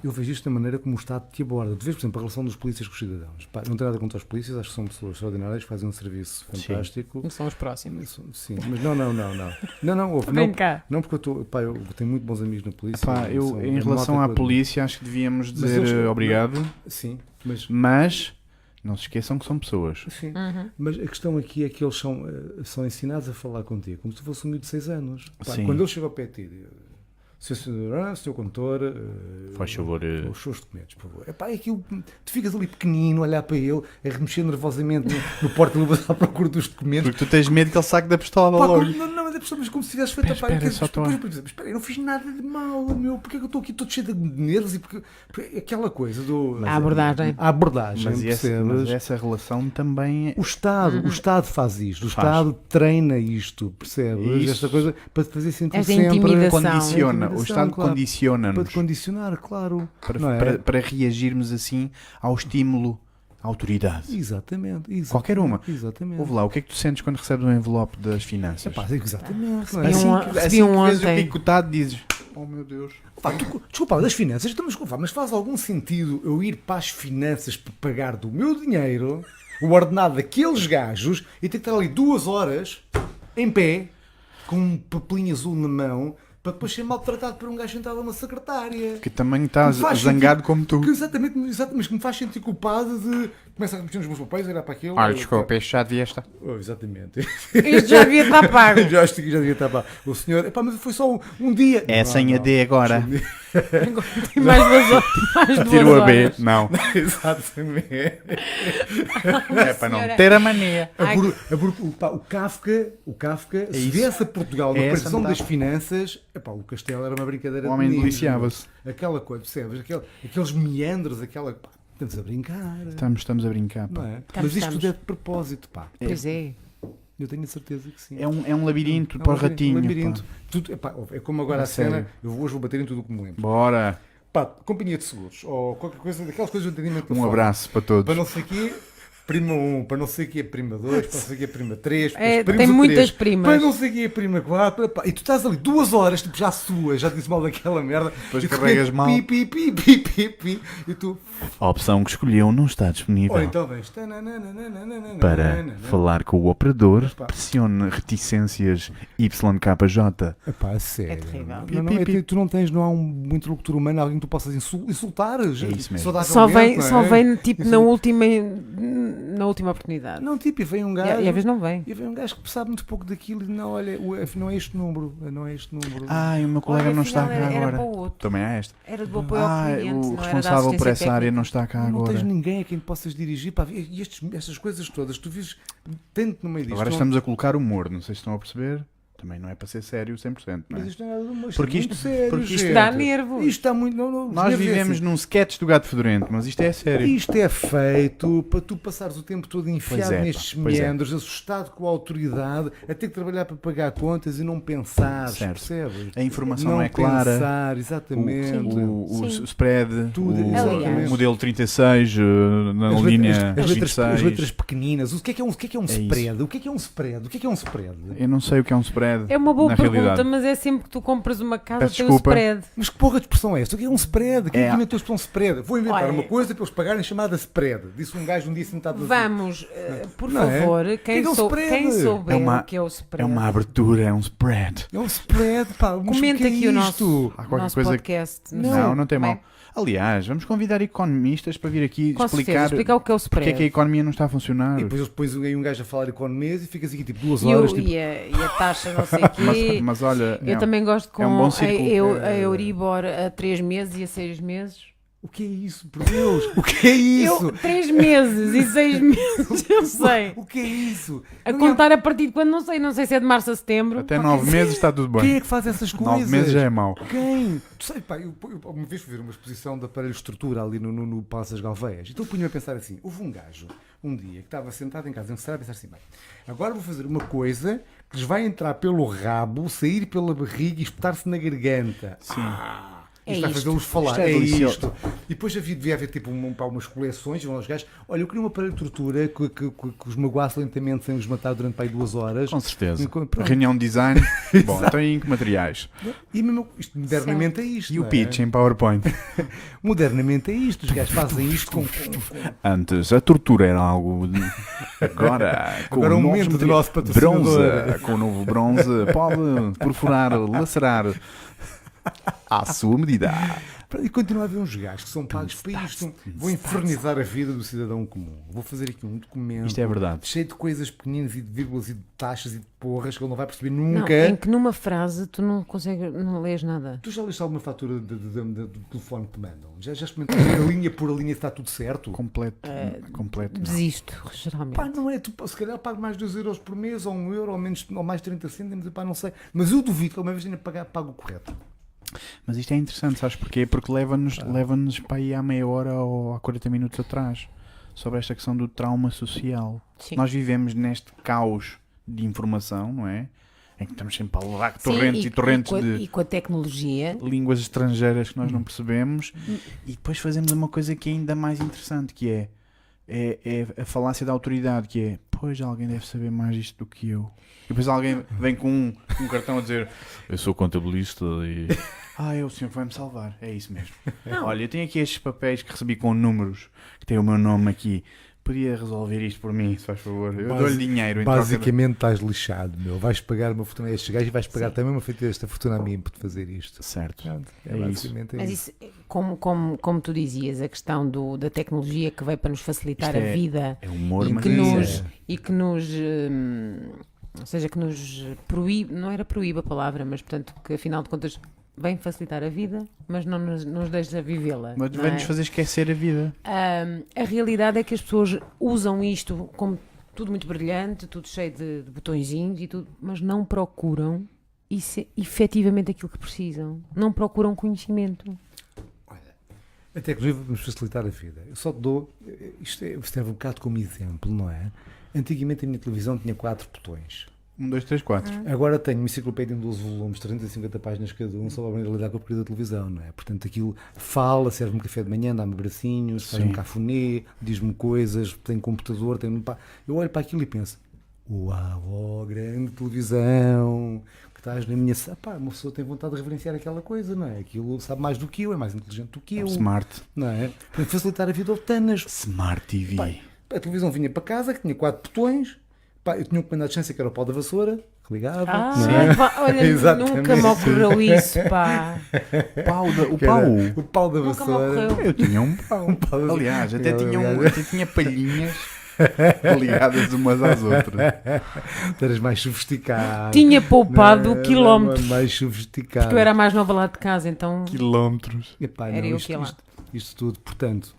Speaker 2: eu vejo isto da maneira como o Estado te aborda. Tu vês, por exemplo, a relação dos polícias com os cidadãos. Pá, não tenho nada contra os polícias, acho que são pessoas extraordinárias, fazem um serviço
Speaker 3: Sim.
Speaker 2: fantástico.
Speaker 1: São os próximos.
Speaker 2: Isso, Sim, mas não, não, não, não. Não, não, ouve, não,
Speaker 1: Vem cá.
Speaker 2: não porque eu, tô, pá, eu tenho muito bons amigos na polícia.
Speaker 3: Epá,
Speaker 2: e
Speaker 3: eu,
Speaker 2: são-
Speaker 3: em
Speaker 2: a
Speaker 3: relação à
Speaker 2: malta que-
Speaker 3: polícia, acho que devíamos
Speaker 2: Mas
Speaker 3: dizer
Speaker 2: eles-
Speaker 3: eh, obrigado,
Speaker 2: Sim, mas,
Speaker 3: mas não se esqueçam que são pessoas.
Speaker 2: sim,
Speaker 1: Uhum.
Speaker 2: mas a questão aqui é que eles são, eh, são ensinados a falar contigo como se fosse um miúdo de 6 anos. Pá,
Speaker 3: Sim.
Speaker 2: quando ele chega ao pé de ti, Sr. Senhor, ah, Sr. Condutor, eh,
Speaker 3: Faz favor. eh,
Speaker 2: Os seus documentos, por favor. Epá, é que eu- tu ficas ali pequenino, a olhar para ele, a remexer nervosamente no, no porta-luvas à procura dos documentos.
Speaker 3: Porque tu tens medo que ele saque da pistola
Speaker 2: Pá,
Speaker 3: logo.
Speaker 2: como- não, não, mas é pessoa, mas como se tivesse feito
Speaker 3: Espera,
Speaker 2: pá, eu
Speaker 3: espera,
Speaker 2: quero-
Speaker 3: só tô a-
Speaker 2: depois- depois- mas espera, eu não fiz nada de mal, meu. Porque é que eu estou aqui todo cheio de nervos e porque, porque é aquela coisa do.
Speaker 1: A abordagem.
Speaker 2: A abordagem,
Speaker 3: é- Mas, é esse-
Speaker 2: percebes?
Speaker 3: mas essa relação também é.
Speaker 2: O Estado,
Speaker 1: Uhum.
Speaker 2: o Estado faz isto, o
Speaker 3: Faz.
Speaker 2: Estado treina isto, percebes?
Speaker 3: Isso.
Speaker 2: Esta coisa para te fazer sentir
Speaker 1: Esta
Speaker 2: sempre
Speaker 1: intimidação.
Speaker 3: condiciona. O
Speaker 2: Intimidação,
Speaker 3: Estado
Speaker 2: claro. para
Speaker 3: condiciona-nos
Speaker 2: te condicionar, claro.
Speaker 3: para,
Speaker 2: não é?
Speaker 3: para- para reagirmos assim ao estímulo à autoridade.
Speaker 2: Exatamente, exatamente.
Speaker 3: Qualquer uma.
Speaker 2: Exatamente.
Speaker 3: Ouve lá, o que é que tu sentes quando recebes um envelope das finanças?
Speaker 2: Epá, exatamente. não é?
Speaker 1: Recebi
Speaker 2: Assim,
Speaker 1: um-
Speaker 2: que-
Speaker 1: recebi um
Speaker 3: vês o
Speaker 1: ontem.
Speaker 3: picotado dizes, oh meu Deus.
Speaker 2: pá, tu- desculpa, das finanças, então, mas, desculpa, mas faz algum sentido eu ir para as finanças para pagar do meu dinheiro o ordenado daqueles gajos e ter que estar ali duas horas em pé com um papelinho azul na mão para depois ser maltratado por um gajo sentado a uma secretária?
Speaker 3: Que também está
Speaker 2: Me faz
Speaker 3: Tá zangado
Speaker 2: sentir-
Speaker 3: como tu.
Speaker 2: Que exatamente, exatamente, mas que me faz sentir culpado de. Começa a repetir os meus papéis, olhar para aquilo.
Speaker 3: Olha, Ah, desculpa, este chá esta.
Speaker 2: Oh, exatamente.
Speaker 1: Este já devia estar pago.
Speaker 2: já acho que já devia estar pá. O senhor, epá, mas foi só um, um dia.
Speaker 3: É a
Speaker 2: Não,
Speaker 3: senha
Speaker 2: não.
Speaker 3: D agora.
Speaker 1: Tem mais duas horas. Mais duas
Speaker 3: Tiro a B.
Speaker 1: horas.
Speaker 3: Não.
Speaker 2: Exatamente.
Speaker 3: É para não ter a mania.
Speaker 2: A buro- a buro- o, pá, o Kafka, o Kafka se
Speaker 3: É isso.
Speaker 2: viesse a Portugal na
Speaker 3: É essa
Speaker 2: prisão das
Speaker 3: metáfora.
Speaker 2: finanças, epá, o Castelo era uma brincadeira
Speaker 3: O homem
Speaker 2: de meninos,
Speaker 3: deliciava-se.
Speaker 2: meu. Aquela coisa, percebes? Aquele, aqueles meandros, aquela. Pá, estamos a brincar.
Speaker 3: Estamos, estamos a brincar.
Speaker 2: Não
Speaker 3: Pá.
Speaker 2: é?
Speaker 1: Estamos,
Speaker 2: Mas isto
Speaker 1: estamos.
Speaker 2: tudo é de propósito, pá.
Speaker 1: Pois é.
Speaker 2: Eu tenho a certeza que sim.
Speaker 3: É um, é um labirinto
Speaker 2: É um
Speaker 3: para o
Speaker 2: labirinto,
Speaker 3: ratinho.
Speaker 2: um labirinto.
Speaker 3: pá.
Speaker 2: Tudo, epá, é como agora
Speaker 3: A
Speaker 2: a cena,
Speaker 3: sério.
Speaker 2: eu hoje vou bater em tudo o que me lembro.
Speaker 3: Bora.
Speaker 2: Pá, companhia de seguros, ou qualquer coisa, daquelas coisas de atendimento
Speaker 3: Um
Speaker 2: telefónico.
Speaker 3: abraço para
Speaker 2: Para
Speaker 3: todos.
Speaker 2: não sei quê, prima 1, para não sei quê, prima 2, para não sei quê, prima 3,
Speaker 1: É, tem muitas primas.
Speaker 2: Para não sei quê, prima 4, e tu estás ali duas horas, tipo, já sua, já te disse mal daquela merda.
Speaker 3: Depois
Speaker 2: e de
Speaker 3: carregas
Speaker 2: repente,
Speaker 3: mal.
Speaker 2: Pi, pi, pi, pi, pi, pi, e tu,
Speaker 3: A opção que escolheu não está disponível.
Speaker 2: ou então vens.
Speaker 3: Para falar com o operador,
Speaker 2: Epá.
Speaker 3: pressione reticências YKJ.
Speaker 2: Epá, a sério.
Speaker 1: É terrível.
Speaker 2: Não, não, é que tu não tens, não há um, um interlocutor humano, alguém que tu possas insul- insultar.
Speaker 3: É
Speaker 2: Tipo,
Speaker 3: isso mesmo.
Speaker 1: Só vem,
Speaker 2: saudavelmente,
Speaker 1: só
Speaker 2: não é?
Speaker 1: vem tipo
Speaker 3: um-
Speaker 1: na última, na última oportunidade.
Speaker 2: Não, tipo, e vem um
Speaker 1: E,
Speaker 2: gajo.
Speaker 1: e às vezes não vem.
Speaker 2: E havia um gajo que sabe muito pouco daquilo e não, olha, o- não é este número, não é este número.
Speaker 3: Ai, o meu colega
Speaker 1: Olha,
Speaker 3: não está
Speaker 1: afinal,
Speaker 3: cá
Speaker 1: era- Era para
Speaker 3: agora.
Speaker 1: o outro.
Speaker 3: Também há esta.
Speaker 1: Era do apoio ao
Speaker 3: Ai,
Speaker 1: cliente.
Speaker 3: Ah, o
Speaker 1: não era da
Speaker 3: responsável por
Speaker 1: assistência
Speaker 3: essa área
Speaker 1: técnica.
Speaker 3: não está cá
Speaker 2: não tens
Speaker 3: agora.
Speaker 2: ninguém a quem te possas dirigir. Pá, e estes, estas coisas todas, tu vives tanto no meio disto.
Speaker 3: Agora
Speaker 2: não-
Speaker 3: estamos a colocar humor, não sei se estão a perceber. Também não é para ser sério 100%, não é?
Speaker 2: Mas isto não é nada do mas
Speaker 3: Porque
Speaker 2: isto é
Speaker 3: isto-
Speaker 2: muito sério,
Speaker 3: porque isto
Speaker 2: gente.
Speaker 1: Dá nervo.
Speaker 2: Isto está muito. Não, não, tinha
Speaker 3: Nós
Speaker 2: a ver,
Speaker 3: vivemos
Speaker 2: assim,
Speaker 3: num sketch do gato fedorento, mas isto é sério.
Speaker 2: Isto é feito para tu passares o tempo todo enfiado
Speaker 3: é, pá,
Speaker 2: nestes
Speaker 3: pois é.
Speaker 2: meandros, assustado com a autoridade, a ter que trabalhar para pagar contas e não pensar.
Speaker 3: Certo.
Speaker 2: Percebes?
Speaker 3: A informação
Speaker 2: não
Speaker 3: não é clara.
Speaker 2: pensar, exatamente.
Speaker 3: O, o- o
Speaker 4: Sim.
Speaker 3: spread,
Speaker 1: é
Speaker 2: Tudo,
Speaker 3: o-
Speaker 2: exatamente.
Speaker 3: o modelo 36 eh, na
Speaker 2: As
Speaker 3: linha
Speaker 2: letras, as, letras,
Speaker 3: 26.
Speaker 2: as letras pequeninas, o que é que é um, o que é que é um
Speaker 3: isso.
Speaker 2: spread? O que é que é um spread? O que é que é um spread?
Speaker 3: Eu não sei o que é um spread.
Speaker 1: É uma boa
Speaker 3: na
Speaker 1: pergunta,
Speaker 3: realidade.
Speaker 1: mas é sempre que tu compras uma casa,
Speaker 3: Peço
Speaker 1: tem
Speaker 3: desculpa.
Speaker 1: o spread.
Speaker 2: Mas que porra de expressão é esta? O que é um spread? Quem é.
Speaker 3: É.
Speaker 2: que inventou a expressão spread? Vou inventar
Speaker 1: Olha.
Speaker 2: uma coisa para eles pagarem chamada spread. Disse um gajo um dia sentado assim.
Speaker 1: Vamos, eh, por
Speaker 2: Não é?
Speaker 1: favor, quem,
Speaker 2: Diga o
Speaker 1: sou-
Speaker 2: spread.
Speaker 1: quem souber
Speaker 3: É uma-
Speaker 1: o que é o spread,
Speaker 3: É uma abertura, é um spread.
Speaker 2: É um spread, pá. mas
Speaker 1: comenta
Speaker 2: que é
Speaker 1: aqui o nosso,
Speaker 2: isto?
Speaker 3: Há qualquer
Speaker 1: nosso
Speaker 3: coisa que-
Speaker 1: podcast. é?
Speaker 3: Não, não, tem mal. Aliás, vamos convidar economistas para vir aqui
Speaker 1: Com certeza,
Speaker 3: explicar
Speaker 1: explicar o que é o
Speaker 3: porque
Speaker 1: spread.
Speaker 3: é que a economia não está a funcionar.
Speaker 2: E depois eles pões aí um gajo a falar economês e ficas aqui tipo duas
Speaker 1: E, o-
Speaker 2: horas. tipo,
Speaker 1: e a, e a taxa, não sei o
Speaker 3: Mas,
Speaker 1: quê.
Speaker 3: mas olha,
Speaker 1: eu
Speaker 3: é-
Speaker 1: também gosto com
Speaker 3: é um bom círculo.
Speaker 1: a, eu, a Euribor a 3 meses e a 6 meses.
Speaker 2: O que é isso, por Deus? O que é isso?
Speaker 1: Eu, 3 meses e 6 meses, eu sei.
Speaker 2: O que é isso?
Speaker 1: A
Speaker 2: Não é-
Speaker 1: contar a partir de quando, não sei, não sei se é de março a setembro.
Speaker 3: até nove meses está tudo
Speaker 2: Quem
Speaker 3: bem.
Speaker 2: é que faz essas coisas?
Speaker 3: Nove meses já é mau.
Speaker 2: Quem? Tu sei, pá, eu, eu uma vez fui ver uma exposição de aparelho estrutura ali no, no, no Palácio das Galveias. Então eu punha-me a pensar assim: houve um gajo, um dia, que estava sentado em casa, encerrado, a pensar assim: bem, agora vou fazer uma coisa que lhes vai entrar pelo rabo, sair pela barriga e espetar-se na garganta. Sim.
Speaker 1: É
Speaker 2: isto vai
Speaker 1: isto.
Speaker 2: fazê-los falar.
Speaker 3: Isto é
Speaker 2: é
Speaker 3: delicioso.
Speaker 2: isto. E depois havia, devia haver tipo um, pá, umas coleções, vão aos gajos. Olha, eu queria um aparelho de tortura que, que, que, que os magoasse lentamente sem os matar durante pá, aí duas horas.
Speaker 3: Com certeza.
Speaker 2: Pronto.
Speaker 3: Reunião de design. Bom, então em que materiais?
Speaker 2: E mesmo isto, modernamente é isto.
Speaker 3: E o
Speaker 2: não é?
Speaker 3: pitch em PowerPoint?
Speaker 2: Modernamente é isto, os gajos fazem isto com. com-
Speaker 3: Antes, a tortura era algo. de- Agora, com
Speaker 2: Agora é o
Speaker 3: novos
Speaker 2: momento do
Speaker 3: materiais-
Speaker 2: nosso patrocinador.
Speaker 3: Bronze, com o novo bronze, pode perfurar, lacerar à sua medida.
Speaker 2: com- E continua a haver uns gajos que são pagos para isto. Vou infernizar a vida do cidadão comum. Vou fazer aqui um documento.
Speaker 3: Isto é verdade.
Speaker 2: Cheio de coisas pequeninas e de vírgulas e de taxas e de porras que ele não vai perceber
Speaker 1: Não,
Speaker 3: é
Speaker 2: nunca.
Speaker 1: em que numa frase tu não consegues, não lês nada.
Speaker 2: Tu já leste alguma fatura de- de- de- de- do telefone que mandam? Já, já experimentaste ver linha por linha se está tudo certo?
Speaker 3: Completo. completo. não.
Speaker 1: Desisto, geralmente.
Speaker 2: Pá, não é? Tu, se calhar pago mais 2 euros por mês, ou 1 euro, ou, menos, ou mais 30 cêntimos, pá, não sei. Mas eu duvido que uma vez ainda pagar, pago o correto.
Speaker 3: Mas isto é interessante, sabes porquê? Porque leva-nos
Speaker 1: Ah.
Speaker 3: leva para aí há meia hora ou há 40 minutos atrás sobre esta questão do trauma social.
Speaker 1: Sim.
Speaker 3: Nós vivemos neste caos de informação, não é? Em que estamos sempre a levar
Speaker 1: Sim,
Speaker 3: torrentes e, torrentes
Speaker 1: com a,
Speaker 3: de
Speaker 1: e com a tecnologia.
Speaker 3: línguas estrangeiras que nós não percebemos e depois fazemos uma coisa que é ainda mais interessante, que é, é, é a falácia da autoridade, que é pois alguém deve saber mais disto do que eu. E depois alguém vem com um, um cartão a dizer eu sou contabilista e ah, é o senhor que vai me salvar, é isso mesmo. Olha, eu tenho aqui estes papéis que recebi com números, que tem o meu nome aqui. Podia resolver isto por mim, se faz favor. Eu
Speaker 2: Basi-
Speaker 3: dou-lhe dinheiro em troca de-
Speaker 2: Basicamente estás lixado, meu. Vais pagar uma fortuna a estes gajos e vais pagar também uma fatura esta fortuna a mim por te fazer isto.
Speaker 3: Certo.
Speaker 2: Pronto,
Speaker 3: É
Speaker 2: é,
Speaker 3: isso.
Speaker 2: basicamente
Speaker 1: Mas
Speaker 2: isso.
Speaker 1: isso, como, como, como tu dizias, a questão do, da tecnologia que veio para nos facilitar
Speaker 3: Isto
Speaker 1: a
Speaker 3: é-
Speaker 1: vida
Speaker 3: É humor,
Speaker 1: e,
Speaker 3: mas
Speaker 1: que
Speaker 3: é
Speaker 1: nos,
Speaker 3: sério.
Speaker 1: e que nos. hum, ou seja, que nos proíbe. Não era proíbe a palavra, mas portanto, que afinal de contas vem facilitar a vida, mas não nos, nos deixa vivê-la.
Speaker 3: Mas
Speaker 1: não
Speaker 3: vai-nos
Speaker 1: é?
Speaker 3: fazer esquecer a vida.
Speaker 1: Ahm, a realidade é que as pessoas usam isto como tudo muito brilhante, tudo cheio de, de botõezinhos e tudo, mas não procuram isso, é efetivamente aquilo que precisam. Não procuram conhecimento.
Speaker 2: A tecnologia vai nos facilitar a vida. Eu só te dou. Isto é, serve um bocado como exemplo, não é? Antigamente a minha televisão tinha quatro botões.
Speaker 3: Um, dois, três, quatro.
Speaker 2: Agora tenho uma enciclopédia em 12 volumes, 350 páginas cada um, só para aprender a lidar com a porcaria da televisão, não é? Portanto, aquilo fala, serve-me um café de manhã, dá-me bracinhos, faz-me cafuné, diz-me coisas, tem um computador, tem. pá. Eu olho para aquilo e penso: Uau, ó, grande televisão, que estás na minha. sa- Pá, uma pessoa tem vontade de reverenciar aquela coisa, não é? Aquilo sabe mais do que eu, é mais inteligente do que eu,
Speaker 3: Smart.
Speaker 2: não é? Para facilitar a vida ao Tanas.
Speaker 3: Smart TV.
Speaker 2: A televisão vinha para casa, que tinha quatro botões, pá, eu tinha um comando de distância que era o pau da vassoura, que ligava.
Speaker 1: Ah,
Speaker 2: não é?
Speaker 1: pá, olha,
Speaker 2: Exatamente.
Speaker 1: nunca me ocorreu isso, pá.
Speaker 3: Pau da- o
Speaker 2: Que era
Speaker 3: pau.
Speaker 2: O pau da
Speaker 1: Nunca me
Speaker 2: vassoura.
Speaker 1: ocorreu.
Speaker 3: Eu tinha um
Speaker 2: Um
Speaker 3: pau.
Speaker 2: pau da-
Speaker 3: Aliás, até
Speaker 2: Eu,
Speaker 3: tinha, um,
Speaker 2: aliás,
Speaker 3: até tinha palhinhas ligadas umas às outras.
Speaker 2: Eras mais sofisticado.
Speaker 1: Tinha poupado
Speaker 2: Não,
Speaker 1: quilómetros,
Speaker 2: Mais sofisticado.
Speaker 1: porque eu era a mais nova lá de casa, então.
Speaker 3: Quilómetros.
Speaker 2: Epá,
Speaker 1: Era
Speaker 2: não,
Speaker 1: eu
Speaker 2: isto,
Speaker 1: que ia lá.
Speaker 2: isto- isto tudo, portanto.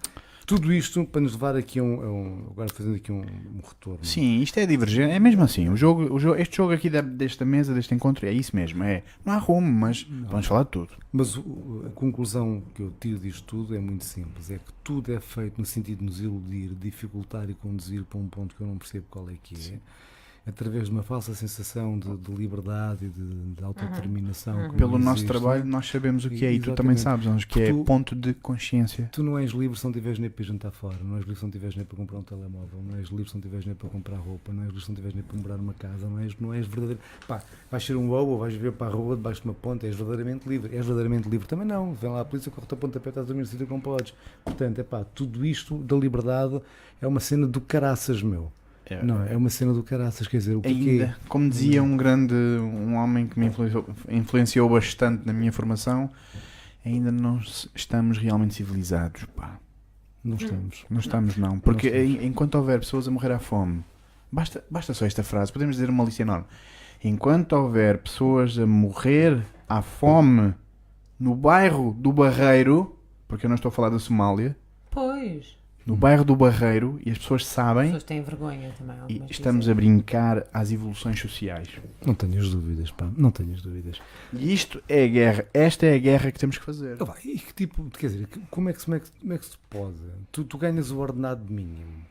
Speaker 2: Tudo isto para nos levar aqui a um. a um- agora fazendo aqui um, um retorno.
Speaker 3: Sim, isto é divergente. É mesmo assim. O jogo, o jogo, este jogo aqui da- desta mesa, deste encontro, é isso mesmo. É, não há rumo, mas vamos falar de tudo.
Speaker 2: Mas o- a conclusão que eu tiro disto tudo é muito simples: é que tudo é feito no sentido de nos iludir, dificultar e conduzir para um ponto que eu não percebo qual é que é, através de uma falsa sensação de, de liberdade e de, de autodeterminação. que não
Speaker 3: Pelo nosso
Speaker 2: existe.
Speaker 3: trabalho, nós sabemos o que é e tu também
Speaker 2: Exatamente.
Speaker 3: sabes, Anjo, que é
Speaker 2: Tu-
Speaker 3: ponto de consciência.
Speaker 2: Tu não és livre se não tiveres nem para jantar fora, não és livre se não tiveres nem para comprar um telemóvel, não és livre se não tiveres nem para comprar roupa, não és livre se não tiveres nem para comprar uma casa, não és, não és verdadeiro. Pá, vais ser um bobo, vais viver para a rua debaixo de uma ponte, és verdadeiramente livre. És verdadeiramente livre também não, vem lá a polícia, corre-te a pontapé, estás a dormir no sítio que não podes. Portanto, é pá, tudo isto da liberdade é uma cena do caraças, meu.
Speaker 3: É.
Speaker 2: Não, é uma cena do caraças, quer dizer, o que é que é?
Speaker 3: Ainda, como dizia um grande, um homem que me influenciou, influenciou bastante na minha formação, ainda não se- estamos realmente civilizados, pá.
Speaker 2: Não estamos.
Speaker 3: Não estamos não, porque
Speaker 2: Não
Speaker 3: en- enquanto houver pessoas a morrer à fome, basta, basta só esta frase, podemos dizer uma lista enorme. Enquanto houver pessoas a morrer à fome no bairro do Barreiro, porque eu não estou a falar da Somália,
Speaker 1: Pois.
Speaker 3: no bairro do Barreiro, e as pessoas
Speaker 1: As
Speaker 3: sabem,
Speaker 1: pessoas têm vergonha também.
Speaker 3: e
Speaker 1: algumas
Speaker 3: estamos
Speaker 1: dizem.
Speaker 3: a brincar às evoluções sociais.
Speaker 2: Não tenhas dúvidas, pá, não tenhas dúvidas.
Speaker 3: E isto é a guerra, esta é a guerra que temos que fazer.
Speaker 2: Ah, pá, E que tipo, de- quer dizer, que- como é que, se- como é que, como é que se pode? Tu, tu ganhas o ordenado mínimo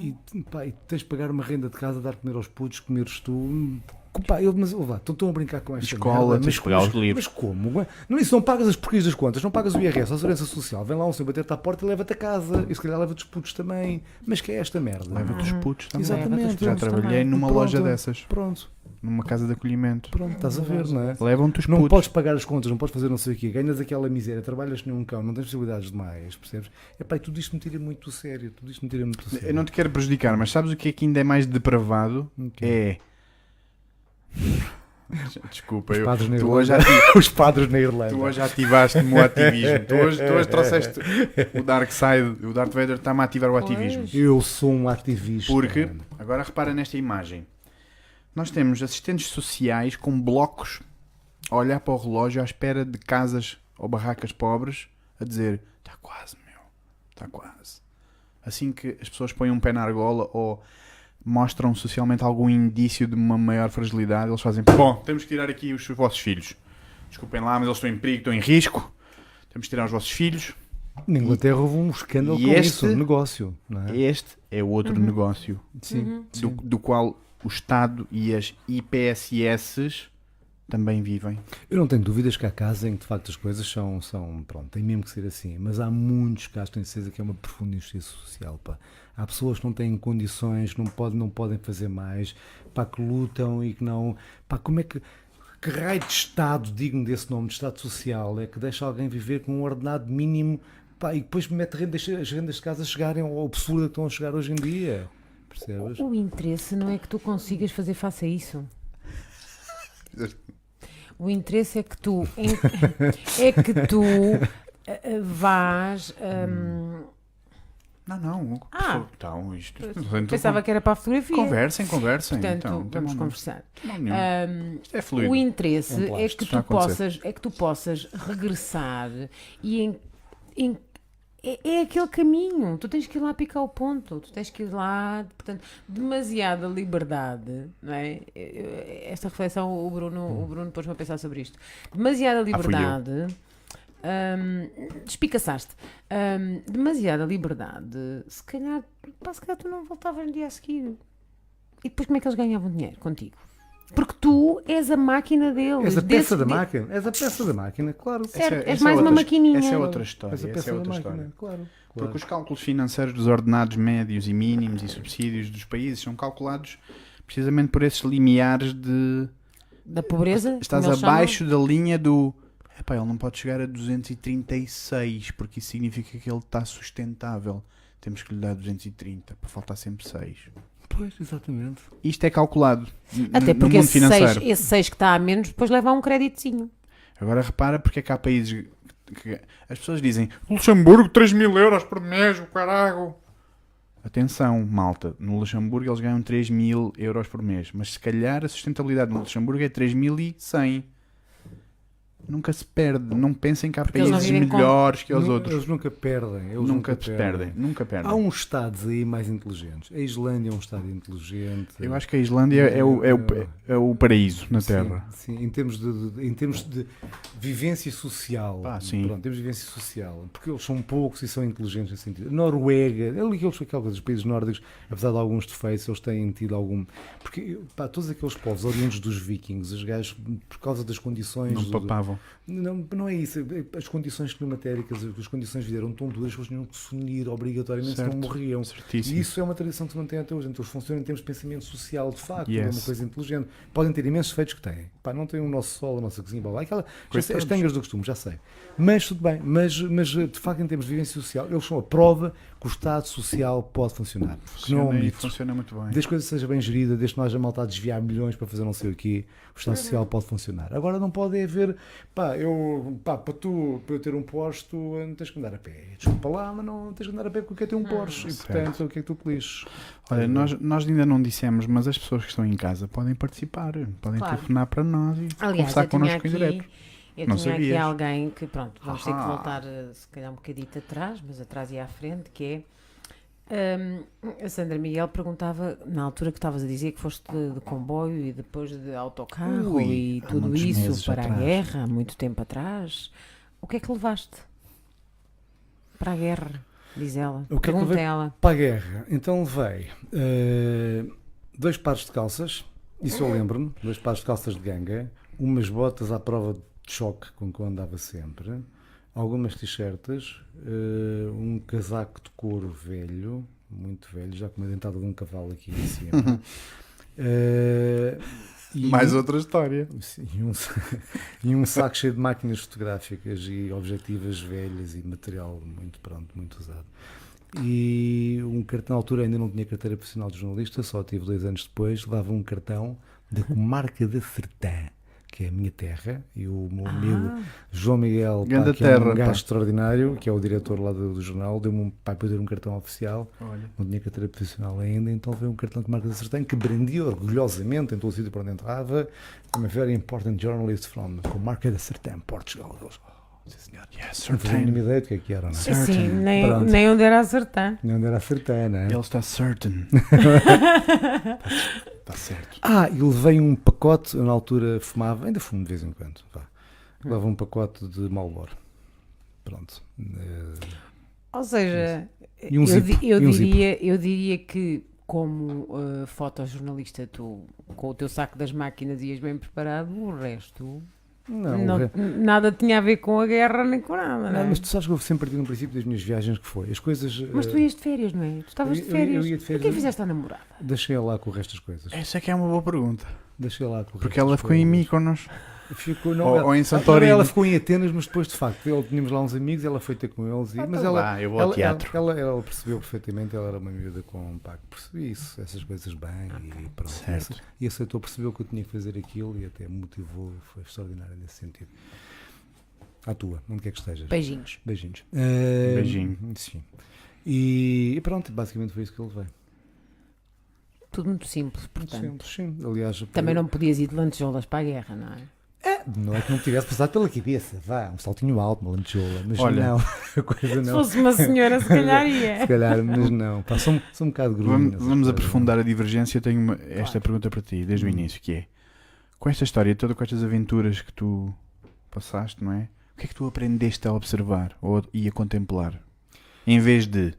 Speaker 2: e, tu- pá, e tens de pagar uma renda de casa, dar comer aos putos, comeres tu. hum, Pá, eu, mas lá, estão tão a brincar com esta
Speaker 3: Escola,
Speaker 2: merda,
Speaker 3: tens
Speaker 2: mas,
Speaker 3: de pagar
Speaker 2: mas-
Speaker 3: os livros.
Speaker 2: Mas como? Não, isso não pagas as porquias das contas, não pagas o IRS, a segurança social. Vem lá um senhor bater-te à porta e leva-te a casa. E se calhar leva-te os putos também. Mas que é esta merda?
Speaker 3: Leva-te os putos também.
Speaker 2: Exatamente.
Speaker 3: Já trabalhei
Speaker 1: também.
Speaker 3: numa
Speaker 2: Pronto.
Speaker 3: loja dessas,
Speaker 2: Pronto,
Speaker 3: numa casa de acolhimento.
Speaker 2: pronto, estás a ver, não é?
Speaker 3: Levam-te os
Speaker 2: Não
Speaker 3: putos.
Speaker 2: podes pagar as contas, não podes fazer não sei o quê, ganhas aquela miséria, trabalhas num cão, não tens possibilidades demais, percebes? É pá, e tudo isto me tira muito do sério, tudo isto me tira muito do sério.
Speaker 3: Eu não te quero prejudicar, mas sabes o que é que ainda é mais depravado?
Speaker 2: Ok.
Speaker 3: É. Desculpa,
Speaker 2: Os
Speaker 3: eu,
Speaker 2: padres na
Speaker 3: tu,
Speaker 2: Irlanda.
Speaker 3: hoje ati-
Speaker 2: Os padres na Irlanda.
Speaker 3: tu hoje ativaste-me o ativismo. Tu hoje, tu hoje trouxeste o Dark Side, o Darth Vader está-me a ativar o ativismo.
Speaker 2: Eu sou um ativista.
Speaker 3: Porque,
Speaker 2: mano.
Speaker 3: agora repara nesta imagem. Nós temos assistentes sociais com blocos a olhar para o relógio à espera de casas ou barracas pobres a dizer: está quase, meu, está quase. Assim que as pessoas põem um pé na argola ou mostram socialmente algum indício de uma maior fragilidade, eles fazem: bom, temos que tirar aqui os vossos filhos. Desculpem lá, mas eles estão em perigo, estão em risco. Temos que tirar os vossos filhos.
Speaker 2: Na Inglaterra houve um escândalo
Speaker 3: E
Speaker 2: com
Speaker 3: este-
Speaker 2: isso, um negócio, não é?
Speaker 3: Este é o
Speaker 1: Uhum.
Speaker 3: outro negócio.
Speaker 2: Sim.
Speaker 3: do, do qual o Estado e as IPSS também vivem.
Speaker 2: Eu não tenho dúvidas que há casos em que de facto as coisas são, são pronto, tem mesmo que ser assim, mas há muitos casos, tenho certeza que é uma profunda injustiça social, pá. Há pessoas que não têm condições, que não podem, não podem fazer mais, pá, que lutam e que não, pá, como é que que raio de Estado digno desse nome de Estado Social é que deixa alguém viver com um ordenado mínimo pá, e depois mete renda, as rendas de casa chegarem ao absurdo que estão a chegar hoje em dia? Percebes?
Speaker 1: O interesse não é que tu consigas fazer face a isso. O interesse é que tu em- é que tu eh, eh, vás. hum,
Speaker 3: Não, não.
Speaker 1: Ah.
Speaker 3: pessoal, Então, isto. então,
Speaker 1: pensava que era para a fotografia.
Speaker 3: Conversem, conversem.
Speaker 1: Portanto,
Speaker 3: então, não tem
Speaker 1: vamos
Speaker 3: mal
Speaker 1: conversar.
Speaker 3: nenhum. Mal nenhum.
Speaker 1: Hum,
Speaker 3: isto é
Speaker 1: O
Speaker 3: fluido.
Speaker 1: interesse
Speaker 2: Um
Speaker 1: é
Speaker 2: plástico.
Speaker 1: que,
Speaker 3: Está a
Speaker 1: tu
Speaker 3: acontecer.
Speaker 1: possas, é que tu possas regressar e em- em- é, é aquele caminho. Tu tens que ir lá picar o ponto, tu tens que ir lá. Portanto, demasiada liberdade, não é? Eh, Esta reflexão, o Bruno, o Bruno pôs-me a pensar sobre isto. Demasiada
Speaker 3: fui eu.
Speaker 1: liberdade. hum, despicaçaste Hum, demasiada liberdade. Se calhar, pá, se calhar tu não voltavas no dia a seguir. E depois, como é que eles ganhavam dinheiro contigo? Porque tu és a máquina deles.
Speaker 2: És a
Speaker 1: desse-
Speaker 2: peça da
Speaker 1: de-
Speaker 2: máquina, és a peça da máquina, claro.
Speaker 1: É certo,
Speaker 3: Essa-
Speaker 1: és
Speaker 3: essa
Speaker 1: mais uma
Speaker 3: outra-
Speaker 1: maquininha.
Speaker 3: Essa é outra história.
Speaker 2: És a
Speaker 3: Essa
Speaker 2: peça
Speaker 3: é
Speaker 2: da
Speaker 3: outra
Speaker 2: máquina,
Speaker 3: história.
Speaker 2: claro. claro.
Speaker 3: Porque os cálculos financeiros dos ordenados médios e mínimos e subsídios dos países são calculados precisamente por esses limiares de.
Speaker 1: Da pobreza.
Speaker 3: Estás
Speaker 1: como eles
Speaker 3: abaixo da linha do. Epá, ele não pode chegar a 236, porque isso significa que ele está sustentável. Temos que lhe dar 230, para faltar sempre 6.
Speaker 2: Pois, exatamente.
Speaker 3: Isto é calculado n-
Speaker 1: chamam. Até
Speaker 3: no
Speaker 1: porque
Speaker 3: mundo
Speaker 1: esse 6,
Speaker 3: financeiro.
Speaker 1: esse seis que está a menos depois leva a um créditozinho.
Speaker 3: Agora repara porque é que há países que- que as pessoas dizem Luxemburgo 3 mil euros por mês, o caralho. Atenção, malta, no Luxemburgo eles ganham 3 mil euros por mês, mas se calhar a sustentabilidade no Luxemburgo é 3.100. nunca se perde. Não pensem que há
Speaker 1: eles não
Speaker 3: países
Speaker 1: vivem com-
Speaker 3: melhores que é os
Speaker 2: Nu-
Speaker 3: outros.
Speaker 2: Eles nunca perdem. Eles
Speaker 3: Nunca, se
Speaker 2: perdem.
Speaker 3: perdem. Nunca perdem.
Speaker 2: Há um uns estados aí mais inteligentes. A Islândia é um estado inteligente.
Speaker 3: Eu acho que a Islândia é o, é o, é o paraíso na
Speaker 2: Sim,
Speaker 3: Terra.
Speaker 2: Sim, em termos de, de- em termos de vivência social.
Speaker 3: Pá, sim.
Speaker 2: Pronto, temos vivência social. Porque eles são poucos e são inteligentes nesse sentido. Noruega, é ali aqueles, aqueles dos países nórdicos, apesar de alguns defeitos, eles têm tido algum. Porque, pá, todos aqueles povos oriundos dos vikings, os gajos, por causa das condições.
Speaker 3: Não
Speaker 2: do-
Speaker 3: papavam.
Speaker 2: não, não é isso. As condições climatéricas, as condições vieram tão duras que eles tinham que se unir obrigatoriamente,
Speaker 3: Certo.
Speaker 2: senão morriam.
Speaker 3: Certíssimo.
Speaker 2: E isso é uma tradição que se mantém até hoje. Então eles funcionam em termos de pensamento social, de facto, é
Speaker 3: Yes.
Speaker 2: uma coisa inteligente. Podem ter imensos feitos que têm. Pá, não têm o nosso sol, a nossa cozinha, blá, blá. Aquela, já sei, as
Speaker 3: Coitados.
Speaker 2: tangas do costume, já sei. Mas tudo bem, mas, mas de facto, em termos de vivência social, eles são a prova que o Estado social pode funcionar. Que não é um
Speaker 3: Funciona e
Speaker 2: mito.
Speaker 3: funciona muito bem.
Speaker 2: Desde que a coisa seja bem gerida, desde que não haja malta a desviar milhões para fazer não sei o quê, o Estado Social
Speaker 3: é.
Speaker 2: pode funcionar. Agora não pode é haver, pá, eu, pá, para tu, para eu ter um posto, não tens que andar a pé. Desculpa lá, mas não tens que andar a pé porque eu quero ter um Porsche. E
Speaker 3: Certo.
Speaker 2: portanto, o que é que tu te lixes?
Speaker 3: Olha, nós, nós ainda não dissemos, mas as pessoas que estão em casa podem participar, podem
Speaker 1: Claro.
Speaker 3: telefonar para nós e
Speaker 1: Aliás,
Speaker 3: conversar
Speaker 1: eu tinha
Speaker 3: connosco
Speaker 1: aqui,
Speaker 3: em direto.
Speaker 1: eu
Speaker 3: Não
Speaker 1: tinha aqui
Speaker 3: sabias.
Speaker 1: alguém que, pronto, vamos ter que
Speaker 3: Ahá.
Speaker 1: voltar eh, se calhar um bocadito atrás, mas atrás e à frente, que é. hum, a Sandra Miguel perguntava, na altura que estavas a dizer que foste de, de comboio e depois de autocarro
Speaker 3: Ui,
Speaker 1: e
Speaker 3: há
Speaker 1: tudo
Speaker 3: muitos
Speaker 1: isso
Speaker 3: meses
Speaker 1: para a
Speaker 3: atrás.
Speaker 1: guerra, há muito tempo atrás, o que é que levaste para a guerra? Diz ela.
Speaker 2: O que é que
Speaker 1: Pergunta
Speaker 2: levei?
Speaker 1: ela.
Speaker 2: Para a guerra, então levei eh, dois pares de calças, isso eu lembro-me, dois pares de calças de ganga, umas botas à prova de choque com que eu andava sempre, algumas t-shirts, eh, um casaco de couro velho, muito velho, já com uma dentada de um cavalo aqui em cima. Eh, e
Speaker 3: Mais
Speaker 2: um-
Speaker 3: outra história.
Speaker 2: Sim, E um, sa- e um saco cheio de máquinas fotográficas e objetivas velhas e material muito pronto, muito usado. E um cartão, na altura ainda não tinha carteira profissional de jornalista, só tive dois anos depois, levava um cartão da comarca da Sertã, que é a minha terra, e o meu amigo João Miguel,
Speaker 3: Ganda
Speaker 2: pá, que é
Speaker 3: terra,
Speaker 2: um gajo
Speaker 3: pá.
Speaker 2: extraordinário, que é o diretor lá do, do jornal, deu-me um, pá, para eu ter um cartão oficial não tinha carteira profissional ainda, então veio um cartão de marca de Sertã que brandia orgulhosamente em todo o sítio para onde entrava. I'm a very important journalist from com marca de Sertã, Portugal. Eles, oh, sim senhor.
Speaker 3: Yes,
Speaker 2: Não fazia a
Speaker 3: certain.
Speaker 2: mínima ideia do que é que era, não é?
Speaker 3: Certain.
Speaker 1: Sim, nem,
Speaker 2: Pronto.
Speaker 1: nem onde era acertar.
Speaker 2: Não era Sertã, não é?
Speaker 3: Ele está certain. Está certo.
Speaker 2: Ah, e levei um pacote, eu na altura fumava, ainda fumo de vez em quando, vá.
Speaker 3: É.
Speaker 2: Levava um pacote de Malboro. Pronto. Eh,
Speaker 1: Ou seja,
Speaker 2: E um
Speaker 1: eu,
Speaker 2: zip,
Speaker 1: di- eu
Speaker 2: e um zip.
Speaker 1: diria, eu diria que, como eh, fotojornalista, tu com o teu saco das máquinas ias bem preparado, o resto
Speaker 2: Não,
Speaker 1: não-
Speaker 2: o re-
Speaker 1: nada tinha a ver com a guerra nem com nada, não é?
Speaker 2: não, mas
Speaker 1: mas,
Speaker 2: tu sabes que eu sempre parti no princípio das minhas viagens que foi. As coisas.
Speaker 1: tu
Speaker 2: eh,
Speaker 1: ias de férias, não é? Tu estavas de
Speaker 2: eu ia- eu
Speaker 1: férias.
Speaker 2: ia de
Speaker 1: O que é
Speaker 2: férias.
Speaker 1: que fizeste à namorada?
Speaker 2: Deixei lá com o resto das coisas.
Speaker 3: Essa é que é uma boa pergunta.
Speaker 2: Deixei lá com o
Speaker 3: Porque
Speaker 2: resto
Speaker 3: ela
Speaker 2: das
Speaker 3: ficou em
Speaker 2: coisas.
Speaker 3: Mykonos.
Speaker 2: Ficou, não,
Speaker 3: Ou-
Speaker 2: ela,
Speaker 3: ou em
Speaker 2: ah,
Speaker 3: Santorini.
Speaker 2: não, Ela ficou em Atenas, mas depois de facto ele, tínhamos lá uns amigos, ela foi ter com eles.
Speaker 1: Ah,
Speaker 2: E, mas
Speaker 3: tá
Speaker 2: ela,
Speaker 3: lá, eu vou ao
Speaker 2: ela,
Speaker 3: teatro.
Speaker 2: Ela, ela- ela percebeu perfeitamente, ela era uma miúda com pá, que percebia isso, essas coisas bem e pronto.
Speaker 3: Certo.
Speaker 2: E aceitou, percebeu que eu tinha que fazer aquilo e até me motivou, foi extraordinário nesse sentido. À tua, onde quer que estejas.
Speaker 1: Beijinhos.
Speaker 2: Beijinhos. Ah,
Speaker 3: Um Beijinho.
Speaker 2: Sim. E, e pronto, basicamente foi isso que ele veio.
Speaker 1: Tudo muito simples, portanto.
Speaker 2: Sim, sim. Aliás,
Speaker 1: Também não podias ir de lantejoulas para a guerra, não é?
Speaker 2: Não é que não tivesse passado pela cabeça, vá, um saltinho alto, uma lanchola, mas
Speaker 3: Olha.
Speaker 2: não, a
Speaker 1: Se
Speaker 2: coisa não,
Speaker 1: fosse uma senhora, se calhar ia.
Speaker 2: se calhar, mas não, pá, sou, um- sou um bocado grudo.
Speaker 3: Vamos, vamos aprofundar a divergência. Eu tenho uma- esta pergunta para ti desde o início, que é com esta história toda, com estas aventuras que tu passaste, não é? O que é que tu aprendeste a observar ou, e a contemplar? Em vez de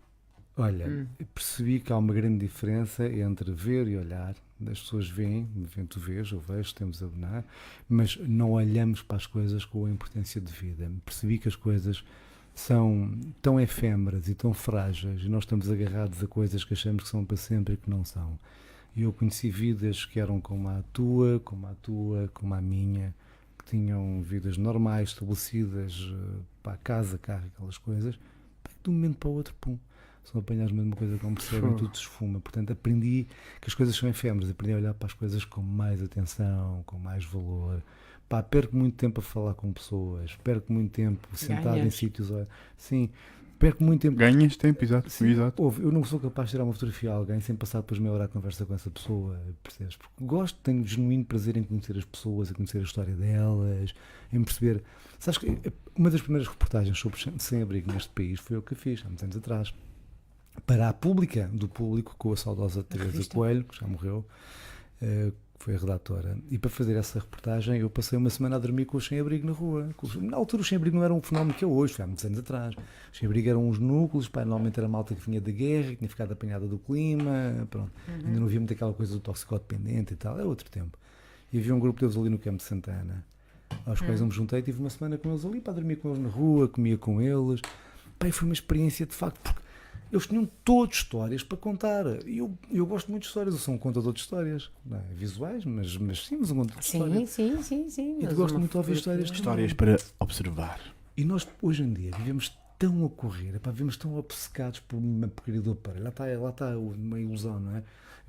Speaker 2: Olha,
Speaker 1: Hum.
Speaker 2: percebi que há uma grande diferença entre ver e olhar, as pessoas veem, veem, tu vês, eu vejo, temos a bonar, mas não olhamos para as coisas com a importância de vida, percebi que as coisas são tão efêmeras e tão frágeis e nós estamos agarrados a coisas que achamos que são para sempre e que não são. E eu conheci vidas que eram como a tua, como a tua, como a minha, que tinham vidas normais, estabelecidas, eh, pá, casa, carro, aquelas coisas. Pá, De um momento para o outro, pum. Só apanhas mesmo uma coisa que não percebem,
Speaker 3: Fogo.
Speaker 2: tudo se esfuma. Portanto, aprendi que as coisas são efêmeras, aprendi a olhar para as coisas com mais atenção, com mais valor. Pá, perco muito tempo a falar com pessoas, perco muito tempo sentado em
Speaker 1: Ganhas.
Speaker 2: sítios. a- Sim, perco muito tempo.
Speaker 3: Ganhas tempo, exato.
Speaker 2: Sim.
Speaker 3: exato.
Speaker 2: Ouve, eu não sou capaz de tirar uma fotografia a alguém sem passar depois meia hora a conversa com essa pessoa, percebes? Porque gosto, tenho genuíno prazer em conhecer as pessoas, em conhecer a história delas, em perceber. Sabes que eh, uma das primeiras reportagens sobre sem- sem-abrigo neste país foi eu que fiz, há muitos anos atrás, para a pública, do público, com a saudosa Teresa
Speaker 1: revista.
Speaker 2: Coelho, que já morreu, eh, que foi a redatora. E para fazer essa reportagem, eu passei uma semana a dormir com os sem-abrigo na rua. Com os- Na altura, os sem-abrigo não era um fenómeno que é hoje, foi há muitos anos atrás. Os sem-abrigo eram uns núcleos, pá, normalmente era malta que vinha da guerra, que tinha ficado apanhada do clima, pronto. Ainda não havia muito aquela coisa do toxicodependente e tal, era outro tempo. E havia um grupo deles ali no Campo de Santana, aos
Speaker 1: É.
Speaker 2: quais eu me juntei, tive uma semana com eles ali, para dormir com eles na rua, comia com eles. Pá, e foi uma experiência de facto, porque eles tinham todas histórias para contar. E eu, eu gosto muito de histórias, eu sou um contador de histórias, não é? visuais, mas, mas sim, mas um contador de
Speaker 1: Sim,
Speaker 2: histórias.
Speaker 1: sim, sim, sim.
Speaker 2: E
Speaker 1: mas
Speaker 2: tu gosto
Speaker 1: uma
Speaker 2: muito de
Speaker 1: fotografia-
Speaker 2: ouvir histórias de
Speaker 3: Histórias para observar.
Speaker 2: E nós, hoje em dia, vivemos tão a correr, epá, vivemos tão obcecados por uma porcaria do aparelho. Lá está, lá está uma ilusão, não é?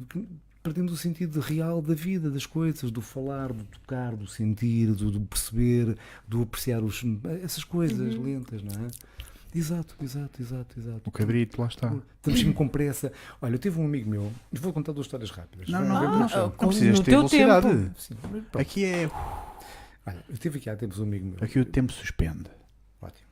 Speaker 2: Que Perdemos o sentido real da vida, das coisas, do falar, do tocar, do sentir, do, do perceber, do apreciar os, essas coisas
Speaker 3: Uhum.
Speaker 2: lentas, não é? Exato, exato, exato, exato.
Speaker 3: O cabrito, lá está.
Speaker 2: Estamos sempre com pressa. Olha, eu tive um amigo meu, e vou contar duas histórias rápidas.
Speaker 3: Não,
Speaker 2: Vai
Speaker 3: não,
Speaker 2: haver
Speaker 3: não,
Speaker 2: muito
Speaker 3: não,
Speaker 2: tempo.
Speaker 1: no
Speaker 3: precisas ter
Speaker 1: teu
Speaker 3: velocidade.
Speaker 1: tempo.
Speaker 2: Sim, mas pronto.
Speaker 3: Aqui é.
Speaker 2: Olha, eu tive aqui há tempos um amigo meu.
Speaker 3: Aqui o tempo suspende.
Speaker 2: Ótimo.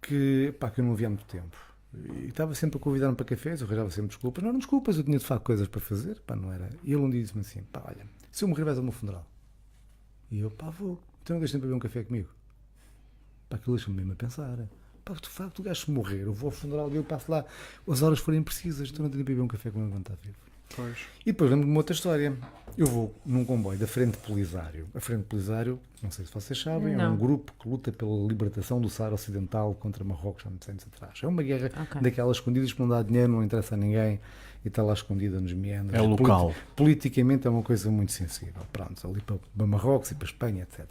Speaker 2: Que, pá, que eu não vi há muito tempo. E estava sempre a convidar-me para cafés, eu arranjava sempre desculpas. Não eram desculpas, eu tinha de facto coisas para fazer, pá, não era. E ele um dia disse-me assim: pá, olha, se eu morrer vais ao meu funeral. E eu, pá, vou. Então não deixem para beber um café comigo. Pá, aquilo deixa-me mesmo a pensar. Pá, de facto, o gajo se morrer, eu vou ao funeral e eu passo lá as horas forem precisas, então não tenho para beber um café comigo quando está vivo.
Speaker 3: Pois.
Speaker 2: E depois lembro-me de outra história. Eu vou num comboio da Frente Polisário. A Frente Polisário, não sei se vocês sabem, é
Speaker 1: Não.
Speaker 2: um grupo que luta pela libertação do Saara Ocidental contra Marrocos há muitos anos atrás. É uma guerra
Speaker 1: Ok.
Speaker 2: daquelas escondidas que não dá dinheiro, não interessa a ninguém e está lá escondida nos meandros.
Speaker 3: É o
Speaker 2: Polit-
Speaker 3: local.
Speaker 2: politicamente é uma coisa muito sensível. Pronto, ali para, para Marrocos e para Espanha, etc.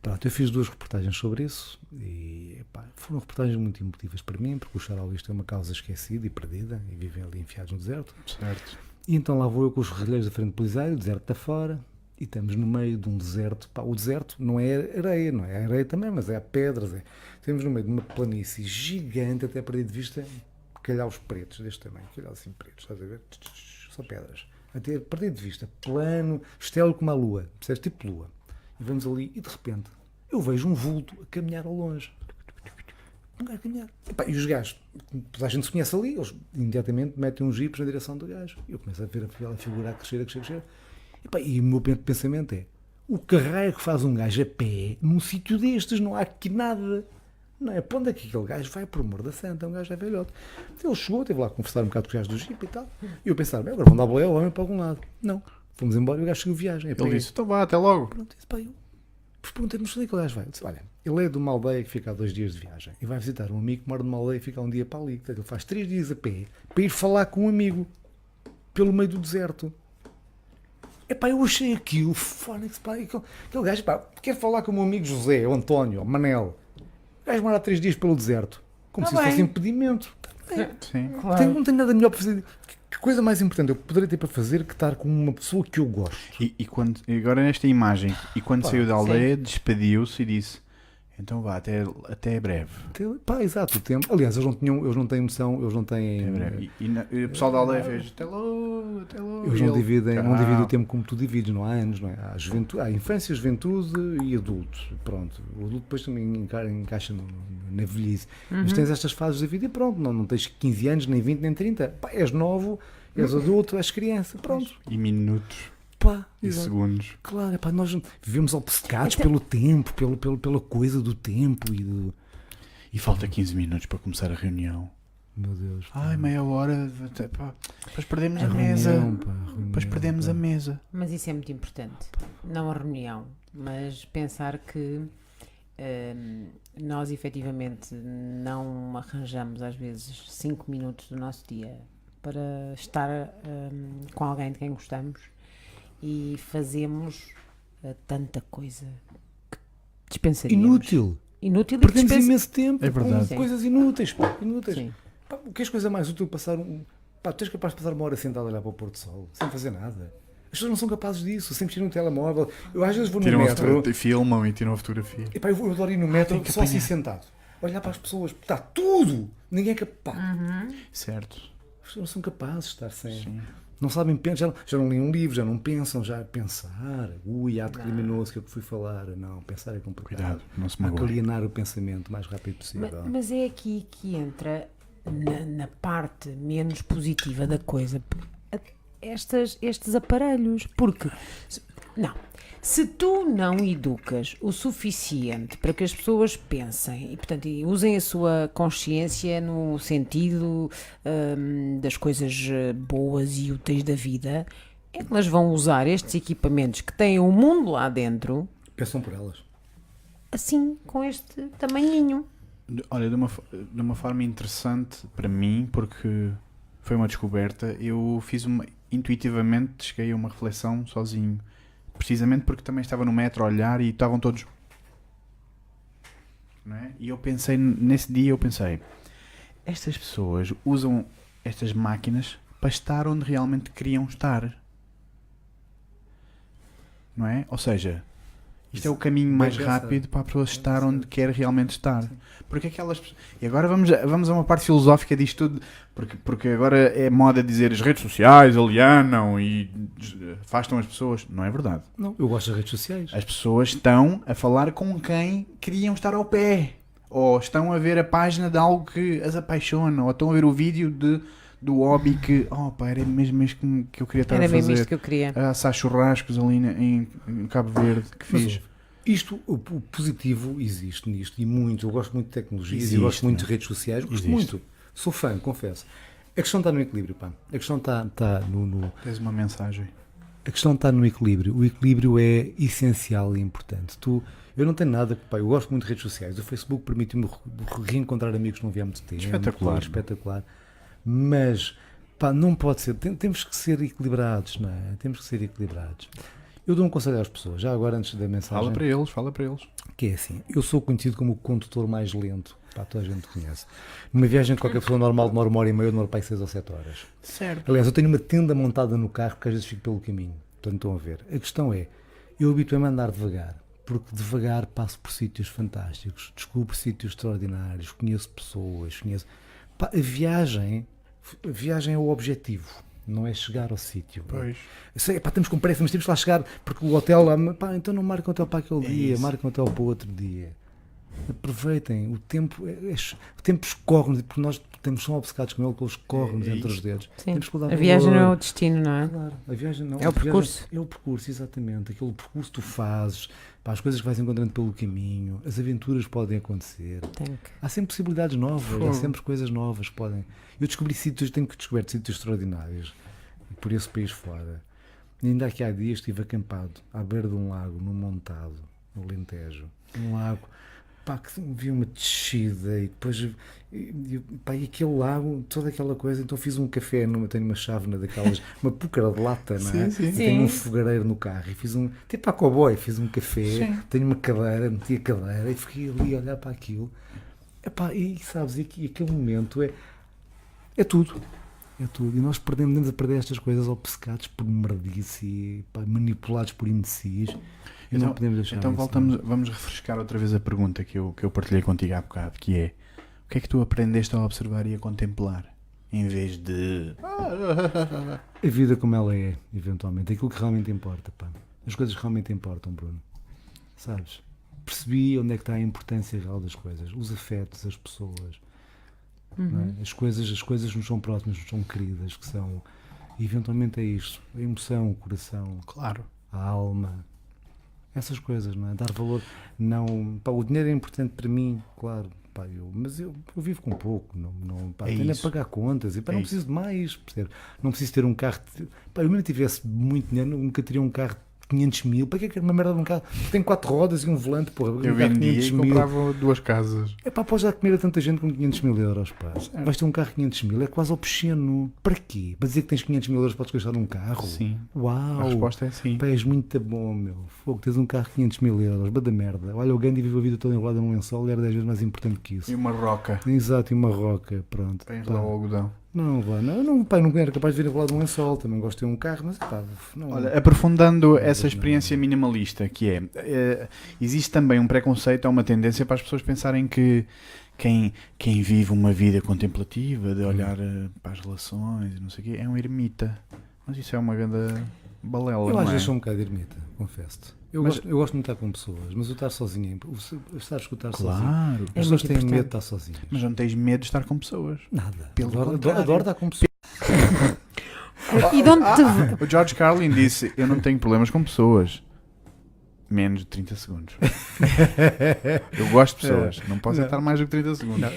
Speaker 2: Pronto, eu fiz duas reportagens sobre isso e epá, foram reportagens muito emotivas para mim, porque o Charalhos tem uma causa esquecida e perdida e vivem ali enfiados no deserto.
Speaker 3: Certo.
Speaker 2: E então lá vou eu com os relheiros da frente do Polisário, o deserto está fora, e estamos no meio de um deserto. Pá, o deserto não é areia, não é areia também, mas é pedras. É. Estamos no meio de uma planície gigante, até perder de vista calhaus pretos deste tamanho, calhaus assim pretos, estás a ver? Só pedras. Até perder de vista, plano, estelo como a lua, percebes? Tipo lua. E vamos ali, e de repente, eu vejo um vulto a caminhar ao longe. Um gajo a caminhar. Epá, e os gajos, toda a gente se conhece ali, eles imediatamente metem uns jipes na direção do gajo. Eu começo a ver aquela figura a crescer, a crescer, a crescer. Epá, e o meu pen- pensamento é: o que raio que faz um gajo a pé num sítio destes? Não há aqui nada. Não é? Para onde é que aquele gajo vai, por amor da santa? Um gajo é velhote. Então ele chegou, teve lá a conversar um bocado com os gajos do jipe e tal. E eu pensava: "Bem, agora vão dar boleia ao homem para algum lado. Não. Fomos embora e o gajo seguiu viagem. É a pé.
Speaker 3: Ele disse: então vá, até logo.
Speaker 2: Pronto, disse, pá, eu. Mas perguntei-me onde é que o gajo vai. Eu disse, olha, ele é de uma aldeia que fica a dois dias de viagem e vai visitar um amigo que mora numa aldeia e fica um dia para ali. Portanto, ele faz três dias a pé para ir falar com um amigo pelo meio do deserto. Epá, eu achei aquilo, fónix, pá, aquele, aquele gajo, pá, quer falar com o meu amigo José, ou António, ou Manel. O gajo mora há três dias pelo deserto. Como
Speaker 1: Tá
Speaker 2: se isso fosse
Speaker 1: bem.
Speaker 2: impedimento.
Speaker 3: Sim.
Speaker 1: Claro.
Speaker 2: Tenho- não tenho nada melhor para fazer. Que, que coisa mais importante eu poderia ter para fazer que estar com uma pessoa que eu gosto?
Speaker 3: E, e quando, e agora nesta imagem, e quando
Speaker 2: Pá,
Speaker 3: saiu da aldeia, despediu-se e disse: então vá, até, até breve.
Speaker 2: Tem- Pá, exato, o tempo. Aliás, eles não, tinham, eles não têm noção, eles não
Speaker 3: Até
Speaker 2: têm.
Speaker 3: breve. E, e na- e o pessoal da aldeia fez: até logo, até logo.
Speaker 2: Eles
Speaker 3: E
Speaker 2: não
Speaker 3: ele,
Speaker 2: dividem, não
Speaker 3: "Ah,
Speaker 2: dividem o tempo como tu divides, não há anos, não é? Há, juventude, há infância, juventude e adulto. Pronto. O adulto depois também enca- encaixa no- na velhice. Mas tens estas fases da vida e pronto, não, não tens 15 anos, nem 20, nem 30. Pá, és novo, és adulto, és criança. Pronto.
Speaker 3: E minutos
Speaker 2: Pá,
Speaker 3: e
Speaker 2: exato.
Speaker 3: segundos.
Speaker 2: Claro, epá, nós vivemos obcecados pelo tempo, pelo, pelo, pela coisa do tempo e do.
Speaker 3: E falta 15 minutos para começar a reunião.
Speaker 2: Meu Deus. pá.
Speaker 3: Ai, meia hora, até, pá, depois perdemos
Speaker 2: A
Speaker 3: a mesa.
Speaker 2: reunião, pá, a
Speaker 3: Depois
Speaker 2: reunião,
Speaker 3: perdemos
Speaker 2: pá.
Speaker 3: a mesa.
Speaker 1: Mas isso é muito importante. Não a reunião, mas pensar que hum, nós efetivamente não arranjamos às vezes 5 minutos do nosso dia para estar hum, com alguém de quem gostamos e fazemos eh, tanta coisa que dispensaríamos.
Speaker 2: Inútil.
Speaker 1: Inútil e
Speaker 2: Perdemos
Speaker 1: dispensa-
Speaker 2: imenso tempo
Speaker 3: É verdade.
Speaker 2: com coisas inúteis, pá, inúteis.
Speaker 1: Sim.
Speaker 2: Pá, o que és coisa mais útil passar um. Pá, tu és capaz de passar uma hora sentado a olhar para o pôr do sol, sem fazer nada. As pessoas não são capazes disso, sempre tiram um telemóvel. Eu às vezes vou no
Speaker 3: Tiram a Ah,
Speaker 2: metro.
Speaker 3: fotografia, filmam e tiram a fotografia.
Speaker 2: E pá, eu, vou- eu adoro ir no metro só assim sentado. olhar para as pessoas. Está tudo! Ninguém é capaz.
Speaker 3: Uhum. Certo.
Speaker 2: Vocês não são capazes de estar sem. Não sabem pensar, já, não- já não leem um livro, já não pensam, já é pensar. Ui, ato criminoso que eu que fui falar. Não, pensar é complicado.
Speaker 3: Cuidado, não se
Speaker 2: Há que
Speaker 3: magoe.
Speaker 2: alienar o pensamento o mais rápido
Speaker 1: Ma-
Speaker 2: possível.
Speaker 1: Mas, é aqui que entra na, na parte menos positiva da coisa a- estas, estes aparelhos. Porque, se- não, se tu não educas o suficiente para que as pessoas pensem e, portanto, e usem a sua consciência no sentido hum, das coisas eh, boas e úteis da vida, é elas vão usar estes equipamentos que têm o mundo lá dentro
Speaker 2: Pensam por elas.
Speaker 1: assim, com este tamanhinho.
Speaker 3: De- Olha, de uma, fo- de uma forma interessante para mim, porque foi uma descoberta, eu fiz uma. intuitivamente cheguei a uma reflexão sozinho. Precisamente porque também estava no metro a olhar e estavam todos. Não é? E eu pensei, n- nesse dia, eu pensei: estas pessoas usam estas máquinas para estar onde realmente queriam estar. Não é? Ou seja, isto é o caminho
Speaker 2: Bem
Speaker 3: mais
Speaker 2: pensado.
Speaker 3: rápido para a pessoa estar
Speaker 2: pensado.
Speaker 3: onde quer realmente estar. Porque aquelas pessoas. E agora vamos a, vamos a uma parte filosófica disto tudo, porque, porque agora é moda dizer as redes sociais alienam e des- afastam as pessoas. Não é verdade.
Speaker 2: Não, eu gosto das redes sociais.
Speaker 3: As pessoas estão a falar com quem queriam estar ao pé. Ou estão a ver a página de algo que as apaixona. Ou estão a ver o vídeo de, do hobby que. Oh, pá, era mesmo isto que me- que eu queria estar
Speaker 1: Era
Speaker 3: a
Speaker 1: mesmo
Speaker 3: fazer.
Speaker 1: isto que eu queria.
Speaker 3: A assar churrascos ali na- em, em Cabo Verde que
Speaker 2: Mas,
Speaker 3: fiz.
Speaker 2: ouve, Isto, o o positivo existe nisto e muito. Eu gosto muito de tecnologias
Speaker 3: Existe,
Speaker 2: e gosto muito
Speaker 3: né?
Speaker 2: de redes sociais. Gosto
Speaker 3: Existe.
Speaker 2: muito. Sou fã, confesso. A questão está no equilíbrio, pá. A questão está, está no, no-
Speaker 3: Tens uma mensagem.
Speaker 2: a questão está no equilíbrio. O equilíbrio é essencial e importante. Tu, eu não tenho nada, pá, eu gosto muito de redes sociais. O Facebook permite-me re- reencontrar amigos que não vi há muito tempo.
Speaker 3: Espetacular.
Speaker 2: Espetacular. Mas, pá, não pode ser. Tem- Temos que ser equilibrados, não é? Temos que ser equilibrados. Eu dou um conselho às pessoas, já agora antes da mensagem
Speaker 3: Fala para eles, fala para eles.
Speaker 2: que é assim, eu sou conhecido como o condutor mais lento, pá, toda a gente conhece. Numa viagem que qualquer pessoa normal demora uma hora e meia, eu demoro para aí 6 ou 7 horas.
Speaker 3: Certo.
Speaker 2: Aliás, eu tenho uma tenda montada no carro porque às vezes fico pelo caminho, portanto estão a ver. A questão é, eu habituei-me a andar devagar, porque devagar passo por sítios fantásticos, descubro sítios extraordinários, conheço pessoas, conheço... Pá, a viagem, a viagem é o objetivo, não é chegar ao sítio.
Speaker 3: Pois.
Speaker 2: Eu sei, pá, estamos com pressa, mas temos que lá chegar, porque o hotel lá, pá, então não marcam hotel para aquele dia,
Speaker 3: isso.
Speaker 2: marcam hotel para o outro dia. Aproveitem, o tempo, é, é- o tempo escorre-nos, porque nós estamos só obcecados com ele, que ele escorre-nos
Speaker 3: É
Speaker 2: entre os
Speaker 3: isso.
Speaker 2: dedos.
Speaker 1: Sim.
Speaker 2: Temos que lhe dar
Speaker 1: A viagem não é o
Speaker 2: valor.
Speaker 1: destino, não é?
Speaker 2: Claro, a viagem não.
Speaker 1: É o
Speaker 2: a viagem-
Speaker 1: percurso.
Speaker 2: é o percurso, exatamente. Aquele percurso que tu fazes, pá, as coisas que vais encontrando pelo caminho, as aventuras podem acontecer.
Speaker 1: Tem que-
Speaker 2: Há sempre possibilidades novas, há
Speaker 3: Fogo.
Speaker 2: sempre coisas novas. que Podem. Eu descobri sítios, tenho que descobrir sítios extraordinários por esse país fora. E ainda aqui há dias estive acampado à beira de um lago, no Montado, no Lentejo. Um lago, pá, que vi uma descida e depois, e, e, pá, e aquele lago, toda aquela coisa. Então fiz um café, numa, tenho uma chávena daquelas, uma púcara de lata, não é?
Speaker 3: Sim, sim.
Speaker 2: E Tenho um
Speaker 1: Sim.
Speaker 2: fogareiro no carro e fiz um, tipo a cowboy, fiz um café, tenho uma cadeira, meti a cadeira e fiquei ali a olhar para aquilo. Epá, e sabes, e, aqui- e aquele momento é, é tudo. É tudo. E nós perdemos, andamos a perder estas coisas obcecados por merdice, e, pá, manipulados por imbecis. E não podemos deixar
Speaker 3: então
Speaker 2: isso,
Speaker 3: voltamos, vamos refrescar outra vez a pergunta que eu, que eu partilhei contigo há bocado, que é o que é que tu aprendeste a observar e a contemplar? Em vez de.
Speaker 2: não é? A vida como ela é, eventualmente. Aquilo que realmente importa, pá. As coisas que realmente importam, Bruno. Sabes? Percebi onde é que está a importância real das coisas. Os afetos, as pessoas. não é? As coisas, as coisas que nos são próximas, nos são queridas, que são... E eventualmente é isto. A emoção, o coração,
Speaker 3: Claro.
Speaker 2: a alma, essas coisas, não é? Dar valor. Não, pá, o dinheiro é importante para mim, claro, pá, eu, mas eu, eu vivo com pouco, não, não, pá,
Speaker 3: É
Speaker 2: tenho
Speaker 3: isso.
Speaker 2: a pagar contas, e pá,
Speaker 3: É
Speaker 2: não
Speaker 3: isso.
Speaker 2: preciso de mais, percebe? não preciso ter um carro. de- pá, eu mesmo tivesse muito dinheiro, nunca teria um carro de 500 mil, para que é que é uma merda de um carro? Tem quatro rodas e um volante, porra, um carro
Speaker 3: Eu
Speaker 2: de
Speaker 3: vendia e
Speaker 2: 500 mil.
Speaker 3: comprava duas casas.
Speaker 2: É pá, podes dar de comer a tanta gente com 500 mil euros, pá. Vais ter um carro de 500 mil, é quase obsceno. Para quê? Para dizer que tens 500 mil euros podes gastar num carro?
Speaker 3: Sim.
Speaker 2: Uau!
Speaker 3: A resposta é sim.
Speaker 2: Pá, és muito bom, meu. Fogo, tens um carro de 500 mil euros, bada merda. Olha, o Gandhi viveu a vida toda enrolado num lençol e era 10 vezes mais importante que
Speaker 3: E
Speaker 2: isso.
Speaker 3: uma roca.
Speaker 2: Exato, e uma roca, pronto.
Speaker 3: Para
Speaker 2: Pá,
Speaker 3: enrolar o algodão.
Speaker 2: não, vá, não, não, pá, não era capaz de vir enrolado num lençol, também gosto de ter um carro, mas pá, não.
Speaker 3: Olha, aprofundando essa experiência minimalista, que é, eh, existe também um preconceito, há uma tendência para as pessoas pensarem que, quem, quem vive uma vida contemplativa, de olhar eh, para as relações e não sei o quê, é um ermita. Mas isso é uma grande balela.
Speaker 2: Eu
Speaker 3: não
Speaker 2: às
Speaker 3: é?
Speaker 2: vezes sou um bocado ermita, confesso-te. Eu,
Speaker 3: Mas-
Speaker 2: gosto, eu gosto muito de estar com pessoas, mas o estar sozinho, é imp- o estar escutar sozinho.
Speaker 3: Claro.
Speaker 2: As
Speaker 1: É
Speaker 2: pessoas
Speaker 1: muito
Speaker 2: têm medo de
Speaker 1: importante.
Speaker 2: estar sozinhas.
Speaker 3: Mas não tens medo de estar com pessoas.
Speaker 2: Nada.
Speaker 3: Pelo
Speaker 2: adoro, adoro,
Speaker 3: contrário.
Speaker 2: adoro estar com pessoas.
Speaker 1: E de onde te ve-
Speaker 3: O George Carlin disse: Eu não tenho problemas com pessoas. Menos de 30 segundos. Eu gosto de pessoas. Não posso
Speaker 2: É. Não.
Speaker 3: estar mais do que 30 segundos.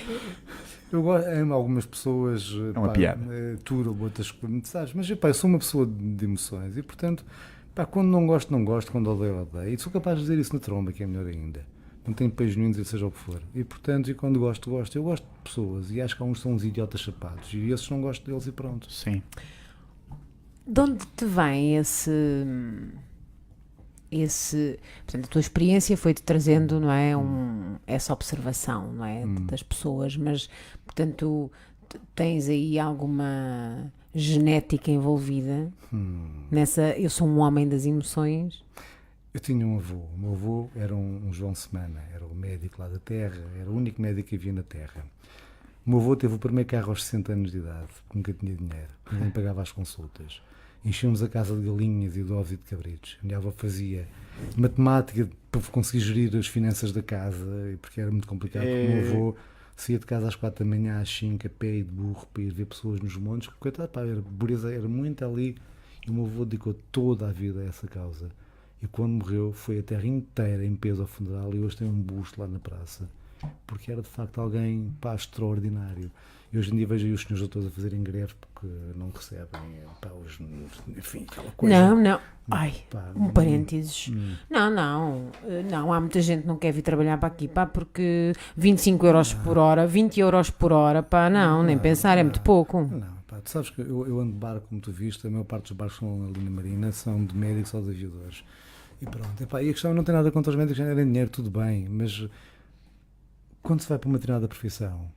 Speaker 2: Eu gosto, amo algumas pessoas. eh,
Speaker 3: É uma piada.
Speaker 2: Turo, outras coisas, sabes? Mas epá, eu sou uma pessoa de de emoções e, portanto, pá, quando não gosto, não gosto, quando odeio, odeio. E sou capaz de dizer isso na tromba, que é melhor ainda. Não tenho peixe nenhum de dizer seja o que for. E, portanto, e quando gosto, gosto. Eu gosto de pessoas e acho que há uns que são uns idiotas chapados e esses não gosto deles e pronto.
Speaker 3: Sim.
Speaker 1: de onde te vem esse. Esse, portanto, a tua experiência foi-te trazendo, não é, um, essa observação, não é, das pessoas, mas, portanto, t- tens aí alguma genética envolvida nessa, eu sou um homem das emoções,
Speaker 2: Eu tinha um avô. O meu avô era um, um João Semana, era o médico lá da Terra, era o único médico que havia na Terra. O meu avô teve o primeiro carro aos 60 anos de idade, porque nunca tinha dinheiro, nem pagava as consultas. Enchíamos a casa de galinhas e de ovos e de cabritos. A minha avó fazia matemática para conseguir gerir as finanças da casa, e porque era muito complicado. porque O meu avô saía de casa às 4 da manhã, às 5, a pé e de burro, para ir ver pessoas nos montes, porque coitado, pá, era, a pobreza era muito ali. E o meu avô dedicou toda a vida a essa causa. E quando morreu, foi a terra inteira em peso ao funeral e hoje tem um busto lá na praça. Porque era de facto alguém pá, extraordinário. E hoje em dia vejo aí os senhores doutores a fazerem greve porque não recebem eh, pá, os, enfim, aquela coisa.
Speaker 1: não, não, ai,
Speaker 2: Pá,
Speaker 1: um parênteses,
Speaker 2: Hum.
Speaker 1: não, não, eh, não, há muita gente que não quer vir trabalhar para aqui, pá, porque 25 euros
Speaker 2: Ah.
Speaker 1: por hora, 20 euros por hora, pá, não, nem pensar, é muito pouco.
Speaker 2: Não, pá, tu sabes que eu, eu ando de barco, como tu viste, a maior parte dos barcos que são ali na Marina, são de médicos ou de aviadores. E pronto, epá, e a questão não tem nada contra os médicos, ganharem dinheiro, tudo bem, mas quando se vai para uma determinada profissão,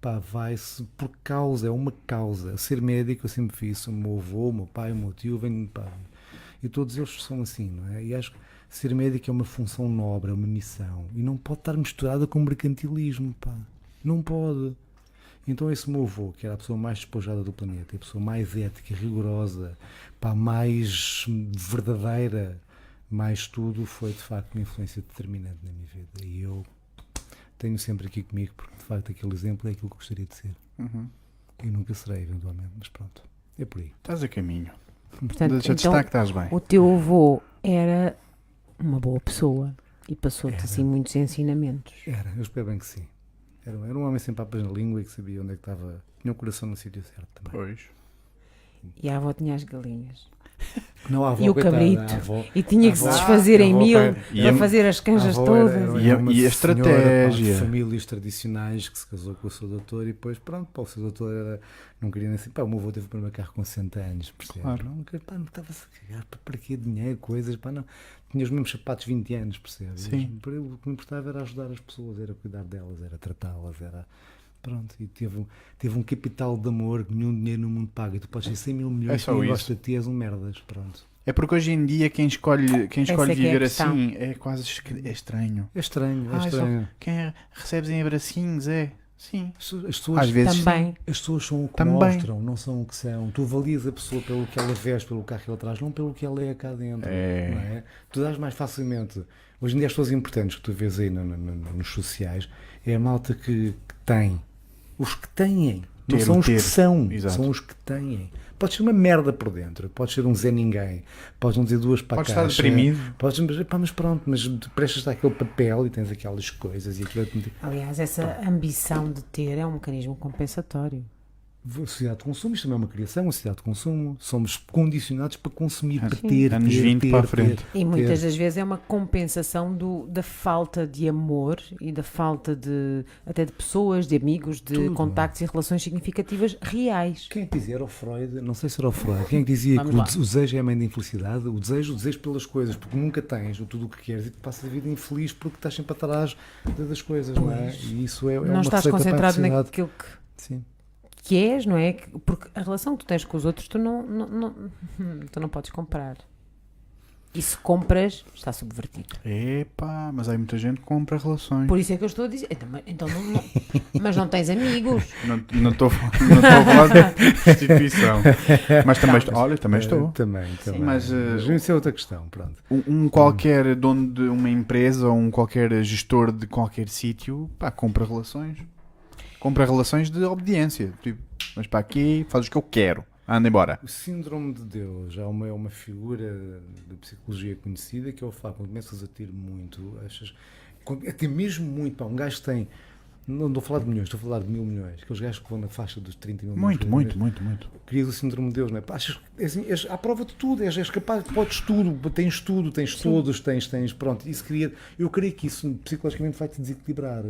Speaker 2: pá, vai-se por causa, é uma causa. Ser médico eu sempre fiz, o meu avô, o meu pai, o meu tio, vem, pá, e todos eles são assim, não é? E acho que ser médico é uma função nobre, é uma missão, e não pode estar misturada com mercantilismo, pá, não pode. Então esse meu avô, que era a pessoa mais despojada do planeta, e a pessoa mais ética, rigorosa, pá, mais verdadeira, mais tudo, foi de facto uma influência determinante na minha vida. E eu tenho sempre aqui comigo, porque de facto aquele exemplo é aquilo que gostaria de ser. Uhum. E nunca serei, eventualmente, mas pronto. É por aí.
Speaker 3: Estás a caminho.
Speaker 1: Portanto,
Speaker 3: Deixa de
Speaker 1: então,
Speaker 3: estar que estás bem.
Speaker 1: O teu avô era uma boa pessoa e passou-te
Speaker 2: Era.
Speaker 1: assim muitos ensinamentos.
Speaker 2: Era, eu espero bem que sim. Era, era um homem sem papas na língua e que sabia onde é que estava. Tinha o coração no sítio certo também.
Speaker 3: Pois.
Speaker 1: E a avó tinha as galinhas.
Speaker 2: Não, a avó,
Speaker 1: E o
Speaker 2: coitada,
Speaker 1: cabrito.
Speaker 2: a avó-
Speaker 1: E tinha que
Speaker 2: A
Speaker 1: se
Speaker 2: avó-
Speaker 1: desfazer
Speaker 2: a
Speaker 1: em
Speaker 2: avó
Speaker 1: mil
Speaker 2: era-
Speaker 3: E a-
Speaker 1: para fazer as canjas
Speaker 2: A avó
Speaker 1: todas.
Speaker 2: era-
Speaker 3: E a-
Speaker 2: era uma
Speaker 3: e a
Speaker 2: senhora, pá,
Speaker 3: estratégia?
Speaker 2: de famílias tradicionais que se casou com o seu doutor e depois, pronto, pá, o seu doutor era, não queria nem assim. Pá, o meu avô teve o primeiro carro com 60 anos, percebes?
Speaker 3: Claro.
Speaker 2: Não, quer- pá, não estava-se a cagar, pá, para que dinheiro, coisas, pá, não. Tinha os mesmos sapatos 20 anos, percebes?
Speaker 3: Sim.
Speaker 2: Para ele, o que me importava era ajudar as pessoas, era cuidar delas, era tratá-las, era. Pronto, e teve, um- teve um capital de amor que nenhum dinheiro no mundo paga. E tu podes ter 100 mil milhões
Speaker 3: É só
Speaker 2: e ninguém
Speaker 3: isso.
Speaker 2: gosta de ti, és um merdas. Pronto.
Speaker 3: É porque hoje em dia quem escolhe, quem
Speaker 1: Essa
Speaker 3: escolhe
Speaker 1: é que é a
Speaker 3: viver
Speaker 1: questão.
Speaker 3: assim é quase esque- é estranho.
Speaker 2: É estranho, é
Speaker 3: Ah, é só-
Speaker 2: estranho.
Speaker 3: Quem é- recebes em abracinhos é. Sim.
Speaker 2: As pessoas- as pessoas
Speaker 3: Às vezes.
Speaker 1: Também.
Speaker 2: As pessoas são o que
Speaker 3: Também.
Speaker 2: mostram, não são o que são. Tu avalias a pessoa pelo que ela veste, pelo carro que ela traz, não pelo que ela é cá dentro.
Speaker 3: É.
Speaker 2: Não é? Tu dás mais facilmente. Hoje em dia as pessoas importantes que tu vês aí no- no- no- nos sociais é a malta que, que tem. Os que têm. Não
Speaker 3: Ter,
Speaker 2: são os
Speaker 3: ter.
Speaker 2: que são,
Speaker 3: Exato.
Speaker 2: são os que têm. Podes ser uma merda por dentro, podes ser um Zé Ninguém, podes não dizer duas para a
Speaker 3: Podes estar
Speaker 2: caixa,
Speaker 3: deprimido.
Speaker 2: podes, mas, pá, mas pronto, mas prestas-te àquele papel e tens aquelas coisas e aquilo. é
Speaker 1: Aliás, essa ambição de ter é um mecanismo compensatório.
Speaker 2: Sociedade de consumo, isto também é uma criação, uma sociedade de consumo. Somos condicionados para consumir,
Speaker 1: Ah,
Speaker 2: para
Speaker 3: Sim.
Speaker 2: ter.
Speaker 3: Anos
Speaker 2: ter,
Speaker 3: 20
Speaker 2: ter,
Speaker 3: para a
Speaker 2: ter,
Speaker 3: frente.
Speaker 1: E muitas das vezes é uma compensação do, da falta de amor e da falta de até de pessoas, de amigos, de
Speaker 2: Tudo. é?
Speaker 1: contactos e relações significativas reais.
Speaker 2: Quem é que dizia? Era o Freud, não sei se era o Freud, quem é que dizia
Speaker 1: Vamos
Speaker 2: que o
Speaker 1: lá.
Speaker 2: des- o desejo é a mãe da infelicidade? O desejo, o desejo pelas coisas, porque nunca tens o tudo o que queres e tu passas a vida infeliz porque estás sempre atrás de- das coisas, não é? E isso é, é
Speaker 1: não
Speaker 2: uma
Speaker 1: estás
Speaker 2: receita para a
Speaker 1: concentrado
Speaker 2: infelicidade.
Speaker 1: naquilo que
Speaker 2: Sim.
Speaker 1: que és, não é? Que- Porque a relação que tu tens com os outros, tu não, não, não- tu não podes comprar. E se compras, está subvertido.
Speaker 3: Epá, mas aí muita gente que compra relações.
Speaker 1: Por isso é que eu estou a dizer. Então, mas- Então, não, não- mas não tens amigos.
Speaker 3: Não não estou a falar- não estou a falar de prostituição. Mas também estou. Olha,
Speaker 2: É.
Speaker 3: também estou.
Speaker 2: Eh, Também, também.
Speaker 3: Mas,
Speaker 2: Mas,
Speaker 3: eh,
Speaker 2: isso é outra questão, pronto.
Speaker 3: Um, um qualquer dono de uma empresa ou um qualquer gestor de qualquer sítio, pá, compra relações. Compra relações de obediência. Tipo, mas para aqui, faz o que eu quero. Anda embora.
Speaker 2: O síndrome de Deus há uma, é uma figura da psicologia conhecida que é o facto quando começas a ter muito, achas, quando- até mesmo muito, pá, um gajo tem, não estou a falar de milhões, estou a falar de mil milhões, aqueles gajos que vão na faixa dos 30 mil milhões.
Speaker 3: Muito, muito, muito, muito.
Speaker 2: Cria o síndrome de Deus, não é? Pá, Achas, é assim, és à prova de tudo, és, és capaz, podes tudo, tens tudo, tens todos, tens, tens, pronto. Isso cria, eu creio que isso psicologicamente vai te desequilibrar.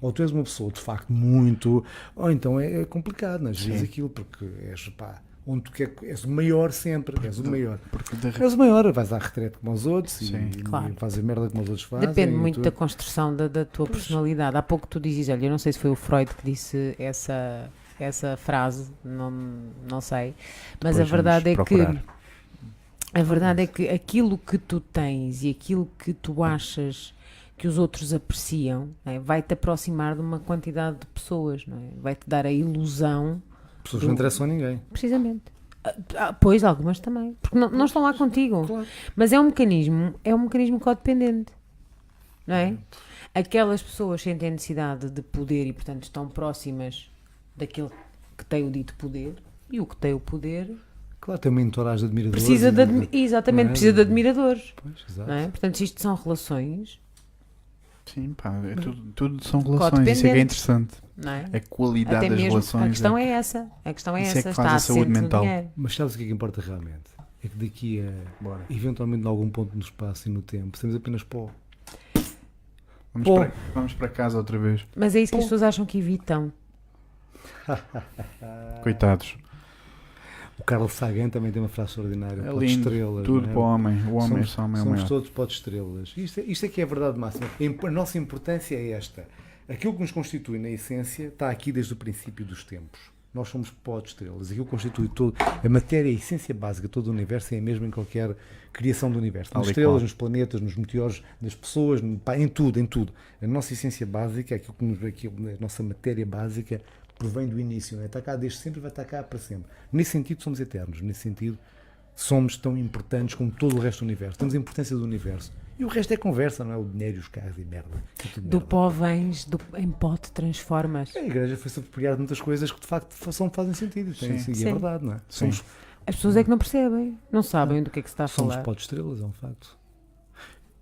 Speaker 2: Ou tu és uma pessoa de facto muito, ou então é, é complicado, não é? Dizes aquilo, porque és, pá, onde tu quer, que- és o maior sempre, és o maior.
Speaker 3: Porque de re-
Speaker 2: És o maior, vais à retrete como os outros e,
Speaker 3: Sim.
Speaker 2: e
Speaker 1: Claro.
Speaker 2: fazes a merda como os outros fazem.
Speaker 1: Depende
Speaker 2: e
Speaker 1: muito
Speaker 2: tu-
Speaker 1: da construção da, da tua personalidade. Há pouco tu dizes, olha, eu não sei se foi o Freud que disse essa, essa frase, não, não sei, mas
Speaker 3: Depois
Speaker 1: a verdade é
Speaker 3: vamos procurar.
Speaker 1: que a verdade é que aquilo que tu tens e aquilo que tu achas que os outros apreciam não é? vai-te aproximar de uma quantidade de pessoas, não é? vai-te dar a ilusão
Speaker 2: Pessoas que não interessam a ninguém.
Speaker 1: Precisamente. Ah, ah, Pois, algumas também. Porque não, não estão lá contigo.
Speaker 2: Claro.
Speaker 1: Mas é um mecanismo, é um mecanismo codependente. Não é? Aquelas pessoas sentem necessidade de poder e, portanto, estão próximas daquele que tem o dito poder. E o que tem o poder
Speaker 2: Claro, tem mentoras de admiradores.
Speaker 1: precisa
Speaker 2: e-
Speaker 1: de, admi- exatamente,
Speaker 2: não é?
Speaker 1: precisa de admiradores.
Speaker 2: Pois, exato.
Speaker 1: Não é? Portanto, se isto são relações,
Speaker 3: Sim, pá, é tudo, tudo são relações. Isso é que é interessante.
Speaker 1: não é?
Speaker 3: A qualidade
Speaker 1: Até
Speaker 3: das
Speaker 1: mesmo,
Speaker 3: relações.
Speaker 1: a questão é essa. A questão é
Speaker 3: Isso é
Speaker 1: essa.
Speaker 3: que faz
Speaker 1: está
Speaker 3: a saúde
Speaker 1: assente no
Speaker 3: mental.
Speaker 1: dinheiro.
Speaker 2: Mas sabes o que é que importa realmente? É que daqui a,
Speaker 3: Bora.
Speaker 2: eventualmente, em algum ponto no espaço e no tempo, temos apenas pó.
Speaker 3: Vamos
Speaker 1: Pô.
Speaker 3: para, vamos para casa outra vez.
Speaker 1: Mas é isso que as pessoas acham que evitam.
Speaker 3: Coitados.
Speaker 2: O Carlos Sagan também tem uma frase extraordinária.
Speaker 3: É
Speaker 2: pó de
Speaker 3: lindo.
Speaker 2: estrelas.
Speaker 3: Tudo
Speaker 2: não é?
Speaker 3: para o homem. O homem
Speaker 2: somos,
Speaker 3: só é o homem é o
Speaker 2: somos
Speaker 3: maior.
Speaker 2: todos pó de estrelas. Isto, é- isto é que é a verdade máxima. A imp- A nossa importância é esta. Aquilo que nos constitui na essência está aqui desde o princípio dos tempos. Nós somos pó de estrelas. Aquilo que constitui todo. A matéria, a essência básica de todo o universo é a mesma em qualquer criação do universo.
Speaker 3: Tal
Speaker 2: Nas
Speaker 3: e
Speaker 2: estrelas,
Speaker 3: qual.
Speaker 2: nos planetas, nos meteores, nas pessoas, no- pá, em tudo, em tudo. A nossa essência básica, é aquilo que nos, aquilo, a nossa matéria básica, provém do início. Não é? Está cá desde sempre, vai estar cá para sempre. Nesse sentido, somos eternos. Nesse sentido, somos tão importantes como todo o resto do universo. Temos a importância do universo. E o resto é conversa, não é? O dinheiro, e os carros e merda. É tudo
Speaker 1: Do
Speaker 2: merda.
Speaker 1: pó vens, do, em pó te transformas.
Speaker 2: A igreja foi-se apropriar de muitas coisas que de facto fa- são, fazem sentido. Tem,
Speaker 3: Sim.
Speaker 2: e
Speaker 1: Sim.
Speaker 2: é verdade, não é? Somos,
Speaker 1: As pessoas é que não percebem, não sabem do que é que se está a
Speaker 2: somos
Speaker 1: falar.
Speaker 2: pó de estrelas, é um facto.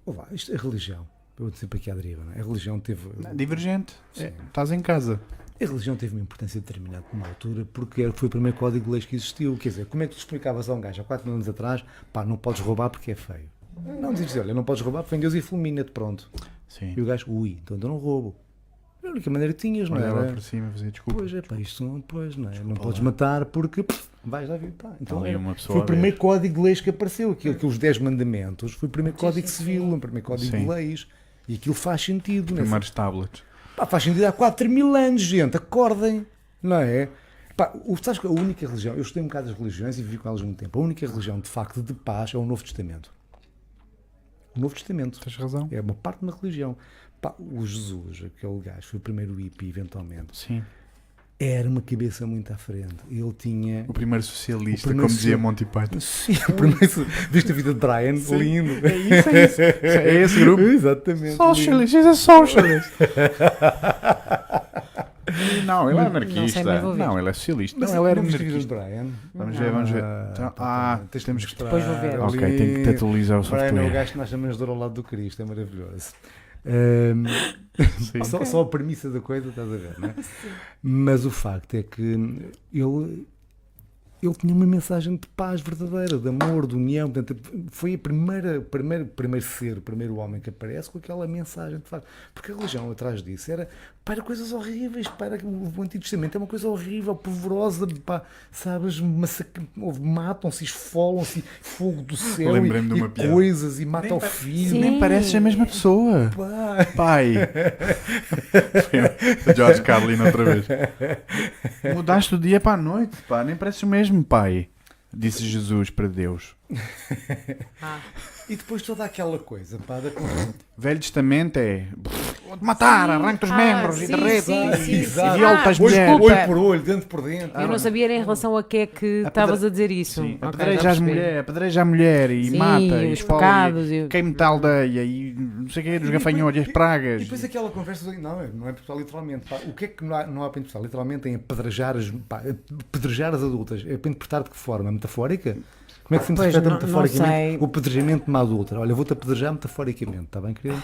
Speaker 2: Ou vá, isto é religião. Eu vou sempre aqui à deriva, não é? A religião teve.
Speaker 3: Divergente. É, estás em casa.
Speaker 2: A religião teve uma importância determinada numa altura porque era- foi o primeiro código de leis que existiu. Quer dizer, como é que tu explicavas a um gajo há 4 mil anos atrás, pá, não podes roubar porque é feio? Não, dizes, olha, não podes roubar, vem Deus e fulmina-te, pronto.
Speaker 3: Sim.
Speaker 2: E o gajo, ui, então eu não roubo. Era a única maneira que tinhas, não
Speaker 3: Olhava
Speaker 2: era?
Speaker 3: para cima, fazia desculpa.
Speaker 2: Pois é, pá, isto não, pois, não, é? não podes matar porque pff, vais lá vir. Pá. Então,
Speaker 3: Ali
Speaker 2: era-
Speaker 3: uma pessoa
Speaker 2: foi
Speaker 3: a
Speaker 2: o primeiro código de leis que apareceu, aquilo, aqueles 10 mandamentos, foi o primeiro código civil, o primeiro código
Speaker 3: Sim.
Speaker 2: de leis. E aquilo faz sentido, não é?
Speaker 3: Primeiros tablets.
Speaker 2: Pá, faz sentido há 4 mil anos, gente, acordem, não é? Pá, o, sabes que a única religião, eu estudei um bocado as religiões e vivi com elas muito tempo, a única religião de facto de paz é o Novo Testamento. O Novo Testamento.
Speaker 3: Tens razão.
Speaker 2: É uma parte da religião. Pá, o Jesus, aquele gajo, foi o primeiro hippie, eventualmente,
Speaker 3: Sim.
Speaker 2: era uma cabeça muito à frente. Ele tinha.
Speaker 3: O primeiro socialista,
Speaker 2: O primeiro
Speaker 3: como dizia
Speaker 2: soci-
Speaker 3: Monty Python.
Speaker 2: O primeiro... Viste a vida de Brian? Lindo.
Speaker 3: É isso, é isso. É esse grupo.
Speaker 2: Exatamente. lindo.
Speaker 3: Socialist, é socialist. não, ele é
Speaker 1: Não sei, mas vou ver.
Speaker 3: anarquista. Não, ele é socialista.
Speaker 2: Mas
Speaker 3: Não, ele era
Speaker 2: não viste a vida de
Speaker 3: anarquista.
Speaker 2: Brian?
Speaker 3: Vamos ver, vamos ver.
Speaker 2: Ah,
Speaker 3: Então,
Speaker 2: tá,
Speaker 3: ah,
Speaker 2: tá.
Speaker 3: temos que.
Speaker 1: Depois vou ver.
Speaker 3: Ok, tem que atualizar o
Speaker 2: Brian é o
Speaker 3: software.
Speaker 2: gajo que nasce na dor ao lado do Cristo, é maravilhoso.
Speaker 3: Hum,
Speaker 2: Ahm,
Speaker 3: Sim.
Speaker 2: só, só a premissa da coisa, estás a ver, não é? Mas o facto é que ele, ele tinha uma mensagem de paz verdadeira, de amor, de união. Portanto, foi a primeira, o primeiro, primeiro ser, o primeiro homem que aparece com aquela mensagem de facto. Porque a religião atrás disso era para coisas horríveis, para que o Antigo Testamento é uma coisa horrível, pavorosa, pá, sabes? massac- Matam-se, esfolam-se, fogo do céu e,
Speaker 3: Lembrei-me de uma
Speaker 2: e
Speaker 3: piada.
Speaker 2: coisas, e mata o filho.
Speaker 1: Sim.
Speaker 3: Nem pareces a mesma pessoa.
Speaker 2: Pá,
Speaker 3: Pai! Foi o George Carlin outra vez. Mudaste do dia para a noite, pá. Nem pareces o mesmo, pai. Disse Jesus para Deus.
Speaker 1: Ah,
Speaker 2: E depois toda aquela coisa, pá, da
Speaker 3: Velho Testamento é. Matar, arranca os
Speaker 1: Ah,
Speaker 3: membros e
Speaker 1: sim,
Speaker 3: derrete.
Speaker 1: sim, sim,
Speaker 3: e-
Speaker 1: sim.
Speaker 3: e viola as
Speaker 1: Ah,
Speaker 2: olho,
Speaker 3: mulheres.
Speaker 1: desculpa.
Speaker 2: olho por olho, dentro por dentro.
Speaker 1: eu Ah, não sabia em relação a que é que
Speaker 3: A
Speaker 1: estavas a dizer isso.
Speaker 3: Sim,
Speaker 1: Ok,
Speaker 3: apedreja
Speaker 1: já
Speaker 3: as
Speaker 1: percebi.
Speaker 3: mulheres, apedreja a mulher e
Speaker 1: Sim,
Speaker 3: mata, e
Speaker 1: os
Speaker 3: espalha,
Speaker 1: pecados.
Speaker 3: e
Speaker 1: eu-
Speaker 3: queima da aldeia, e não sei o que, dos gafanhotos, e as
Speaker 2: E
Speaker 3: pragas.
Speaker 2: depois aquela conversa do, não, não é Portugal literalmente. pá. o que é que não há, não há para interpretar? Literalmente em apedrejar as, pá, é apedrejar as adultas. É para interpretar de que forma? Metafórica? Como é que se
Speaker 1: Pois,
Speaker 2: interpreta
Speaker 1: não- não sei.
Speaker 2: metaforicamente o apedrejamento de uma adulta? Olha, vou-te apedrejar metaforicamente, está bem, querido?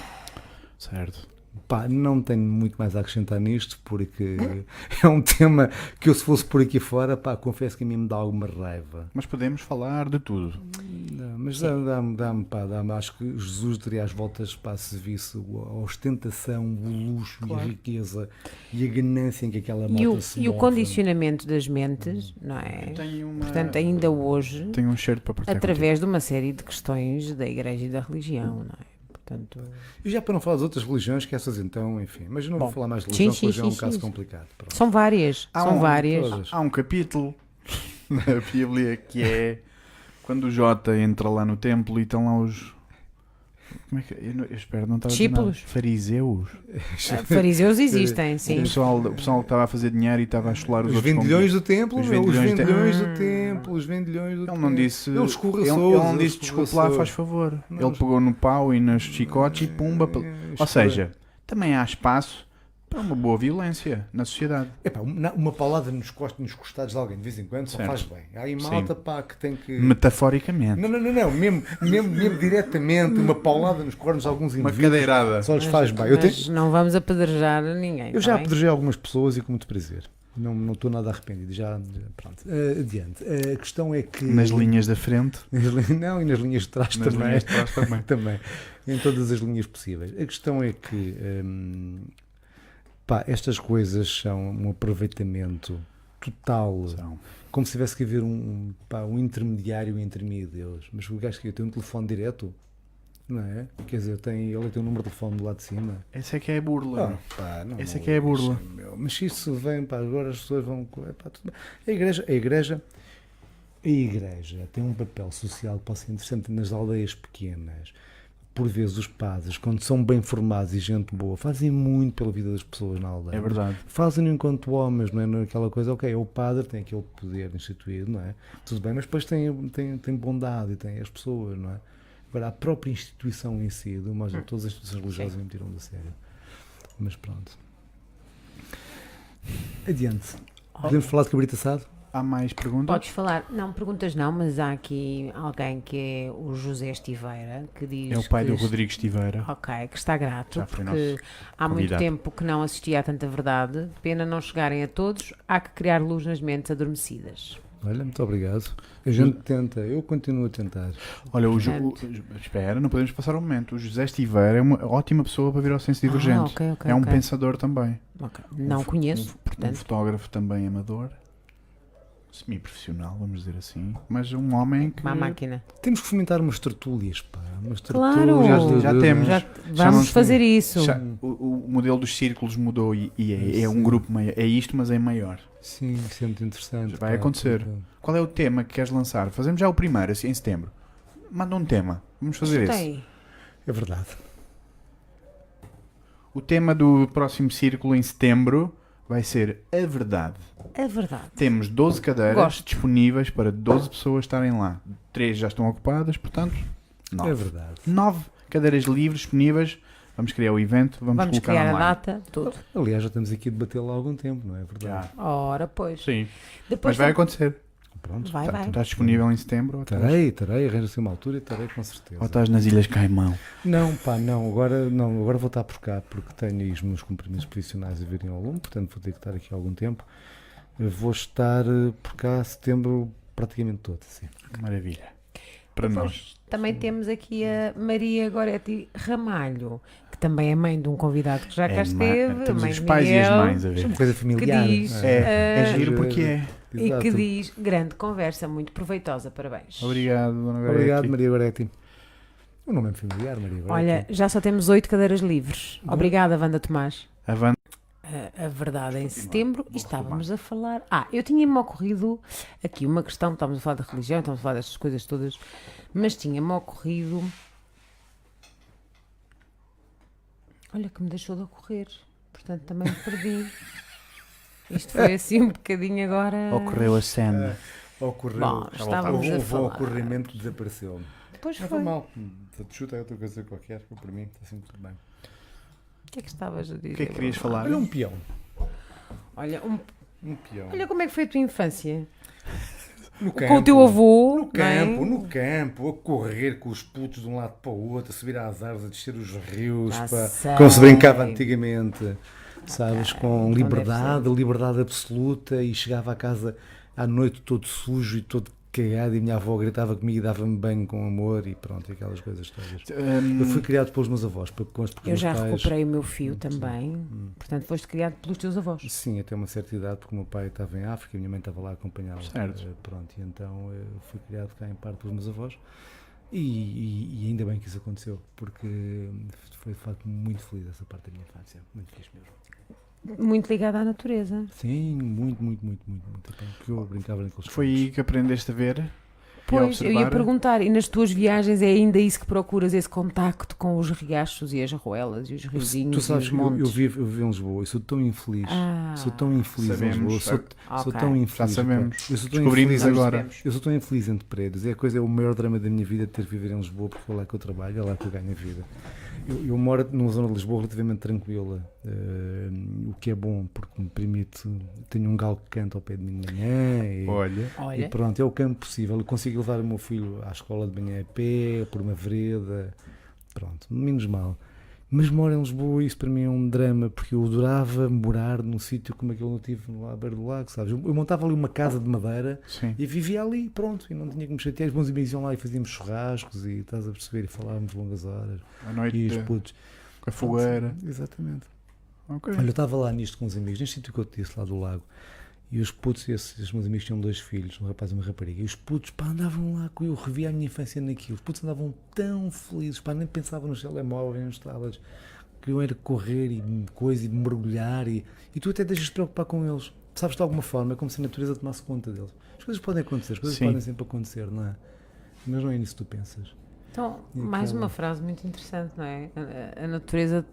Speaker 3: Certo.
Speaker 2: Pá, não tenho muito mais a acrescentar nisto, porque é um tema que eu, se fosse por aqui fora, pá, confesso que a mim me dá alguma raiva.
Speaker 3: Mas podemos falar de tudo.
Speaker 2: Não, mas dá- dá-me, dá-me, pá, dá-me. Acho que Jesus daria as voltas para se visse a ostentação, o luxo e a riqueza e a ganância em que aquela
Speaker 1: E o,
Speaker 2: malta se
Speaker 1: e o
Speaker 2: move.
Speaker 1: condicionamento das mentes, não é?
Speaker 3: Uhum. Tenho uma...
Speaker 1: Portanto, ainda hoje,
Speaker 3: Tenho um cheiro para partilhar
Speaker 1: através de uma série de questões da igreja e da
Speaker 3: Uhum.
Speaker 1: religião, não é? Portanto,
Speaker 2: E já para não falar das outras religiões, que essas então, enfim. Mas eu não
Speaker 1: Bom,
Speaker 2: vou falar mais de
Speaker 1: sim,
Speaker 2: religião,
Speaker 1: sim,
Speaker 2: porque hoje é um
Speaker 1: sim,
Speaker 2: caso
Speaker 1: sim.
Speaker 2: complicado. Pronto.
Speaker 1: são várias,
Speaker 3: Há
Speaker 1: são
Speaker 3: um-
Speaker 1: várias.
Speaker 2: Todas.
Speaker 3: Há um capítulo na Bíblia que é quando o Jota entra lá no templo e estão lá os. Como é que. Eu, não- eu espero não estar a dizer nada.
Speaker 1: Discípulos?
Speaker 3: Fariseus.
Speaker 1: Ah, Fariseus existem,
Speaker 3: O
Speaker 1: sim.
Speaker 3: pessoal, o pessoal que estava a fazer dinheiro e estava a chular os,
Speaker 2: Os
Speaker 3: outros. com-
Speaker 2: vendilhões do templo,
Speaker 3: Os
Speaker 2: meu, os
Speaker 3: vendilhões do templo.
Speaker 2: vendilhões do templo, os vendilhões do templo.
Speaker 3: Ele não disse.
Speaker 2: Ele escorreçou,
Speaker 3: ele- ele não
Speaker 2: ele
Speaker 3: disse desculpe lá,
Speaker 2: escorreçou.
Speaker 3: faz favor.
Speaker 2: Não,
Speaker 3: ele
Speaker 2: mas-
Speaker 3: pegou no pau e nos chicotes e pumba. pel- Ou
Speaker 2: Escorre-
Speaker 3: seja, também há espaço para uma boa violência na sociedade.
Speaker 2: Epá, uma, uma paulada nos, cost, nos costados de alguém de vez em quando só
Speaker 3: Certo.
Speaker 2: faz bem. Há aí malta pá, que tem que.
Speaker 3: Metaforicamente.
Speaker 2: Não, não, não, não. Mesmo, mesmo, mesmo diretamente, uma paulada nos cornos de alguns indivíduos.
Speaker 3: cadeirada.
Speaker 2: Só lhes faz bem. Eu, tenho-
Speaker 1: Mas não vamos apedrejar ninguém.
Speaker 2: eu
Speaker 1: tá
Speaker 2: já
Speaker 1: bem?
Speaker 2: apedrejei algumas pessoas e com muito prazer. Não não estou nada arrependido. Já, já- pronto. Ah, adiante. Ah, a questão é que.
Speaker 3: Nas linhas da frente.
Speaker 2: Nas li- Não, e nas linhas de trás
Speaker 3: Nas
Speaker 2: também.
Speaker 3: linhas de trás também.
Speaker 2: também. Em todas as linhas possíveis. A questão é que. hum, pá, estas coisas são um aproveitamento total.
Speaker 3: São.
Speaker 2: como se tivesse que haver um, um, pá, um intermediário entre mim e Deus. Mas o gajo que eu tenho um telefone direto, não é? Quer dizer, tem, ele tem o número de telefone do lado de cima.
Speaker 3: Essa é que é a burla.
Speaker 2: Ah, pá, não,
Speaker 3: Essa
Speaker 2: não,
Speaker 3: é que é a burla.
Speaker 2: isso, meu. Mas se isso vem, pá, agora as pessoas vão. co- é, pá, tudo bem. A igreja, a igreja. A igreja tem um papel social que pode ser interessante nas aldeias pequenas. Por vezes os padres, quando são bem formados e gente boa, fazem muito pela vida das pessoas na aldeia
Speaker 3: É verdade.
Speaker 2: fazem-no enquanto homens, não é? Não é Aquela coisa, ok, é o padre, tem aquele poder instituído, não é? Tudo bem, mas depois tem, tem, tem bondade e tem as pessoas, não é? Agora, a própria instituição em si, de
Speaker 3: Hum.
Speaker 2: uma, todas as instituições religiosas me tiram da sério. Mas pronto. Adiante.
Speaker 3: Oh.
Speaker 2: Podemos falar de cabrito assado?
Speaker 3: Há mais perguntas?
Speaker 1: Podes falar, não perguntas não, mas há aqui alguém que é o José Estiveira que diz.
Speaker 3: É o pai
Speaker 1: que
Speaker 3: do
Speaker 1: es-
Speaker 3: Rodrigo Estiveira.
Speaker 1: Ok, que está grato,
Speaker 3: Já foi
Speaker 1: porque há muito
Speaker 3: convidado.
Speaker 1: tempo que não assistia a tanta verdade. Pena não chegarem a todos, há que criar luz nas mentes adormecidas.
Speaker 2: Olha, muito obrigado. A
Speaker 3: Hum.
Speaker 2: gente tenta, eu continuo a tentar.
Speaker 3: Olha, o, Ju- o- espera, não podemos passar o momento. O José Estiveira é uma ótima pessoa para vir ao Senso Divergente.
Speaker 1: Ah, ok, ok,
Speaker 3: é um
Speaker 1: ok.
Speaker 3: pensador também.
Speaker 1: Ok, Não
Speaker 3: Um fo-
Speaker 1: conheço,
Speaker 3: um- Um
Speaker 1: portanto.
Speaker 3: fotógrafo também amador. Semi-profissional, vamos dizer assim. Mas um homem que.
Speaker 1: Uma máquina.
Speaker 2: Temos que fomentar umas tertúlias, pá. Umas
Speaker 1: Claro!
Speaker 2: tertúlias de-
Speaker 3: Já
Speaker 2: de-
Speaker 3: temos.
Speaker 1: Já- vamos
Speaker 3: chamam-se-
Speaker 1: fazer isso.
Speaker 3: Já- o, o modelo dos círculos mudou e, e é, é um grupo maior. É isto, mas é maior.
Speaker 2: Sim, isso é muito interessante.
Speaker 3: Vai acontecer. Qual é o tema que queres lançar? Fazemos já o primeiro, assim, em setembro. Manda um tema. Vamos fazer esse.
Speaker 1: Tem.
Speaker 2: É verdade.
Speaker 3: O tema do próximo círculo em setembro vai ser a verdade.
Speaker 1: A É verdade.
Speaker 3: Temos 12 cadeiras
Speaker 1: Gosto.
Speaker 3: disponíveis para 12 pessoas estarem lá. 3 já estão ocupadas, portanto,
Speaker 2: É
Speaker 3: 9.
Speaker 2: verdade.
Speaker 3: 9 cadeiras livres disponíveis. Vamos criar o evento, vamos,
Speaker 1: Vamos
Speaker 3: colocar
Speaker 1: criar a
Speaker 3: online.
Speaker 1: data, tudo.
Speaker 2: Aliás, já estamos aqui a debatê-lo há algum tempo, não é verdade?
Speaker 3: Já.
Speaker 1: Ora, pois.
Speaker 3: Sim.
Speaker 1: Depois
Speaker 3: Mas vai acontecer.
Speaker 2: Pronto.
Speaker 1: vai,
Speaker 3: Tá-
Speaker 1: vai.
Speaker 3: Estás disponível em setembro ou estás,
Speaker 2: Tarei, tarei, arranja-se uma altura e tarei com certeza.
Speaker 3: ou estás nas Ilhas Caimão?
Speaker 2: Não, pá, não, agora, não, agora vou estar por cá porque tenho aí os meus compromissos profissionais a virem ao lume, portanto vou ter que estar aqui algum tempo. Eu Vou estar eh, por cá setembro praticamente todo, assim.
Speaker 3: Maravilha. Para nós.
Speaker 1: Também temos aqui a Maria Goretti Ramalho, que também é mãe de um convidado que já cá
Speaker 3: É ma-
Speaker 1: esteve.
Speaker 3: Temos
Speaker 1: mãe
Speaker 3: os
Speaker 1: de
Speaker 3: pais e as
Speaker 1: Miguel,
Speaker 3: mães a ver.
Speaker 2: Uma coisa
Speaker 1: Que
Speaker 2: familiar.
Speaker 1: diz,
Speaker 3: É, é
Speaker 1: ah,
Speaker 3: giro porque é.
Speaker 1: e que
Speaker 2: Exato.
Speaker 1: diz grande conversa, muito proveitosa, parabéns.
Speaker 3: Obrigado, Dona Goretti.
Speaker 2: Obrigado, Maria Goretti. O nome é familiar, Maria Goretti.
Speaker 1: Olha, já só temos oito cadeiras livres. Obrigada, Wanda Tomás.
Speaker 3: Avante.
Speaker 1: a- a verdade é em setembro e estávamos a falar. Ah, eu tinha-me ocorrido aqui uma questão, estávamos a falar da religião, estávamos a falar destas coisas todas, mas tinha-me ocorrido. Olha que me deixou de ocorrer, portanto também me perdi. Isto foi assim um bocadinho agora.
Speaker 3: Ocorreu a cena.
Speaker 2: Ocorreu.
Speaker 1: Bom, estávamos
Speaker 2: houve
Speaker 1: a
Speaker 2: o
Speaker 1: falar.
Speaker 2: ocorrimento desapareceu.
Speaker 1: Pois
Speaker 2: Não
Speaker 1: foi. O
Speaker 2: foi mal. Chuta é outra coisa qualquer, para mim está sempre tudo bem.
Speaker 1: que é que estavas a dizer?
Speaker 3: O que é que querias falar?
Speaker 2: Olha um peão.
Speaker 1: Olha, um-
Speaker 2: Um peão.
Speaker 1: olha como é que foi a tua infância.
Speaker 2: no
Speaker 1: Com o teu avô.
Speaker 2: No
Speaker 1: não é?
Speaker 2: campo, no campo, a correr com os putos de um lado para o outro, a subir às árvores, a descer os rios,
Speaker 1: Já
Speaker 2: pá,
Speaker 1: sei.
Speaker 2: como se brincava antigamente, sabes, com
Speaker 1: então deve
Speaker 2: liberdade, liberdade absoluta, e chegava à casa à noite todo sujo e todo cagado, e a minha avó gritava comigo e dava-me banho com amor, e pronto, e aquelas coisas todas.
Speaker 3: Hum,
Speaker 2: É. Eu fui criado pelos meus avós, porque com os porque
Speaker 1: Eu
Speaker 2: meus
Speaker 1: já
Speaker 2: pais... Hum.
Speaker 1: recuperei o meu fio também. Portanto, foste criado pelos teus avós.
Speaker 2: Sim, até uma certa idade, porque o meu pai estava em África e a minha mãe estava lá a acompanhá-lo.
Speaker 3: Certo.
Speaker 2: Eh, Pronto, e então eu fui criado cá em parte pelos meus avós e, e- e ainda bem que isso aconteceu, porque foi de facto muito feliz essa parte da minha infância. Muito feliz mesmo.
Speaker 1: Muito ligado à natureza.
Speaker 2: Sim, muito, muito, muito, muito, muito. Então, Porque eu brincava naqueles
Speaker 3: Foi aí que aprendeste a ver e a
Speaker 1: Pois, eu
Speaker 3: observar.
Speaker 1: ia perguntar, e nas tuas viagens é ainda isso que procuras, esse contacto com os riachos e as roelas e os
Speaker 2: Tu,
Speaker 1: riozinhos e
Speaker 2: sabes
Speaker 1: os
Speaker 2: que eu,
Speaker 1: montes?
Speaker 2: eu, vivo, eu vivo em Lisboa e sou tão infeliz.
Speaker 1: Ah.
Speaker 2: Sou tão infeliz
Speaker 3: Sabemos,
Speaker 2: em Lisboa. Sou,
Speaker 1: ah,
Speaker 2: sou
Speaker 1: ok.
Speaker 2: tão infeliz.
Speaker 3: Já sabemos.
Speaker 2: rapaz. Eu sou tão
Speaker 3: Descobrimos
Speaker 2: infeliz
Speaker 3: agora.
Speaker 2: entre- Eu sou tão infeliz entre prédios. É, a coisa, é o maior drama da minha vida é ter que viver em Lisboa, porque é lá que eu trabalho, é lá que eu ganho a vida. Eu, eu moro numa zona de Lisboa relativamente tranquila, eh, o que é bom, porque me permite. Tenho um galo que canta ao pé de mim de manhã. e-
Speaker 3: Olha,
Speaker 1: Olha,
Speaker 2: e pronto, é o campo possível. Eu consigo levar o meu filho à escola de manhã a pé, por uma vereda. Pronto, menos mal. Mas moro em Lisboa e isso para mim é um drama, porque eu adorava morar num sítio como aquele onde eu tive lá à beira do lago, sabes? Eu eu montava ali uma casa de madeira
Speaker 3: sim.
Speaker 2: e vivia ali, pronto, e não tinha que me chatear. Os bons amigos iam lá e fazíamos churrascos e estás a perceber, e falávamos longas horas.
Speaker 3: A noite
Speaker 2: E os
Speaker 3: de-
Speaker 2: putos.
Speaker 3: com a fogueira.
Speaker 2: Exatamente.
Speaker 3: Ok.
Speaker 2: Olha, eu estava lá nisto com os amigos, neste sítio que eu te disse, lá do lago. E os putos, esses, esses meus amigos tinham dois filhos, um rapaz e uma rapariga. E os putos, pá, andavam lá, eu revia a minha infância naquilo. Os putos andavam tão felizes, pá, nem pensavam nos telemóveis, nas tablets. Queriam era correr e coisa e mergulhar. E, e tu até deixas de preocupar com eles. Sabes, de alguma forma, é como se a natureza tomasse conta deles. As coisas podem acontecer, as coisas
Speaker 3: Sim.
Speaker 2: podem sempre acontecer, não é? Mas não é nisso que tu pensas.
Speaker 1: então, mais uma frase muito interessante, não é? A- A, a natureza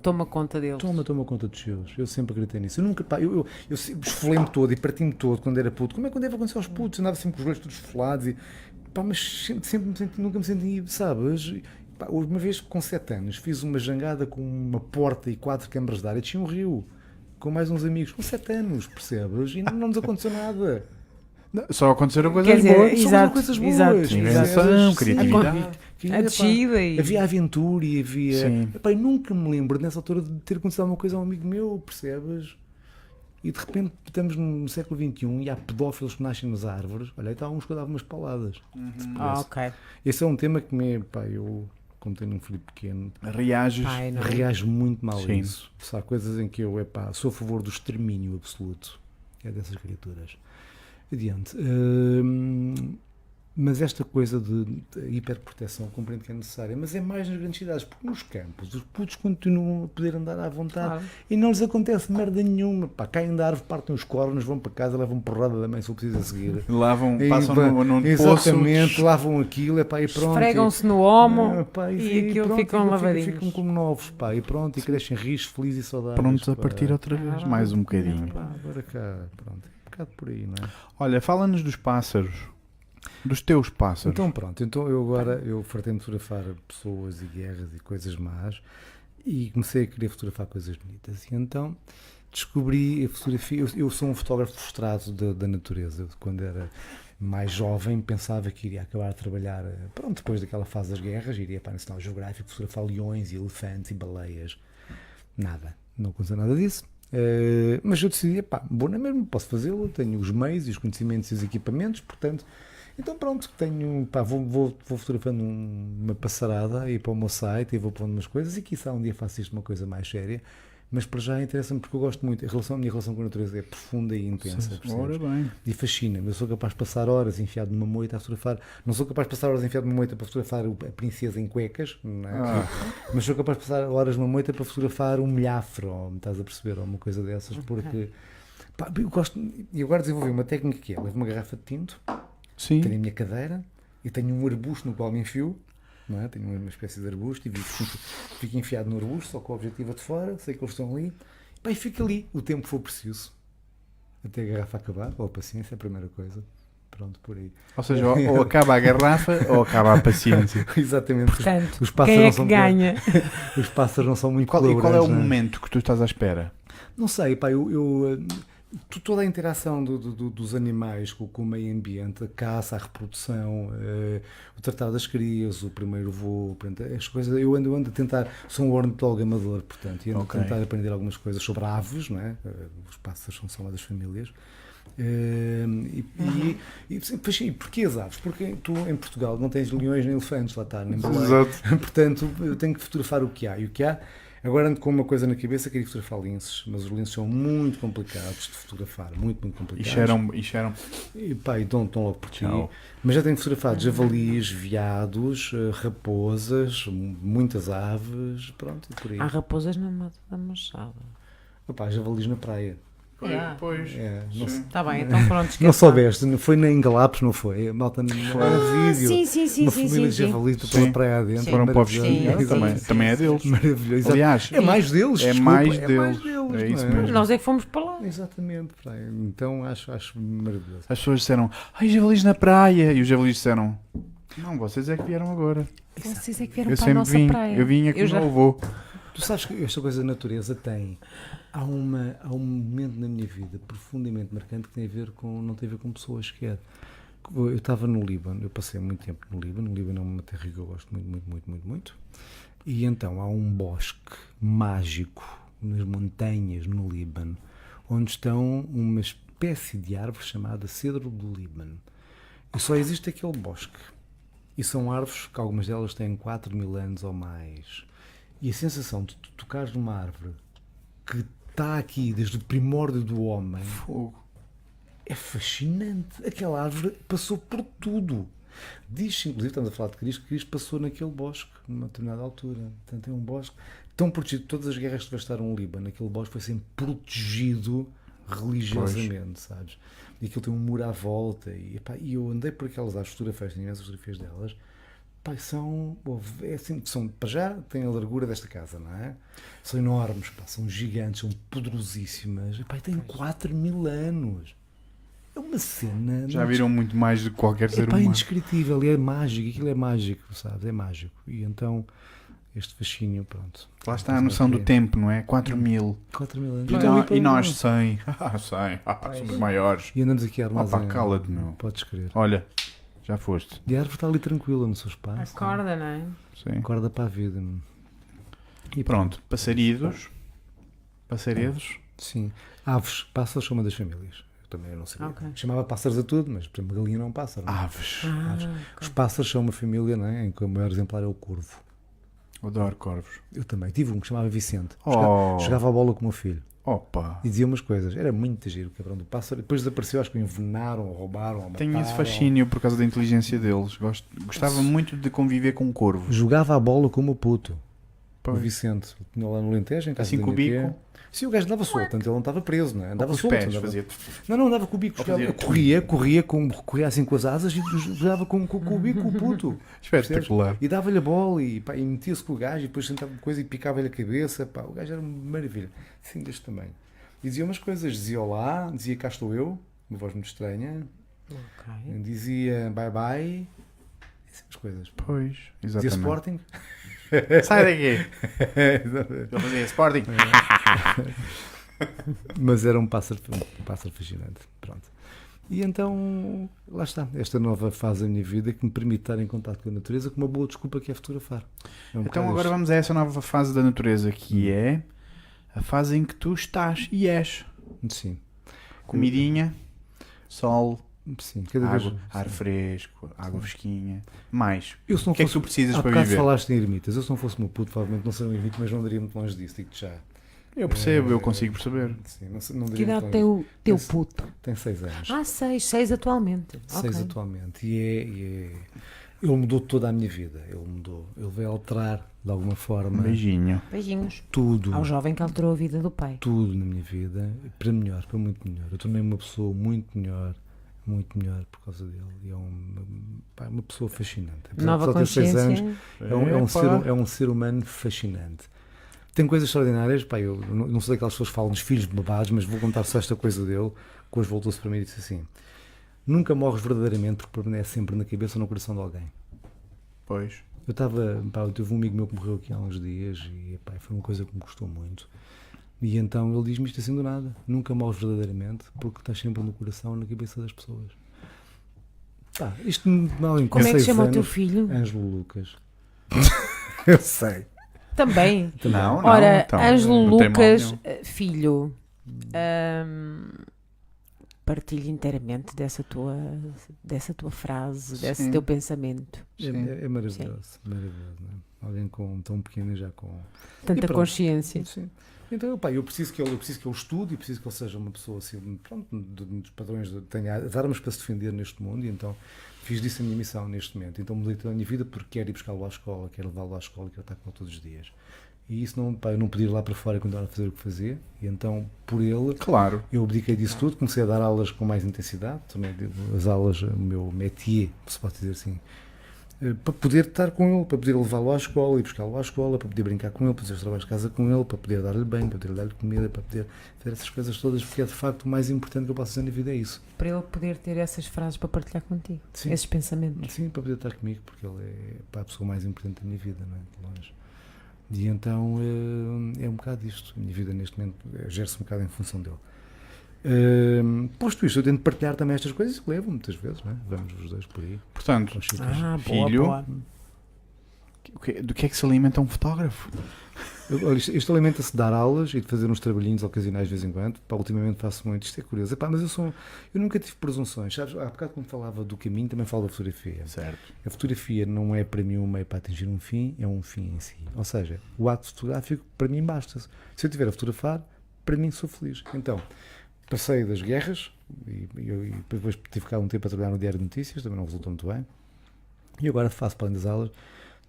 Speaker 1: toma conta deles.
Speaker 2: Toma, toma conta dos seus. Eu sempre acreditei nisso. Eu nunca, pá, eu, eu, eu se- esfolei-me todo e parti-me todo quando era puto. Como é que deve acontecer aos putos? Andava sempre com os joelhos todos esfolados e. Pá, mas sempre, sempre me senti, nunca me senti, sabes? Pá, uma vez com 7 anos fiz uma jangada com uma porta e quatro câmaras de ar e tinha um rio. Com mais uns amigos, com 7 anos, percebes? E não, não nos aconteceu nada.
Speaker 3: Não, Só aconteceram coisas
Speaker 1: Quer dizer,
Speaker 3: boas.
Speaker 1: isso-
Speaker 2: Só
Speaker 1: Exato,
Speaker 2: coisas boas.
Speaker 1: exato.
Speaker 3: Invenção,
Speaker 2: percebes?
Speaker 3: criatividade.
Speaker 2: Sim, que- que-
Speaker 1: A descida e.
Speaker 2: Havia aventura e havia.
Speaker 3: Sim.
Speaker 2: Epá, eu nunca me lembro nessa altura de ter acontecido alguma coisa a um amigo meu, percebes? E de repente estamos no século XXI e há pedófilos que nascem nas árvores. Olha, aí está uns que eu dava umas paladas.
Speaker 3: Uhum.
Speaker 2: se
Speaker 1: Ah,
Speaker 2: pudesse.
Speaker 1: ok.
Speaker 2: Esse é um tema que me. Pá, eu, como tenho um filho pequeno,
Speaker 3: Reages.
Speaker 1: Pai, não. é?
Speaker 2: reajo muito mal a
Speaker 3: Sim.
Speaker 2: isso. Só há coisas em que eu epá, sou a favor do extermínio absoluto. É dessas criaturas. Adiante. Hum, mas esta coisa de, de hiperproteção compreendo que é necessária, mas é mais nas grandes cidades, porque nos campos os putos continuam a poder andar à vontade
Speaker 1: Claro.
Speaker 2: e não lhes acontece merda nenhuma. Pá, caem da árvore, partem os cornos, vão para casa, levam porrada da mãe se eu preciso a seguir.
Speaker 3: Lavam, passam
Speaker 2: E
Speaker 3: num, num poço.
Speaker 2: exatamente, lavam aquilo, é pá, e pronto.
Speaker 1: Esfregam-se no homo
Speaker 2: Ah, pá,
Speaker 1: e,
Speaker 2: sim,
Speaker 1: aquilo
Speaker 2: pronto,
Speaker 1: ficam lavadinhos.
Speaker 2: Ficam como novos, pá, e pronto, e crescem rios, felizes e saudáveis.
Speaker 3: Prontos a
Speaker 2: pá.
Speaker 3: partir outra vez. Mais um
Speaker 1: É
Speaker 3: bocadinho.
Speaker 2: Pá, agora cá, pronto, é um bocado por aí, não é?
Speaker 3: Olha, fala-nos dos pássaros. Dos teus pássaros.
Speaker 2: Então pronto, então eu agora, eu fartei-me de fotografar pessoas e guerras e coisas más e comecei a querer fotografar coisas bonitas e então descobri a fotografia, eu, eu sou um fotógrafo frustrado da, da natureza, Eu, quando era mais jovem pensava que iria acabar a trabalhar, eh, pronto, depois daquela fase das guerras, iria para a Nacional Geográfico fotografar leões e elefantes e baleias, nada, não aconteceu nada disso. Eh, mas eu decidi, pá, vou na mesma, é posso fazê-lo, tenho os meios e os conhecimentos e os equipamentos, portanto, então pronto, tenho, pá, vou, vou, vou fotografando um- uma passarada aí para o meu site e vou pondo umas coisas e quiçá um dia faço isto uma coisa mais séria. Mas para já interessa-me porque eu gosto muito. A, relação, a minha relação com a natureza é profunda e intensa. percebes?
Speaker 3: Então, Ora bem.
Speaker 2: E fascina-me. Eu sou capaz de passar horas enfiado numa moita a fotografar. Não sou capaz de passar horas enfiado numa moita para fotografar o- a princesa em cuecas, não é? mas sou capaz de passar horas numa moita para fotografar um milhafre, ou, me estás a perceber, ou uma coisa dessas, porque. pá, eu gosto. E agora desenvolvi uma técnica que é: levo uma garrafa de tinto,
Speaker 3: Sim.
Speaker 2: tenho a minha cadeira e tenho um arbusto no qual me enfio. Não é? Tenho uma espécie de arbusto e fico, fico enfiado no arbusto, só com a objetiva de fora, sei que eles estão ali. Pá, e fico ali o tempo que for preciso. Até a garrafa acabar, ou a paciência, é a primeira coisa. Pronto, por aí.
Speaker 3: Ou seja, ou, ou acaba a garrafa ou acaba a paciência.
Speaker 2: Exatamente. os-
Speaker 1: Portanto,
Speaker 2: os
Speaker 1: quem
Speaker 2: pássaros
Speaker 1: é
Speaker 2: não
Speaker 1: que
Speaker 2: são
Speaker 1: ganha?
Speaker 2: Os pássaros não são muito
Speaker 3: Qual, e qual é o
Speaker 2: colaborantes, não
Speaker 3: momento que tu estás à espera?
Speaker 2: Não sei, pá, eu, eu, eh, tu- toda a interação do- do- do- dos animais com, com o meio ambiente, a caça, a reprodução, eh, o tratar das crias, o primeiro voo, portanto, as coisas, eu ando, eu ando a tentar, sou um ornitólogo amador, portanto, e ando
Speaker 3: Ok.
Speaker 2: a tentar aprender algumas coisas sobre aves, não é? Eh, Os pássaros são só uma das famílias. Eh, e, e, e, e porquê as aves? Porque tu em Portugal não tens leões nem elefantes, lá está, nem baleia. Portanto, eu tenho que fotografar o que há. E o que há, agora ando com uma coisa na cabeça, queria fotografar linces, mas os linces são muito complicados de fotografar, muito, muito
Speaker 3: E
Speaker 2: complicados.
Speaker 3: cheiram, e cheiram.
Speaker 2: E pá, e dão, dão logo por ti.
Speaker 3: Tchau.
Speaker 2: Mas já tenho fotografado javalis, veados, eh, raposas, m- muitas aves, pronto, e por aí.
Speaker 1: Há
Speaker 3: Ah.
Speaker 1: raposas na mata da machada.
Speaker 2: Opá, javalis na praia.
Speaker 4: Ah.
Speaker 1: Yeah.
Speaker 3: Pois.
Speaker 2: É, não, se-
Speaker 1: Está bem, então pronto, esquece.
Speaker 2: não
Speaker 1: lá.
Speaker 2: soubeste, não- foi nem em Galapos, não foi? A Malta, não
Speaker 4: Ah,
Speaker 2: vídeo.
Speaker 4: sim, sim, sim,
Speaker 2: uma
Speaker 4: sim,
Speaker 2: família
Speaker 4: sim,
Speaker 2: de
Speaker 4: sim.
Speaker 2: javalis
Speaker 3: Sim.
Speaker 2: pela praia adentro.
Speaker 3: Foram para o
Speaker 2: maravilhoso.
Speaker 1: Sim,
Speaker 3: vestígio.
Speaker 1: sim,
Speaker 3: Também,
Speaker 1: sim,
Speaker 3: também é
Speaker 1: sim,
Speaker 3: deles.
Speaker 1: sim.
Speaker 2: Maravilhoso.
Speaker 3: Aliás,
Speaker 2: É mais deles,
Speaker 3: É
Speaker 2: desculpa,
Speaker 3: mais
Speaker 2: é mais
Speaker 3: deles,
Speaker 2: deles.
Speaker 3: é isso
Speaker 2: não
Speaker 3: mesmo.
Speaker 1: Nós é que fomos para lá.
Speaker 2: Exatamente, pá, então acho, acho maravilhoso.
Speaker 3: as pessoas disseram, ai, javalis na praia. E os javalis disseram, não, vocês é que vieram agora.
Speaker 4: Vocês é que vieram
Speaker 3: eu
Speaker 4: para a
Speaker 3: sempre
Speaker 4: nossa
Speaker 3: vim.
Speaker 4: praia.
Speaker 3: Eu vinha com
Speaker 1: Eu
Speaker 3: o
Speaker 1: já-
Speaker 3: meu avô.
Speaker 2: Tu sabes que esta coisa da natureza tem. Há, uma, há um momento na minha vida profundamente marcante que tem a ver com. não tem a ver com pessoas que é. Eu estava no Líbano, eu passei muito tempo no Líbano. O Líbano é uma terra que eu gosto muito, muito, muito, muito, muito. E então há um bosque mágico nas montanhas no Líbano, onde estão uma espécie de árvore chamada cedro do Líbano. E só existe aquele bosque. E são árvores que algumas delas têm 4 mil anos ou mais. E a sensação de tu tocares numa árvore que está aqui desde o primórdio do homem
Speaker 3: Fogo.
Speaker 2: é fascinante. Aquela árvore passou por tudo. Diz-se, inclusive, estamos a falar de Cristo, que Cristo passou naquele bosque, numa determinada altura. Portanto, é um bosque tão protegido. Todas as guerras que devastaram o Líbano, aquele bosque foi sempre protegido religiosamente, sabes? E aquilo tem um muro à volta. E, epá, e eu andei por aquelas árvores, fotografias, tenho imensas fotografias delas. Pai, são, ouve, é assim, são, para já, têm a largura desta casa, não é? São enormes, pá, são gigantes, são poderosíssimas. Pai, têm 4 mil anos. É uma cena.
Speaker 3: Já viram muito mais do que qualquer
Speaker 2: É
Speaker 3: ser
Speaker 2: pá,
Speaker 3: humano.
Speaker 2: indescritível, e é mágico, aquilo é mágico, sabes? É mágico. E então, este fascínio, pronto.
Speaker 3: Lá está a noção do tempo, não é? 4 mil.
Speaker 2: 4 mil anos.
Speaker 3: E,
Speaker 2: Então,
Speaker 3: nó- e nós 100. Ah, 100. Ah, somos maiores.
Speaker 2: E andamos aqui
Speaker 3: Ah,
Speaker 2: armazenando.
Speaker 3: pá, cala-te, meu.
Speaker 2: Podes crer.
Speaker 3: Olha, já foste.
Speaker 2: E a árvore está ali tranquila no seu espaço. não
Speaker 1: Acorda, não é?
Speaker 2: é?
Speaker 3: Sim.
Speaker 2: Acorda para a vida. meu.
Speaker 3: E pronto, passaridos. Passaredos.
Speaker 2: Sim. Aves, pássaros são uma das famílias. Eu também não sabia.
Speaker 1: Ok.
Speaker 2: Chamava pássaros a tudo, mas por exemplo, galinha não é um pássaro.
Speaker 3: Ah.
Speaker 2: não é?
Speaker 3: Aves.
Speaker 1: Ah,
Speaker 2: Os pássaros são uma família, não é? Em que o maior exemplar é o corvo.
Speaker 3: Adoro corvos.
Speaker 2: Eu também. Tive um que chamava Vicente.
Speaker 3: Oh.
Speaker 2: Jogava, jogava a bola com o meu filho.
Speaker 3: Opa.
Speaker 2: e dizia umas coisas. Era muito giro, o cabrão do pássaro. Depois desapareceu, acho que o envenenaram, ou roubaram, ou
Speaker 3: Tenho
Speaker 2: mataram.
Speaker 3: esse fascínio por causa da inteligência deles. Gosto- gostava muito de conviver com corvos.
Speaker 2: Jogava a bola como o puto.
Speaker 3: Pois.
Speaker 2: O Vicente, tinha lá no Lentejo, em casa
Speaker 3: Assim
Speaker 2: da
Speaker 3: com o
Speaker 2: minha tia.
Speaker 3: bico?
Speaker 2: Sim, o gajo andava solto, portanto ele não estava preso, não é?
Speaker 3: Com
Speaker 2: Andava
Speaker 3: os
Speaker 2: solto.
Speaker 3: pés,
Speaker 2: andava-
Speaker 3: fazia.
Speaker 2: Não, não, andava com o bico.
Speaker 3: Ou fazia-
Speaker 2: Jogava, corria, corria, com, corria assim com as asas e jogava com, com- com o bico o puto.
Speaker 3: Espetacular.
Speaker 2: E dava-lhe a bola e, pá, e metia-se com o gajo e depois sentava coisa e picava-lhe a cabeça. Pá, o gajo era uma maravilha. Assim deste tamanho. E dizia umas coisas, dizia olá, dizia cá estou eu, uma voz muito estranha,
Speaker 1: Ok.
Speaker 2: dizia bye bye, essas coisas.
Speaker 3: Pois,
Speaker 2: Dizia
Speaker 3: exatamente.
Speaker 2: Sporting.
Speaker 3: Sai daqui. Ele fazia Sporting.
Speaker 2: Mas era um pássaro, um pássaro fascinante. Pronto. E então, lá está, esta nova fase da minha vida que me permite estar em contato com a natureza com uma boa desculpa que é fotografar. É um
Speaker 3: Então
Speaker 2: bocado
Speaker 3: agora
Speaker 2: isto.
Speaker 3: vamos a essa nova fase da natureza que é a fase em que tu estás e és.
Speaker 2: Sim,
Speaker 3: Comidinha, sol,
Speaker 2: sim, cada vez.
Speaker 3: água, ar fresco, água fresquinha. Mais.
Speaker 2: Eu se não
Speaker 3: O que é que
Speaker 2: fosse.
Speaker 3: tu precisas
Speaker 2: Há
Speaker 3: para
Speaker 2: bocado
Speaker 3: viver?
Speaker 2: falaste em ermitas. Eu se não fosse meu puto, provavelmente não seria um ermita, mas não andaria muito longe disso, digo-te já.
Speaker 3: Eu percebo, eu consigo perceber.
Speaker 2: Sim, não, sei- não
Speaker 1: Que
Speaker 2: diria
Speaker 1: idade
Speaker 2: tão-
Speaker 1: tem o teu
Speaker 2: Esse-
Speaker 1: puto?
Speaker 2: Tem 6 anos.
Speaker 1: Ah, seis, seis atualmente.
Speaker 2: seis
Speaker 1: Ok.
Speaker 2: atualmente. E é, e é- Ele mudou toda a minha vida. Ele mudou. Ele veio alterar, de alguma
Speaker 3: é?
Speaker 2: forma,
Speaker 3: Beijinho.
Speaker 1: Beijinhos.
Speaker 2: tudo.
Speaker 1: Ao jovem que alterou a vida do pai.
Speaker 2: Tudo na minha vida. Para melhor, para muito melhor. Eu tornei-me uma pessoa muito melhor. Muito melhor por causa dele. E é uma, pá, uma pessoa fascinante. Apesar de
Speaker 1: Nova
Speaker 2: só ter seis
Speaker 1: consciência.
Speaker 2: anos, É um, é um ser, é um ser humano fascinante. Tem coisas extraordinárias. Pá, eu não não sou daquelas pessoas que falam dos filhos babados, mas vou contar só esta coisa dele. Que hoje voltou-se para mim e disse assim: Nunca morres verdadeiramente porque permanece sempre na cabeça ou no coração de alguém.
Speaker 3: Pois.
Speaker 2: Eu estava. Pá, eu tive um amigo meu que morreu aqui há uns dias e pá, foi uma coisa que me custou muito. E então ele diz-me isto assim do nada: Nunca morres verdadeiramente porque estás sempre no coração ou na cabeça das pessoas. Pá, isto mal em
Speaker 1: Como é que
Speaker 2: seis
Speaker 1: chama o teu
Speaker 2: anos,
Speaker 1: filho?
Speaker 2: Ângelo Lucas. eu sei.
Speaker 1: Também.
Speaker 3: Não, não.
Speaker 1: Ora,
Speaker 3: então,
Speaker 1: Ângelo
Speaker 3: não tem mal
Speaker 1: Lucas,
Speaker 3: nenhum.
Speaker 1: eh, filho, ahm, partilho inteiramente dessa tua, dessa tua frase, desse
Speaker 3: Sim.
Speaker 1: teu pensamento.
Speaker 2: É,
Speaker 3: Sim.
Speaker 2: é- é maravilhoso, maravilhoso, não é? Alguém com tão pequeno e já com.
Speaker 1: Tanta
Speaker 2: pronto.
Speaker 1: consciência.
Speaker 2: Sim. Então, pá, eu preciso que ele, eu preciso que ele estude e preciso que ele seja uma pessoa assim, pronto, de- dos padrões, de, tenha as armas para se defender neste mundo e então fiz disso a minha missão neste momento. Então mudei toda a minha vida porque quero ir buscá-lo à escola, quero levá-lo à escola, quero estar com ele todos os dias. E isso não, pá, eu não podia ir lá para fora e continuar a fazer o que fazia, e então por ele
Speaker 3: Claro.
Speaker 2: eu abdiquei disso tudo, comecei a dar aulas com mais intensidade, também digo, as aulas, o meu métier, se pode dizer assim, eh, para poder estar com ele, para poder levá-lo à escola e buscá-lo à escola, para poder brincar com ele, para fazer os trabalhos de casa com ele, para poder dar-lhe bem, para poder dar-lhe comida, para poder fazer essas coisas todas, porque é de facto o mais importante que eu posso fazer na vida é isso.
Speaker 1: Para ele poder ter essas frases para partilhar contigo,
Speaker 2: Sim.
Speaker 1: esses pensamentos.
Speaker 2: Sim, para poder estar comigo, porque ele é pá, a pessoa mais importante da minha vida, não é? De longe. E então eh, é um bocado isto. A minha vida neste momento eh, gera-se um bocado em função dele. Eh, posto isto, eu tento partilhar também estas coisas que levo muitas vezes, não é? Vamos os dois por aí.
Speaker 3: Portanto,
Speaker 2: aos sítios.
Speaker 1: Ah,
Speaker 3: Filho.
Speaker 1: boa, boa.
Speaker 3: o que- do que é que se alimenta um fotógrafo?
Speaker 2: Eu- olha, isto, isto alimenta-se de dar aulas e de fazer uns trabalhinhos ocasionais de vez em quando. Pá, ultimamente faço muito, isto é curioso. Epá, mas eu, sou, eu nunca tive presunções. Sabes, há bocado quando falava do caminho, também falo da fotografia.
Speaker 3: Certo.
Speaker 2: A fotografia não é para mim um meio para atingir um fim, é um fim em si. Ou seja, o ato fotográfico para mim basta. -se. Se eu estiver a fotografar, para mim sou feliz. Então, passei das guerras e, e eu- e depois tive cá um tempo a trabalhar no Diário de Notícias, também não resultou muito bem. E agora faço, para além das aulas,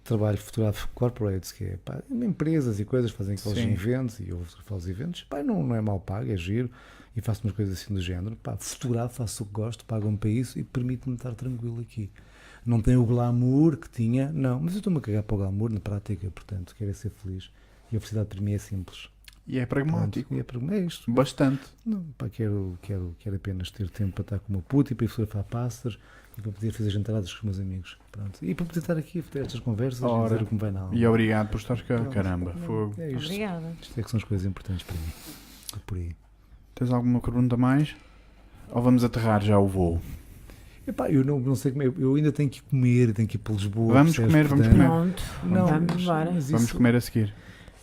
Speaker 2: trabalho fotográfico corporates, que é pá, empresas e coisas fazem aqueles
Speaker 3: Sim.
Speaker 2: eventos e eu vou fotografar os eventos. Pá, não, não é mal pago, é giro. E faço umas coisas assim do género. Pá, fotografo, faço o que gosto, pagam-me para isso e permite-me estar tranquilo aqui. Não tem o glamour que tinha, não, mas eu estou-me a cagar para o glamour na prática, portanto, quero é ser feliz. E a felicidade para mim é simples.
Speaker 3: E é
Speaker 2: Pronto,
Speaker 3: pragmático.
Speaker 2: e é, para- é isto.
Speaker 3: Bastante.
Speaker 2: Não, pá, quero, quero, quero apenas ter tempo para estar com o meu puto e para ir fotografar pássaros e para poder fazer jantaradas com os meus amigos. Pronto. E para poder estar aqui a ter estas conversas e
Speaker 3: Ora.
Speaker 2: dizer o que me vai na alma.
Speaker 3: E obrigado por estar cá. Caramba,
Speaker 2: Não,
Speaker 3: fogo.
Speaker 2: É isto.
Speaker 1: Obrigada.
Speaker 2: Isto é que são as coisas importantes para mim. É por aí.
Speaker 3: Tens alguma pergunta mais? Ou vamos aterrar já o voo?
Speaker 2: Epá, eu não, não sei como é, eu ainda tenho que comer, tenho que ir para Lisboa.
Speaker 3: Vamos
Speaker 2: percebes?
Speaker 3: comer, vamos
Speaker 2: Portanto,
Speaker 3: comer.
Speaker 1: Pronto,
Speaker 2: Não,
Speaker 1: vamos
Speaker 2: mas-
Speaker 1: embora.
Speaker 2: mas
Speaker 3: Vamos
Speaker 2: isso-
Speaker 3: comer a seguir.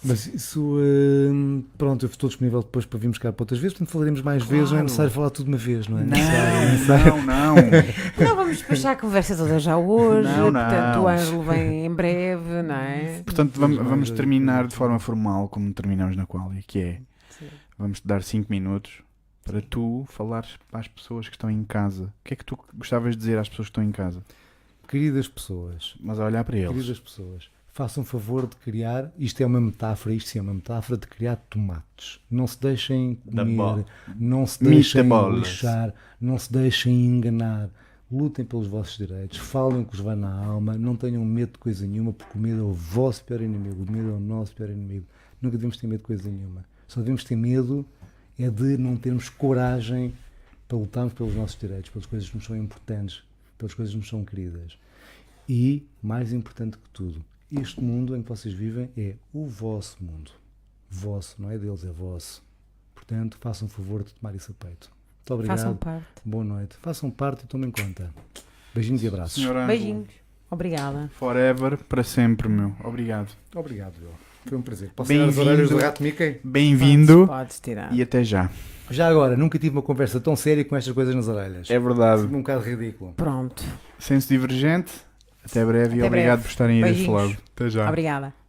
Speaker 2: Mas isso, hum, pronto, eu estou disponível depois para virmos cá para outras vezes, portanto falaremos mais vezes, não é
Speaker 3: Claro.
Speaker 2: necessário falar tudo de uma vez, não é?
Speaker 3: Não, não, não.
Speaker 1: Não vamos despachar a conversa toda já hoje.
Speaker 3: Não, não.
Speaker 1: Portanto, o Ângelo vem em breve, não é?
Speaker 3: Portanto, vamos,
Speaker 2: Mas
Speaker 3: vamos
Speaker 2: mais-
Speaker 3: terminar de forma formal como terminamos na Qualia, que é
Speaker 1: Sim.
Speaker 3: vamos te dar 5 minutos para tu falares para as pessoas que estão em casa. O que é que tu gostavas de dizer às pessoas que estão em casa?
Speaker 2: Queridas pessoas,
Speaker 3: Mas a olhar para eles.
Speaker 2: queridas pessoas, façam favor de criar, isto é uma metáfora, isto sim é uma metáfora de criar tomates. Não se deixem
Speaker 3: Da bola.
Speaker 2: comer, não se deixem
Speaker 3: Meatballs.
Speaker 2: lixar, não se deixem enganar. Lutem pelos vossos direitos, falem o que vos vai na alma, não tenham medo de coisa nenhuma, porque o medo é o vosso pior inimigo, o medo é o nosso pior inimigo. Nunca devemos ter medo de coisa nenhuma. Só devemos ter medo é de não termos coragem para lutarmos pelos nossos direitos, pelas coisas que nos são importantes, pelas coisas que nos são queridas. E, mais importante que tudo, este mundo em que vocês vivem é o vosso mundo. Vosso, não é deles, é vosso. Portanto, façam favor de tomar isso a peito. Muito obrigado.
Speaker 1: Façam parte.
Speaker 2: Boa noite. Façam parte e tomem conta. Beijinhos e abraços.
Speaker 3: Senhor Ângelo,
Speaker 1: Beijinhos. Obrigada.
Speaker 3: Forever, para sempre, meu. Obrigado.
Speaker 2: Obrigado, Bill. Foi um prazer. Posso
Speaker 3: Bem-vindo.
Speaker 2: tirar os horários do Rato Mickey?
Speaker 3: Bem-vindo
Speaker 1: Podes tirar.
Speaker 3: e até já.
Speaker 2: Já agora, nunca tive uma conversa tão séria com estas coisas nas orelhas.
Speaker 3: É verdade.
Speaker 2: um bocado ridículo.
Speaker 1: Pronto.
Speaker 3: Senso divergente. Até breve e
Speaker 1: Até
Speaker 3: obrigado
Speaker 1: breve.
Speaker 3: por estarem aí deste
Speaker 1: Beijinhos.
Speaker 3: lado. Até já.
Speaker 1: Obrigada.